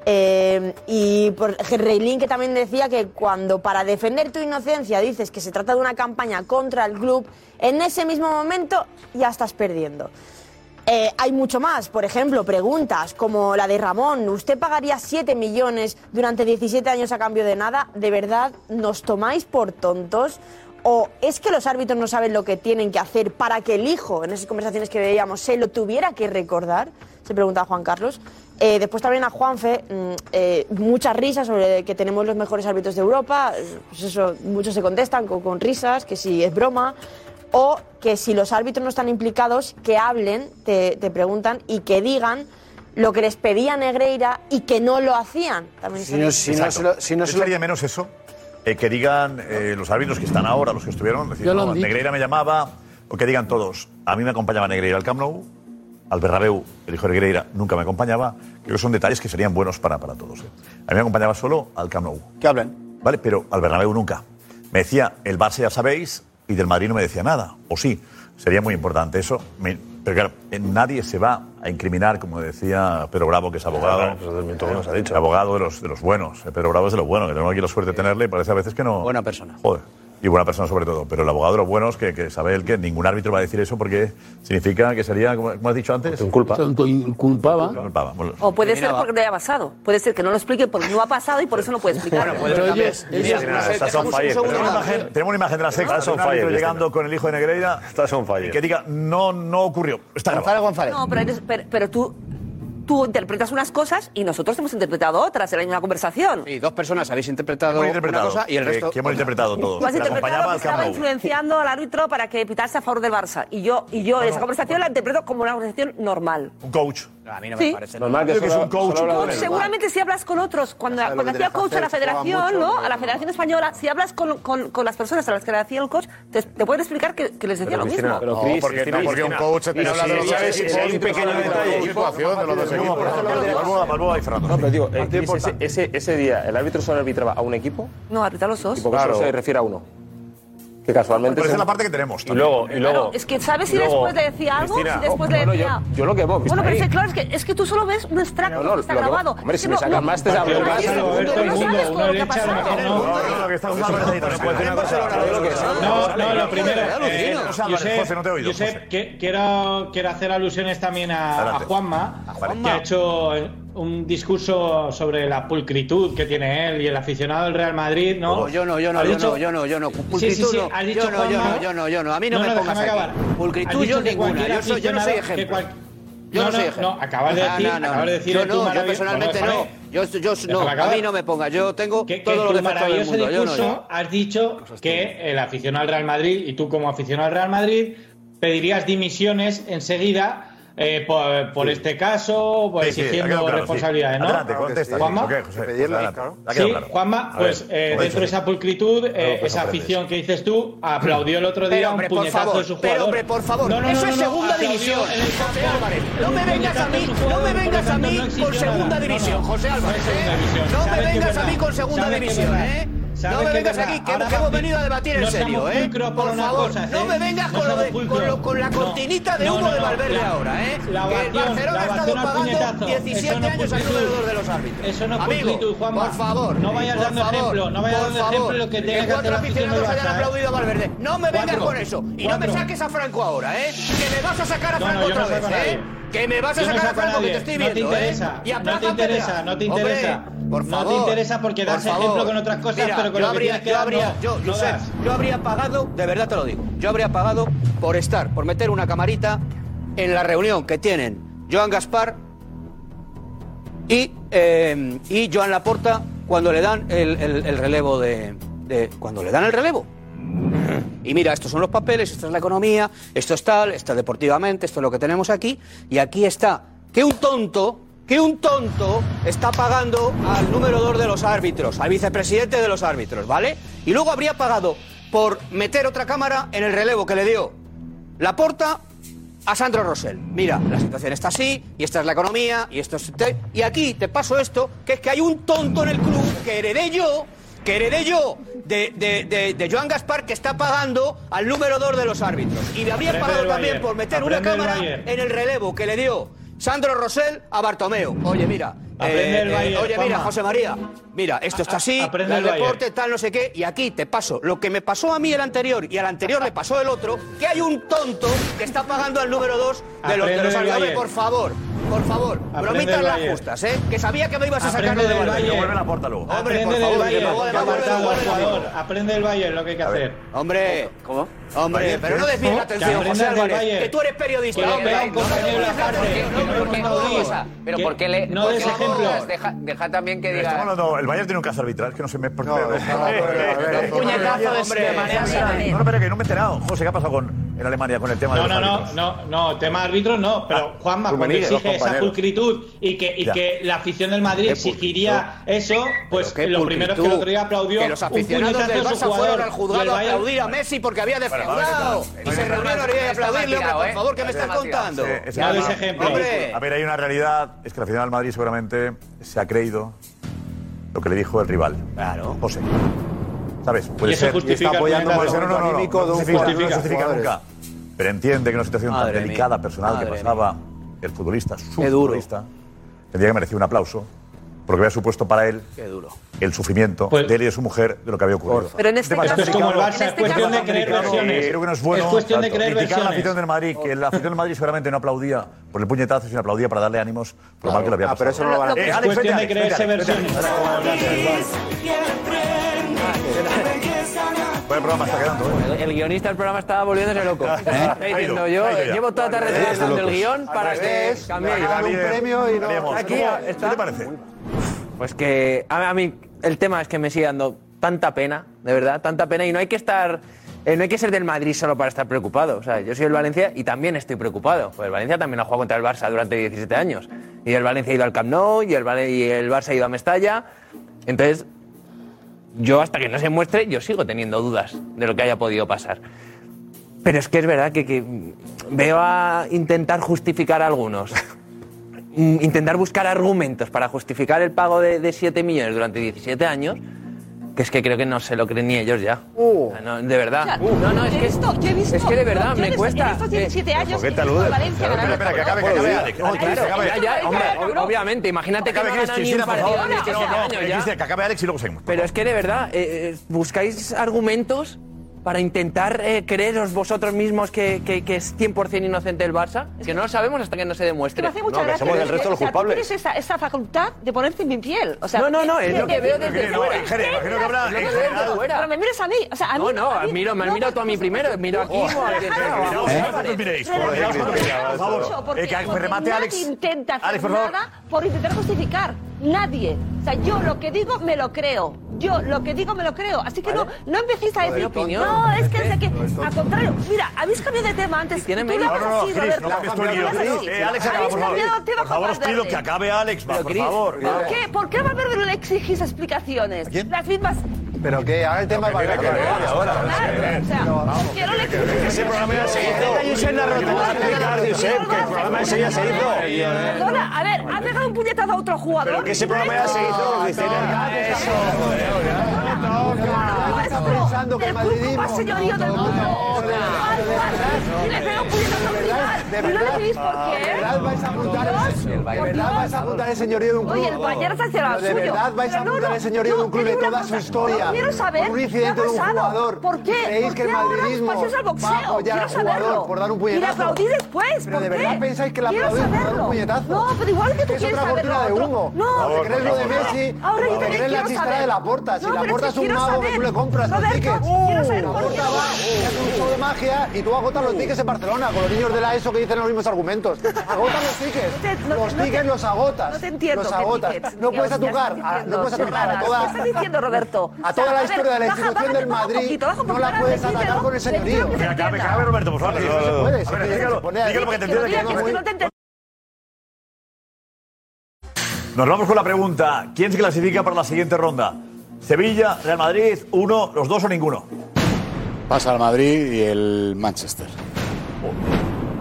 [SPEAKER 1] Eh, y por Reilín que también decía que cuando para defender tu inocencia dices que se trata de una campaña contra el club, en ese mismo momento ya estás perdiendo. Eh, hay mucho más, por ejemplo, preguntas como la de Ramón, ¿usted pagaría 7 millones durante 17 años a cambio de nada? ¿De verdad nos tomáis por tontos? ¿O es que los árbitros no saben lo que tienen que hacer para que el hijo, en esas conversaciones que veíamos, se lo tuviera que recordar? Se pregunta Juan Carlos. Eh, después también a Juanfe, mm, eh, muchas risas sobre que tenemos los mejores árbitros de Europa. eh, Pues eso, muchos se contestan con, con risas, que si es broma. O que si los árbitros no están implicados, que hablen, te, te preguntan, y que digan lo que les pedía Negreira y que no lo hacían. También se-
[SPEAKER 4] Exacto. Yo echaría menos eso, eh, que digan eh, los árbitros que están ahora, los que estuvieron, decir,
[SPEAKER 17] Ya lo han
[SPEAKER 4] no,
[SPEAKER 17] dicho.
[SPEAKER 4] Negreira me llamaba, o que digan todos, a mí me acompañaba Negreira al Camp Nou, al Bernabéu, el hijo de Negreira nunca me acompañaba, creo que son detalles que serían buenos para, para todos. eh. A mí me acompañaba solo al Camp Nou.
[SPEAKER 25] Que hablen.
[SPEAKER 4] Vale, pero al Bernabéu nunca. Me decía, el Barça ya sabéis, y del Madrid no me decía nada. O sí, sería muy importante eso. Me- pero claro, eh, nadie se va a incriminar, como decía Pedro Bravo, que es abogado.
[SPEAKER 23] Claro, pues es todo lo que nos ha
[SPEAKER 4] eh, dicho. Abogado de los, de los buenos. Eh, Pedro Bravo es de los buenos, que tenemos aquí la suerte de tenerle y parece a veces que no... Buena persona. Joder. y buena persona sobre todo. Pero el abogado de los buenos, que, que sabe él que ningún árbitro va a decir eso porque significa que sería, como como has dicho antes, culpa.
[SPEAKER 17] Inculpaba.
[SPEAKER 4] Inculpaba. bueno.
[SPEAKER 14] O puede ser porque no haya pasado. Puede ser que no lo explique porque no ha pasado y por eso no puede explicar.
[SPEAKER 4] Tenemos una imagen- tenemos una imagen de la sexta
[SPEAKER 11] Estás on
[SPEAKER 4] de un árbitro
[SPEAKER 11] fire,
[SPEAKER 4] llegando con el hijo de Negreira
[SPEAKER 11] Estás on fire.
[SPEAKER 4] y que diga no no ocurrió. Está grabado.
[SPEAKER 14] No, pero, eres- pero- pero tú, tú interpretas unas cosas y nosotros hemos interpretado otras en la misma conversación.
[SPEAKER 21] Y dos personas habéis interpretado,
[SPEAKER 4] Hemos interpretado.
[SPEAKER 21] una cosa y el
[SPEAKER 4] Que-
[SPEAKER 21] resto.
[SPEAKER 4] que hemos interpretado todo.
[SPEAKER 14] Tú has
[SPEAKER 4] La
[SPEAKER 14] interpretado
[SPEAKER 4] acompañaba
[SPEAKER 14] que
[SPEAKER 4] al
[SPEAKER 14] estaba
[SPEAKER 4] Camp Nou.
[SPEAKER 14] influenciando al árbitro para que pitase a favor del Barça. Y yo, y yo esa conversación la interpreto como una conversación normal.
[SPEAKER 4] Un coach. A
[SPEAKER 21] mí
[SPEAKER 14] no me Sí. parece
[SPEAKER 4] normal. que es un coach.
[SPEAKER 14] Coach, seguramente si hablas con otros, cuando,
[SPEAKER 4] lo
[SPEAKER 14] cuando
[SPEAKER 4] que
[SPEAKER 14] hacía
[SPEAKER 4] tienes que
[SPEAKER 14] coach a la
[SPEAKER 4] hacer, se
[SPEAKER 14] federación,
[SPEAKER 4] juega mucho,
[SPEAKER 14] ¿no?
[SPEAKER 4] pero
[SPEAKER 14] A la federación española, si hablas con, con- con las personas a las que le hacía el coach, te, te pueden explicar que, que les decía lo mismo.
[SPEAKER 4] No, porque, no, porque un coach te habla de los dos equipos,
[SPEAKER 12] hay un
[SPEAKER 4] te
[SPEAKER 12] pequeño
[SPEAKER 4] habla de la
[SPEAKER 12] detalle.
[SPEAKER 4] situación de los dos equipos. Balboa, Balboa y Fernando.
[SPEAKER 12] No, pero digo, eh, Cris, ese, ese, ese día, ¿el árbitro solo arbitraba a un equipo?
[SPEAKER 14] No, arbitrar los dos.
[SPEAKER 12] ¿Y por qué solo se refiere a uno? Que casualmente.
[SPEAKER 4] Pero esa es la parte que tenemos.
[SPEAKER 12] Y luego, y luego.
[SPEAKER 14] Claro, es que sabes si
[SPEAKER 12] luego-
[SPEAKER 14] después le decía algo,
[SPEAKER 12] Cristina,
[SPEAKER 14] si después le
[SPEAKER 12] no, no,
[SPEAKER 14] decía.
[SPEAKER 12] yo, yo lo que vos.
[SPEAKER 14] Bueno, pero es que, claro, es que, es que tú solo ves un extracto
[SPEAKER 12] No, no,
[SPEAKER 14] que está
[SPEAKER 12] lo que-
[SPEAKER 14] grabado.
[SPEAKER 12] hombre,
[SPEAKER 14] Es
[SPEAKER 12] si
[SPEAKER 14] que
[SPEAKER 12] me
[SPEAKER 14] no-
[SPEAKER 12] sacas
[SPEAKER 14] no-
[SPEAKER 12] más, te sabré.
[SPEAKER 14] no sabes
[SPEAKER 12] Claro,
[SPEAKER 14] todo lo que ha
[SPEAKER 12] esto,
[SPEAKER 14] pasado.
[SPEAKER 12] una leche a lo mejor no.
[SPEAKER 15] No, no, lo primero. eh,
[SPEAKER 4] José Álvarez, José, no te he oído,
[SPEAKER 15] Josep, que- quiero, quiero hacer alusiones también a, a
[SPEAKER 4] Adelante.
[SPEAKER 15] Juanma, que ha hecho eh, un discurso sobre la pulcritud que tiene él y el aficionado del Real Madrid, ¿no?
[SPEAKER 21] No, yo no, yo no,
[SPEAKER 15] Ha
[SPEAKER 21] yo
[SPEAKER 15] dicho-
[SPEAKER 21] no, yo no, yo no. Pulcritud
[SPEAKER 15] Sí, sí, sí,
[SPEAKER 21] no.
[SPEAKER 15] has dicho
[SPEAKER 21] yo no, yo
[SPEAKER 15] Juanma- ¿eh?
[SPEAKER 21] no, yo no, yo no. A mí no, me
[SPEAKER 15] déjame
[SPEAKER 21] pongas aquí.
[SPEAKER 15] acabar. Has
[SPEAKER 21] Pulcritud
[SPEAKER 15] dicho
[SPEAKER 21] yo
[SPEAKER 15] que
[SPEAKER 21] ninguna.
[SPEAKER 15] cualquier
[SPEAKER 21] Yo, soy- yo no soy
[SPEAKER 15] aficionado que
[SPEAKER 21] ejemplo.
[SPEAKER 15] cual-
[SPEAKER 21] Yo no,
[SPEAKER 15] No,
[SPEAKER 21] soy
[SPEAKER 15] no,
[SPEAKER 21] ejemplo.
[SPEAKER 15] no, acabas de
[SPEAKER 21] Ah,
[SPEAKER 15] decir-
[SPEAKER 21] no, no,
[SPEAKER 15] acabas de decir
[SPEAKER 21] Yo
[SPEAKER 15] en tu
[SPEAKER 21] no, yo
[SPEAKER 15] maravilloso-
[SPEAKER 21] personalmente
[SPEAKER 15] Bueno,
[SPEAKER 21] no.
[SPEAKER 15] déjame-
[SPEAKER 21] Yo, yo,
[SPEAKER 15] déjame
[SPEAKER 21] no, a
[SPEAKER 15] acabar.
[SPEAKER 21] mí no me pongas. Yo tengo
[SPEAKER 15] que, que
[SPEAKER 21] todos los
[SPEAKER 15] en tu
[SPEAKER 21] defectos del
[SPEAKER 15] maravilloso
[SPEAKER 21] mundo. Yo no,
[SPEAKER 15] discurso
[SPEAKER 21] yo.
[SPEAKER 15] has dicho que el aficionado al Real Madrid y tú como aficionado al Real Madrid pedirías dimisiones enseguida eh, por, por este caso, por
[SPEAKER 4] Sí, sí, ha
[SPEAKER 15] exigiendo
[SPEAKER 4] quedado claro, sí.
[SPEAKER 15] responsabilidades, ¿no?
[SPEAKER 4] Adelante, contesta.
[SPEAKER 15] Juanma.
[SPEAKER 4] Ok, José,
[SPEAKER 15] Pedirle,
[SPEAKER 4] adelante. Ha
[SPEAKER 15] Sí,
[SPEAKER 4] quedado claro.
[SPEAKER 15] Juanma,
[SPEAKER 4] A
[SPEAKER 15] pues
[SPEAKER 4] ver,
[SPEAKER 15] eh,
[SPEAKER 4] lo he dicho
[SPEAKER 15] dentro de esa pulcritud, eh,
[SPEAKER 4] Algo que
[SPEAKER 15] esa
[SPEAKER 4] sorprendes.
[SPEAKER 15] afición que dices tú aplaudió el otro día
[SPEAKER 4] Pero, hombre,
[SPEAKER 15] un
[SPEAKER 4] por
[SPEAKER 15] puñetazo
[SPEAKER 4] favor,
[SPEAKER 15] de su
[SPEAKER 4] pero,
[SPEAKER 15] jugador.
[SPEAKER 4] hombre, por favor,
[SPEAKER 15] No, no, no,
[SPEAKER 4] eso
[SPEAKER 15] no,
[SPEAKER 4] es
[SPEAKER 15] no,
[SPEAKER 4] segunda
[SPEAKER 15] aplaudió
[SPEAKER 4] división.
[SPEAKER 15] en el campo.
[SPEAKER 16] No me vengas a mí, no me vengas a mí con segunda división, José Álvarez. ¿eh? No me vengas a mí con segunda división, ¿eh? No me vengas aquí, que que hemos venido a debatir en serio, ¿eh? Por favor,
[SPEAKER 15] eh.
[SPEAKER 16] no me vengas con, lo de- con, lo- con la cortinita de humo de Valverde ahora, ¿eh? Que el Barcelona ha estado pagando 17 años al número de los árbitros.
[SPEAKER 15] Eso no es
[SPEAKER 16] Amigo,
[SPEAKER 15] pulcritud, Juanma.
[SPEAKER 16] por favor,
[SPEAKER 15] No vayas
[SPEAKER 16] por
[SPEAKER 15] dando
[SPEAKER 16] favor,
[SPEAKER 15] ejemplo, no vayas
[SPEAKER 16] por
[SPEAKER 15] dando ejemplo
[SPEAKER 16] favor,
[SPEAKER 15] lo que tiene que hacer
[SPEAKER 16] cuatro
[SPEAKER 15] la afición
[SPEAKER 16] aficionados
[SPEAKER 15] del
[SPEAKER 16] hayan
[SPEAKER 15] Barça, ¿eh?
[SPEAKER 16] aplaudido a Valverde. No me vengas
[SPEAKER 15] Cuatro.
[SPEAKER 16] con eso. Y no me
[SPEAKER 15] Cuatro.
[SPEAKER 16] saques a Franco ahora, ¿eh? Que me vas a sacar a
[SPEAKER 15] No, no,
[SPEAKER 16] Franco
[SPEAKER 15] yo no
[SPEAKER 16] otra vez,
[SPEAKER 15] saco a nadie.
[SPEAKER 16] ¿eh? Que me vas a
[SPEAKER 15] Yo no
[SPEAKER 16] sacar a
[SPEAKER 15] saco a
[SPEAKER 16] Franco, que te
[SPEAKER 15] nadie.
[SPEAKER 16] estoy
[SPEAKER 15] No te
[SPEAKER 16] viendo,
[SPEAKER 15] interesa,
[SPEAKER 16] ¿eh? Y
[SPEAKER 15] no te
[SPEAKER 16] aplázate ya.
[SPEAKER 15] interesa, no te
[SPEAKER 16] Hombre,
[SPEAKER 15] interesa.
[SPEAKER 16] por
[SPEAKER 15] No te
[SPEAKER 16] favor,
[SPEAKER 15] interesa porque das
[SPEAKER 16] por favor.
[SPEAKER 15] ejemplo con otras cosas,
[SPEAKER 16] Mira,
[SPEAKER 15] pero
[SPEAKER 16] yo
[SPEAKER 15] con lo que
[SPEAKER 16] habría,
[SPEAKER 15] tienes que
[SPEAKER 16] yo
[SPEAKER 15] dar,
[SPEAKER 16] habría,
[SPEAKER 15] no,
[SPEAKER 16] yo,
[SPEAKER 15] no
[SPEAKER 16] Josep,
[SPEAKER 15] das.
[SPEAKER 21] Yo habría pagado, de verdad te lo digo, yo habría pagado por estar, por meter una camarita en la reunión que tienen Joan Gaspar y, eh, y Joan Laporta cuando le dan el, el- el relevo de, de- Cuando le dan el relevo. Y mira, estos son los papeles, esto es la economía, esto es tal, esto es deportivamente, esto es lo que tenemos aquí. Y aquí está que un tonto, que un tonto está pagando al número dos de los árbitros, al vicepresidente de los árbitros, ¿vale? Y luego habría pagado por meter otra cámara en el relevo que le dio la porta a Sandro Rosell. Mira, la situación está así, y esta es la economía, y esto es... te- Y aquí te paso esto, que es que hay un tonto en el club que heredé yo, que heredé yo de, de, de, de Joan Gaspar, que está pagando al número 2 de los árbitros. Y le habría
[SPEAKER 16] Aprende
[SPEAKER 21] pagado
[SPEAKER 16] del
[SPEAKER 21] también
[SPEAKER 16] Bayern,
[SPEAKER 21] por meter una
[SPEAKER 16] aprende del
[SPEAKER 21] cámara
[SPEAKER 16] Bayern.
[SPEAKER 21] en el relevo que le dio Sandro Rosell a Bartomeu. Oye, mira... eh,
[SPEAKER 16] Aprende del Bayern,
[SPEAKER 21] oye, mira,
[SPEAKER 16] Juanma.
[SPEAKER 21] José María, mira, esto está así,
[SPEAKER 16] aprende
[SPEAKER 21] el
[SPEAKER 16] del Bayern.
[SPEAKER 21] deporte, tal, no sé qué, y aquí te paso lo que me pasó a mí el anterior y al anterior le pasó el otro, que hay un tonto que está pagando al número dos de los, de
[SPEAKER 16] Aprende del
[SPEAKER 21] los árbitros. Hombre,
[SPEAKER 16] Bayern.
[SPEAKER 21] por favor, por favor,
[SPEAKER 16] Aprende
[SPEAKER 21] bromitas
[SPEAKER 16] del
[SPEAKER 21] las
[SPEAKER 16] Bayern.
[SPEAKER 21] justas, ¿eh? Que sabía que me ibas a sacar
[SPEAKER 15] Aprende
[SPEAKER 21] lo de
[SPEAKER 15] del
[SPEAKER 21] Valverde.
[SPEAKER 15] Bayern.
[SPEAKER 4] Vuelve la puerta luego.
[SPEAKER 21] Hombre, por
[SPEAKER 15] Aprende del
[SPEAKER 21] favor, que
[SPEAKER 15] Bayern,
[SPEAKER 21] luego de
[SPEAKER 15] que ha
[SPEAKER 21] Valverde
[SPEAKER 15] apartado al
[SPEAKER 21] vuelve la
[SPEAKER 15] jugador.
[SPEAKER 21] bola.
[SPEAKER 15] Aprende del Bayern lo que hay que hacer.
[SPEAKER 21] Hombre, ¿cómo? Hombre, pero no desvíes la
[SPEAKER 15] Que
[SPEAKER 21] atención,
[SPEAKER 15] aprenda
[SPEAKER 21] José
[SPEAKER 15] del
[SPEAKER 21] Álvarez,
[SPEAKER 15] Bayern.
[SPEAKER 21] que tú eres periodista.
[SPEAKER 15] Que le
[SPEAKER 21] hombre,
[SPEAKER 15] pega un
[SPEAKER 21] no desvíes
[SPEAKER 15] compañero en la
[SPEAKER 21] la
[SPEAKER 15] cara.
[SPEAKER 21] atención.
[SPEAKER 15] Que no,
[SPEAKER 16] Porque,
[SPEAKER 15] no,
[SPEAKER 16] una
[SPEAKER 15] no.
[SPEAKER 16] cosa, pero
[SPEAKER 15] Que
[SPEAKER 16] ¿por qué le.?
[SPEAKER 15] no
[SPEAKER 16] por qué
[SPEAKER 15] des
[SPEAKER 16] le
[SPEAKER 15] ejemplo.
[SPEAKER 16] juzgas? Deja, deja también que
[SPEAKER 4] Estamos
[SPEAKER 16] diga.
[SPEAKER 4] hablando, el Bayern tiene un caso arbitral que no sé me por qué.
[SPEAKER 16] puñetazo de-
[SPEAKER 4] Hombre,
[SPEAKER 16] de manera
[SPEAKER 4] No, no, pero que no me he enterado. José, ¿qué ha pasado con, en Alemania con el tema de
[SPEAKER 15] No,
[SPEAKER 4] los
[SPEAKER 15] no,
[SPEAKER 4] árbitros?
[SPEAKER 15] no, no, no, tema árbitros no,
[SPEAKER 21] Ah,
[SPEAKER 15] pero Juanma, cuando
[SPEAKER 4] Pulmonía,
[SPEAKER 15] exige
[SPEAKER 4] los
[SPEAKER 15] esa
[SPEAKER 4] compañeros.
[SPEAKER 15] pulcritud y que, y
[SPEAKER 4] Ya.
[SPEAKER 15] que la afición del Madrid
[SPEAKER 4] Qué
[SPEAKER 15] exigiría eso, pues
[SPEAKER 21] Qué
[SPEAKER 15] lo primero es que el
[SPEAKER 21] pulcritud.
[SPEAKER 15] otro día aplaudió
[SPEAKER 21] Que los aficionados
[SPEAKER 15] un
[SPEAKER 21] del
[SPEAKER 15] puñetazo a su
[SPEAKER 21] Barça
[SPEAKER 15] jugador
[SPEAKER 21] fueron al
[SPEAKER 15] y el
[SPEAKER 21] juzgado a
[SPEAKER 15] Bayern-
[SPEAKER 21] aplaudir a Messi porque había defraudado. Y se reunieron y aplaudirle, hombre, por favor, ¿qué me estás contando?
[SPEAKER 4] Sí, es que-
[SPEAKER 21] Hombre.
[SPEAKER 4] A ver, hay una realidad. Es que la final del Madrid seguramente se ha creído lo que le dijo el rival. Claro. José. ¿Sabes? Puede
[SPEAKER 11] Y eso
[SPEAKER 4] ser.
[SPEAKER 11] justifica
[SPEAKER 4] está apoyando
[SPEAKER 11] el
[SPEAKER 4] puede ser, no, no, no, no,
[SPEAKER 11] anímico
[SPEAKER 4] no
[SPEAKER 11] de un
[SPEAKER 4] justifica, no
[SPEAKER 11] jugador.
[SPEAKER 4] lo justifica nunca. Pero entiende que una situación
[SPEAKER 11] Madre
[SPEAKER 4] tan
[SPEAKER 11] mía.
[SPEAKER 4] delicada, personal, que
[SPEAKER 11] Madre
[SPEAKER 4] pasaba el futbolista, su futbolista, tendría que merecer un aplauso, porque había supuesto para él
[SPEAKER 21] Qué duro.
[SPEAKER 4] el sufrimiento de él y de su mujer de lo que había ocurrido.
[SPEAKER 11] Pero en este
[SPEAKER 4] Demasiado
[SPEAKER 11] caso- Pues Esto es como el Barça,
[SPEAKER 4] criticado.
[SPEAKER 11] es cuestión de
[SPEAKER 4] Demasiado
[SPEAKER 11] creer
[SPEAKER 4] criticado.
[SPEAKER 11] versiones.
[SPEAKER 4] Creo que no es bueno
[SPEAKER 11] Es cuestión de
[SPEAKER 4] tanto.
[SPEAKER 11] creer
[SPEAKER 4] criticar a la
[SPEAKER 11] versiones.
[SPEAKER 4] afición del Madrid, que la afición del Madrid seguramente no aplaudía por el puñetazo, sino aplaudía para darle ánimos por lo mal que lo había
[SPEAKER 26] Ah, pero
[SPEAKER 4] pasado.
[SPEAKER 26] eso no lo van a-
[SPEAKER 4] Eh,
[SPEAKER 26] Es
[SPEAKER 4] Alex, vete,
[SPEAKER 26] cuestión de
[SPEAKER 4] Alex,
[SPEAKER 26] creerse
[SPEAKER 4] vete, Alex, vete, Alex. Buen programa está quedando.
[SPEAKER 6] El, el guionista del programa estaba volviéndose loco. Está diciendo yo,
[SPEAKER 4] ha ido ya.
[SPEAKER 6] llevo toda la tarde
[SPEAKER 4] Eh,
[SPEAKER 6] trabajando
[SPEAKER 4] locos.
[SPEAKER 6] el guión
[SPEAKER 4] Al
[SPEAKER 6] para que
[SPEAKER 4] revés,
[SPEAKER 6] cambie.
[SPEAKER 4] la- la- la- Haríamos.
[SPEAKER 6] Aquí
[SPEAKER 4] ¿Cómo-
[SPEAKER 6] está.
[SPEAKER 4] ¿Qué te parece?
[SPEAKER 6] Pues que a, a mí el tema es que me sigue dando tanta pena, de verdad, tanta pena. Y no hay que estar. eh, no hay que ser del Madrid solo para estar preocupado. O sea, yo soy el Valencia y también estoy preocupado. Pues el Valencia también ha jugado contra el Barça durante 17 años. Y el Valencia ha ido al Camp Nou y el, Vale- y el Barça ha ido a Mestalla. Entonces, yo hasta que no se muestre, yo sigo teniendo dudas de lo que haya podido pasar. Pero es que es verdad que, que veo a intentar justificar a algunos, mm, intentar buscar argumentos para justificar el pago de, de 7 millones durante 17 años, que es que creo que no se lo creen ni ellos ya. O sea, no, de
[SPEAKER 14] O sea,
[SPEAKER 6] verdad. no, no, es
[SPEAKER 14] yo he
[SPEAKER 6] que,
[SPEAKER 14] visto, yo he visto.
[SPEAKER 6] es que de verdad
[SPEAKER 14] yo
[SPEAKER 6] me
[SPEAKER 14] en es-
[SPEAKER 6] cuesta.
[SPEAKER 14] En estos 17 años
[SPEAKER 6] Eh, ¿por qué
[SPEAKER 14] he
[SPEAKER 6] te
[SPEAKER 14] visto
[SPEAKER 6] aludes?
[SPEAKER 14] a Valencia
[SPEAKER 6] Espera,
[SPEAKER 14] ganar.
[SPEAKER 6] espera, que acabe, que acabe, Alex. No, ya, ya, hombre, ob- obviamente, imagínate que no ganan ni un
[SPEAKER 4] Cristina, por
[SPEAKER 6] partido
[SPEAKER 4] favor.
[SPEAKER 6] en 17
[SPEAKER 4] No, no,
[SPEAKER 6] años ya.
[SPEAKER 4] Cristina, que acabe Alex y luego seguimos.
[SPEAKER 6] Pero es que de verdad, eh, eh, buscáis argumentos para intentar eh, creeros vosotros mismos que, que- que es 100% inocente el Barça, que no lo sabemos hasta que no se demuestre.
[SPEAKER 14] Me hace mucha gracia. porque, o sea, tú Tienes esa, esa facultad de ponerte en mi piel. O sea,
[SPEAKER 6] No, no, no, es
[SPEAKER 14] de-
[SPEAKER 6] lo que
[SPEAKER 14] de-
[SPEAKER 6] veo
[SPEAKER 14] de-
[SPEAKER 6] desde
[SPEAKER 14] de-
[SPEAKER 6] fuera.
[SPEAKER 14] de-
[SPEAKER 6] En general,
[SPEAKER 14] de-
[SPEAKER 6] imagino que habrá
[SPEAKER 14] de-
[SPEAKER 6] en
[SPEAKER 14] de- de-
[SPEAKER 6] general.
[SPEAKER 14] Pero me miras a mí. O sea, a mí.
[SPEAKER 6] No, no,
[SPEAKER 14] a mí-
[SPEAKER 6] miro, me has mirado tú a mí primero, miro aquí. o a-
[SPEAKER 4] miréis,
[SPEAKER 14] Pero
[SPEAKER 4] por
[SPEAKER 14] me
[SPEAKER 4] Dios,
[SPEAKER 14] gusta
[SPEAKER 4] por
[SPEAKER 14] mucho,
[SPEAKER 4] favor.
[SPEAKER 14] porque-
[SPEAKER 4] Eh, que
[SPEAKER 14] porque
[SPEAKER 4] remate,
[SPEAKER 14] nadie
[SPEAKER 4] Alex.
[SPEAKER 14] intenta hacer
[SPEAKER 4] Alex, por favor.
[SPEAKER 14] nada por intentar justificar. Nadie. O sea, yo lo que digo me lo creo. Yo lo que digo me lo creo. Así que no, no empecéis a
[SPEAKER 6] Joder,
[SPEAKER 14] decir.
[SPEAKER 6] opinión.
[SPEAKER 14] No, es que
[SPEAKER 6] Pepe,
[SPEAKER 14] desde que. Al contrario, mira, habéis cambiado de tema antes.
[SPEAKER 6] tiene
[SPEAKER 14] Tú
[SPEAKER 6] mérito.
[SPEAKER 14] lo
[SPEAKER 4] No, no,
[SPEAKER 14] haces
[SPEAKER 4] no,
[SPEAKER 14] así,
[SPEAKER 4] Cris,
[SPEAKER 14] Roberto,
[SPEAKER 4] no cambies tú
[SPEAKER 14] tú
[SPEAKER 4] el
[SPEAKER 14] lo
[SPEAKER 4] guión.
[SPEAKER 14] haces así.
[SPEAKER 4] Eh, Alex, acaba,
[SPEAKER 14] Habéis
[SPEAKER 4] por favor.
[SPEAKER 14] cambiado el tema
[SPEAKER 4] Por favor, os
[SPEAKER 14] cobarde.
[SPEAKER 4] pido que acabe Alex, va,
[SPEAKER 14] Pero,
[SPEAKER 4] por
[SPEAKER 14] Cris,
[SPEAKER 4] favor.
[SPEAKER 14] ¿Por qué? ¿Por qué a Valverde le exigís explicaciones? Las mismas.
[SPEAKER 9] Pero que ahora el tema es Valverde.
[SPEAKER 14] O sea, que no le exigís.
[SPEAKER 9] Ese programa ya se hizo.
[SPEAKER 14] que el programa ese ya se hizo. Perdona, a ver, ha pegado un puñetazo a otro jugador.
[SPEAKER 9] Pero que ese programa ya se hizo, Cristina.
[SPEAKER 14] Eso. Está pensando que el madridismo. más señorío del mundo. Al Barça. Y le pega un puñetazo al rival. ¿Y no le pedís por qué?
[SPEAKER 18] Ah, ¿De verdad vais a apuntar el- de verdad vais a apuntar el señorío de un club?
[SPEAKER 14] Oye, el Bayern se hace lo
[SPEAKER 18] Pero ¿De
[SPEAKER 14] suyo.
[SPEAKER 18] verdad vais a
[SPEAKER 14] Pero no,
[SPEAKER 18] apuntar
[SPEAKER 14] no,
[SPEAKER 18] el señorío de un club de toda su historia?
[SPEAKER 14] Yo quiero saber
[SPEAKER 18] Por un
[SPEAKER 14] qué ha
[SPEAKER 18] incidente de un
[SPEAKER 14] pasado.
[SPEAKER 18] jugador.
[SPEAKER 14] ¿Por qué?
[SPEAKER 18] ¿Creéis
[SPEAKER 14] ¿Por
[SPEAKER 18] que el
[SPEAKER 14] qué ahora los
[SPEAKER 18] madridismo
[SPEAKER 14] pases al boxeo?
[SPEAKER 18] va a apoyar
[SPEAKER 14] Quiero
[SPEAKER 18] al jugador
[SPEAKER 14] saberlo.
[SPEAKER 18] por dar un
[SPEAKER 14] Y
[SPEAKER 18] puñetazo?
[SPEAKER 14] le aplaudí después,
[SPEAKER 18] ¿Pero
[SPEAKER 14] ¿por
[SPEAKER 18] de
[SPEAKER 14] qué?
[SPEAKER 18] verdad pensáis que le
[SPEAKER 14] Quiero
[SPEAKER 18] aplaudís por dar
[SPEAKER 14] saberlo.
[SPEAKER 18] un puñetazo?
[SPEAKER 14] No, pero igual que tú
[SPEAKER 18] es
[SPEAKER 14] quieres
[SPEAKER 18] otra
[SPEAKER 14] saber
[SPEAKER 18] forma
[SPEAKER 14] lo
[SPEAKER 18] de
[SPEAKER 14] otro.
[SPEAKER 18] humo.
[SPEAKER 14] No,
[SPEAKER 18] Porque crees lo de
[SPEAKER 14] Ahora yo
[SPEAKER 18] Messi,
[SPEAKER 14] también
[SPEAKER 18] porque crees la
[SPEAKER 14] quiero
[SPEAKER 18] chistra
[SPEAKER 14] saber.
[SPEAKER 18] de la porta. Si
[SPEAKER 14] No,
[SPEAKER 18] la
[SPEAKER 14] pero
[SPEAKER 18] porta
[SPEAKER 14] es
[SPEAKER 18] es
[SPEAKER 14] que
[SPEAKER 18] un
[SPEAKER 14] quiero
[SPEAKER 18] mago que ¡uh! tú
[SPEAKER 14] saber.
[SPEAKER 18] le compras los
[SPEAKER 14] Roberto,
[SPEAKER 18] tickets.
[SPEAKER 14] quiero saber
[SPEAKER 18] La
[SPEAKER 14] por
[SPEAKER 18] porta
[SPEAKER 14] qué.
[SPEAKER 18] va, y hace un show de magia y tú agotas los tickets en Barcelona con los niños de la ESO que dicen los mismos argumentos. Agotas los tickets. Los tickets los agotas.
[SPEAKER 14] No te entiendo.
[SPEAKER 18] Los
[SPEAKER 14] ¿qué
[SPEAKER 18] agotas.
[SPEAKER 14] tickets?
[SPEAKER 18] No puedes
[SPEAKER 14] Ya estás
[SPEAKER 18] atucar. a-
[SPEAKER 14] diciendo
[SPEAKER 18] No puedes atucar a
[SPEAKER 14] chorradas.
[SPEAKER 18] toda.
[SPEAKER 14] ¿Qué estás diciendo, Roberto?
[SPEAKER 18] A toda la
[SPEAKER 14] ver,
[SPEAKER 18] historia de la
[SPEAKER 14] baja,
[SPEAKER 18] institución
[SPEAKER 14] bájate
[SPEAKER 18] del
[SPEAKER 14] un poco,
[SPEAKER 18] Madrid
[SPEAKER 14] poquito, baja un
[SPEAKER 18] no
[SPEAKER 14] poco
[SPEAKER 18] la
[SPEAKER 14] para
[SPEAKER 18] puedes
[SPEAKER 14] decirlo,
[SPEAKER 18] atacar con el
[SPEAKER 14] pero yo
[SPEAKER 18] señorío.
[SPEAKER 14] creo que
[SPEAKER 4] Que acabe, que
[SPEAKER 14] entienda.
[SPEAKER 4] acabe, Roberto, por favor.
[SPEAKER 18] No, no, no.
[SPEAKER 4] A ver,
[SPEAKER 18] Es que no se
[SPEAKER 4] explícalo,
[SPEAKER 18] puede.
[SPEAKER 4] dígalo porque te
[SPEAKER 14] Que lo
[SPEAKER 4] entiendes,
[SPEAKER 14] diga,
[SPEAKER 4] que no
[SPEAKER 14] que es que
[SPEAKER 4] me-
[SPEAKER 14] no te entiendo.
[SPEAKER 4] Nos vamos con la pregunta. ¿Quién se clasifica para la siguiente ronda? Sevilla, Real Madrid, uno, los dos o ninguno.
[SPEAKER 8] Pasa el Madrid y el Manchester.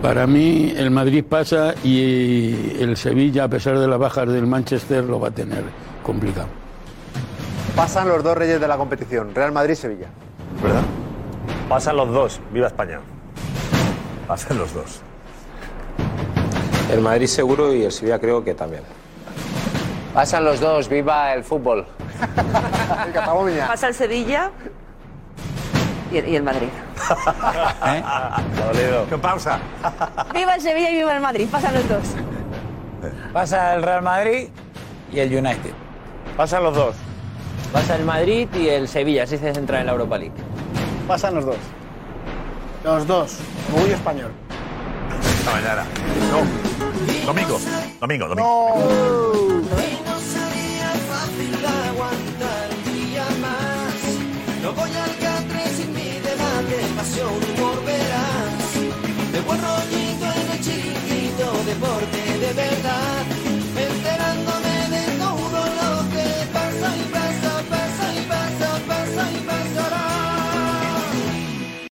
[SPEAKER 17] Para mí el Madrid pasa y el Sevilla, a pesar de las bajas del Manchester, lo va a tener complicado.
[SPEAKER 26] Pasan los dos reyes de la competición, Real Madrid y Sevilla.
[SPEAKER 4] ¿Verdad? Pasan los dos. Viva España. Pasan los dos.
[SPEAKER 12] El Madrid seguro y el Sevilla creo que también.
[SPEAKER 16] Pasan los dos, viva el fútbol.
[SPEAKER 11] Pasa el Sevilla y el, y el Madrid.
[SPEAKER 26] ¿Eh?
[SPEAKER 4] Con pausa.
[SPEAKER 1] Viva el Sevilla y viva el Madrid, pasan los dos.
[SPEAKER 27] Pasa el Real Madrid y el United.
[SPEAKER 16] Pasan los dos. Pasa el Madrid y el Sevilla, así se centra en la Europa League.
[SPEAKER 9] Pasan los dos. Los dos. Orgullo español.
[SPEAKER 4] Esta mañana. No. Domingo. Domingo, domingo.
[SPEAKER 9] No.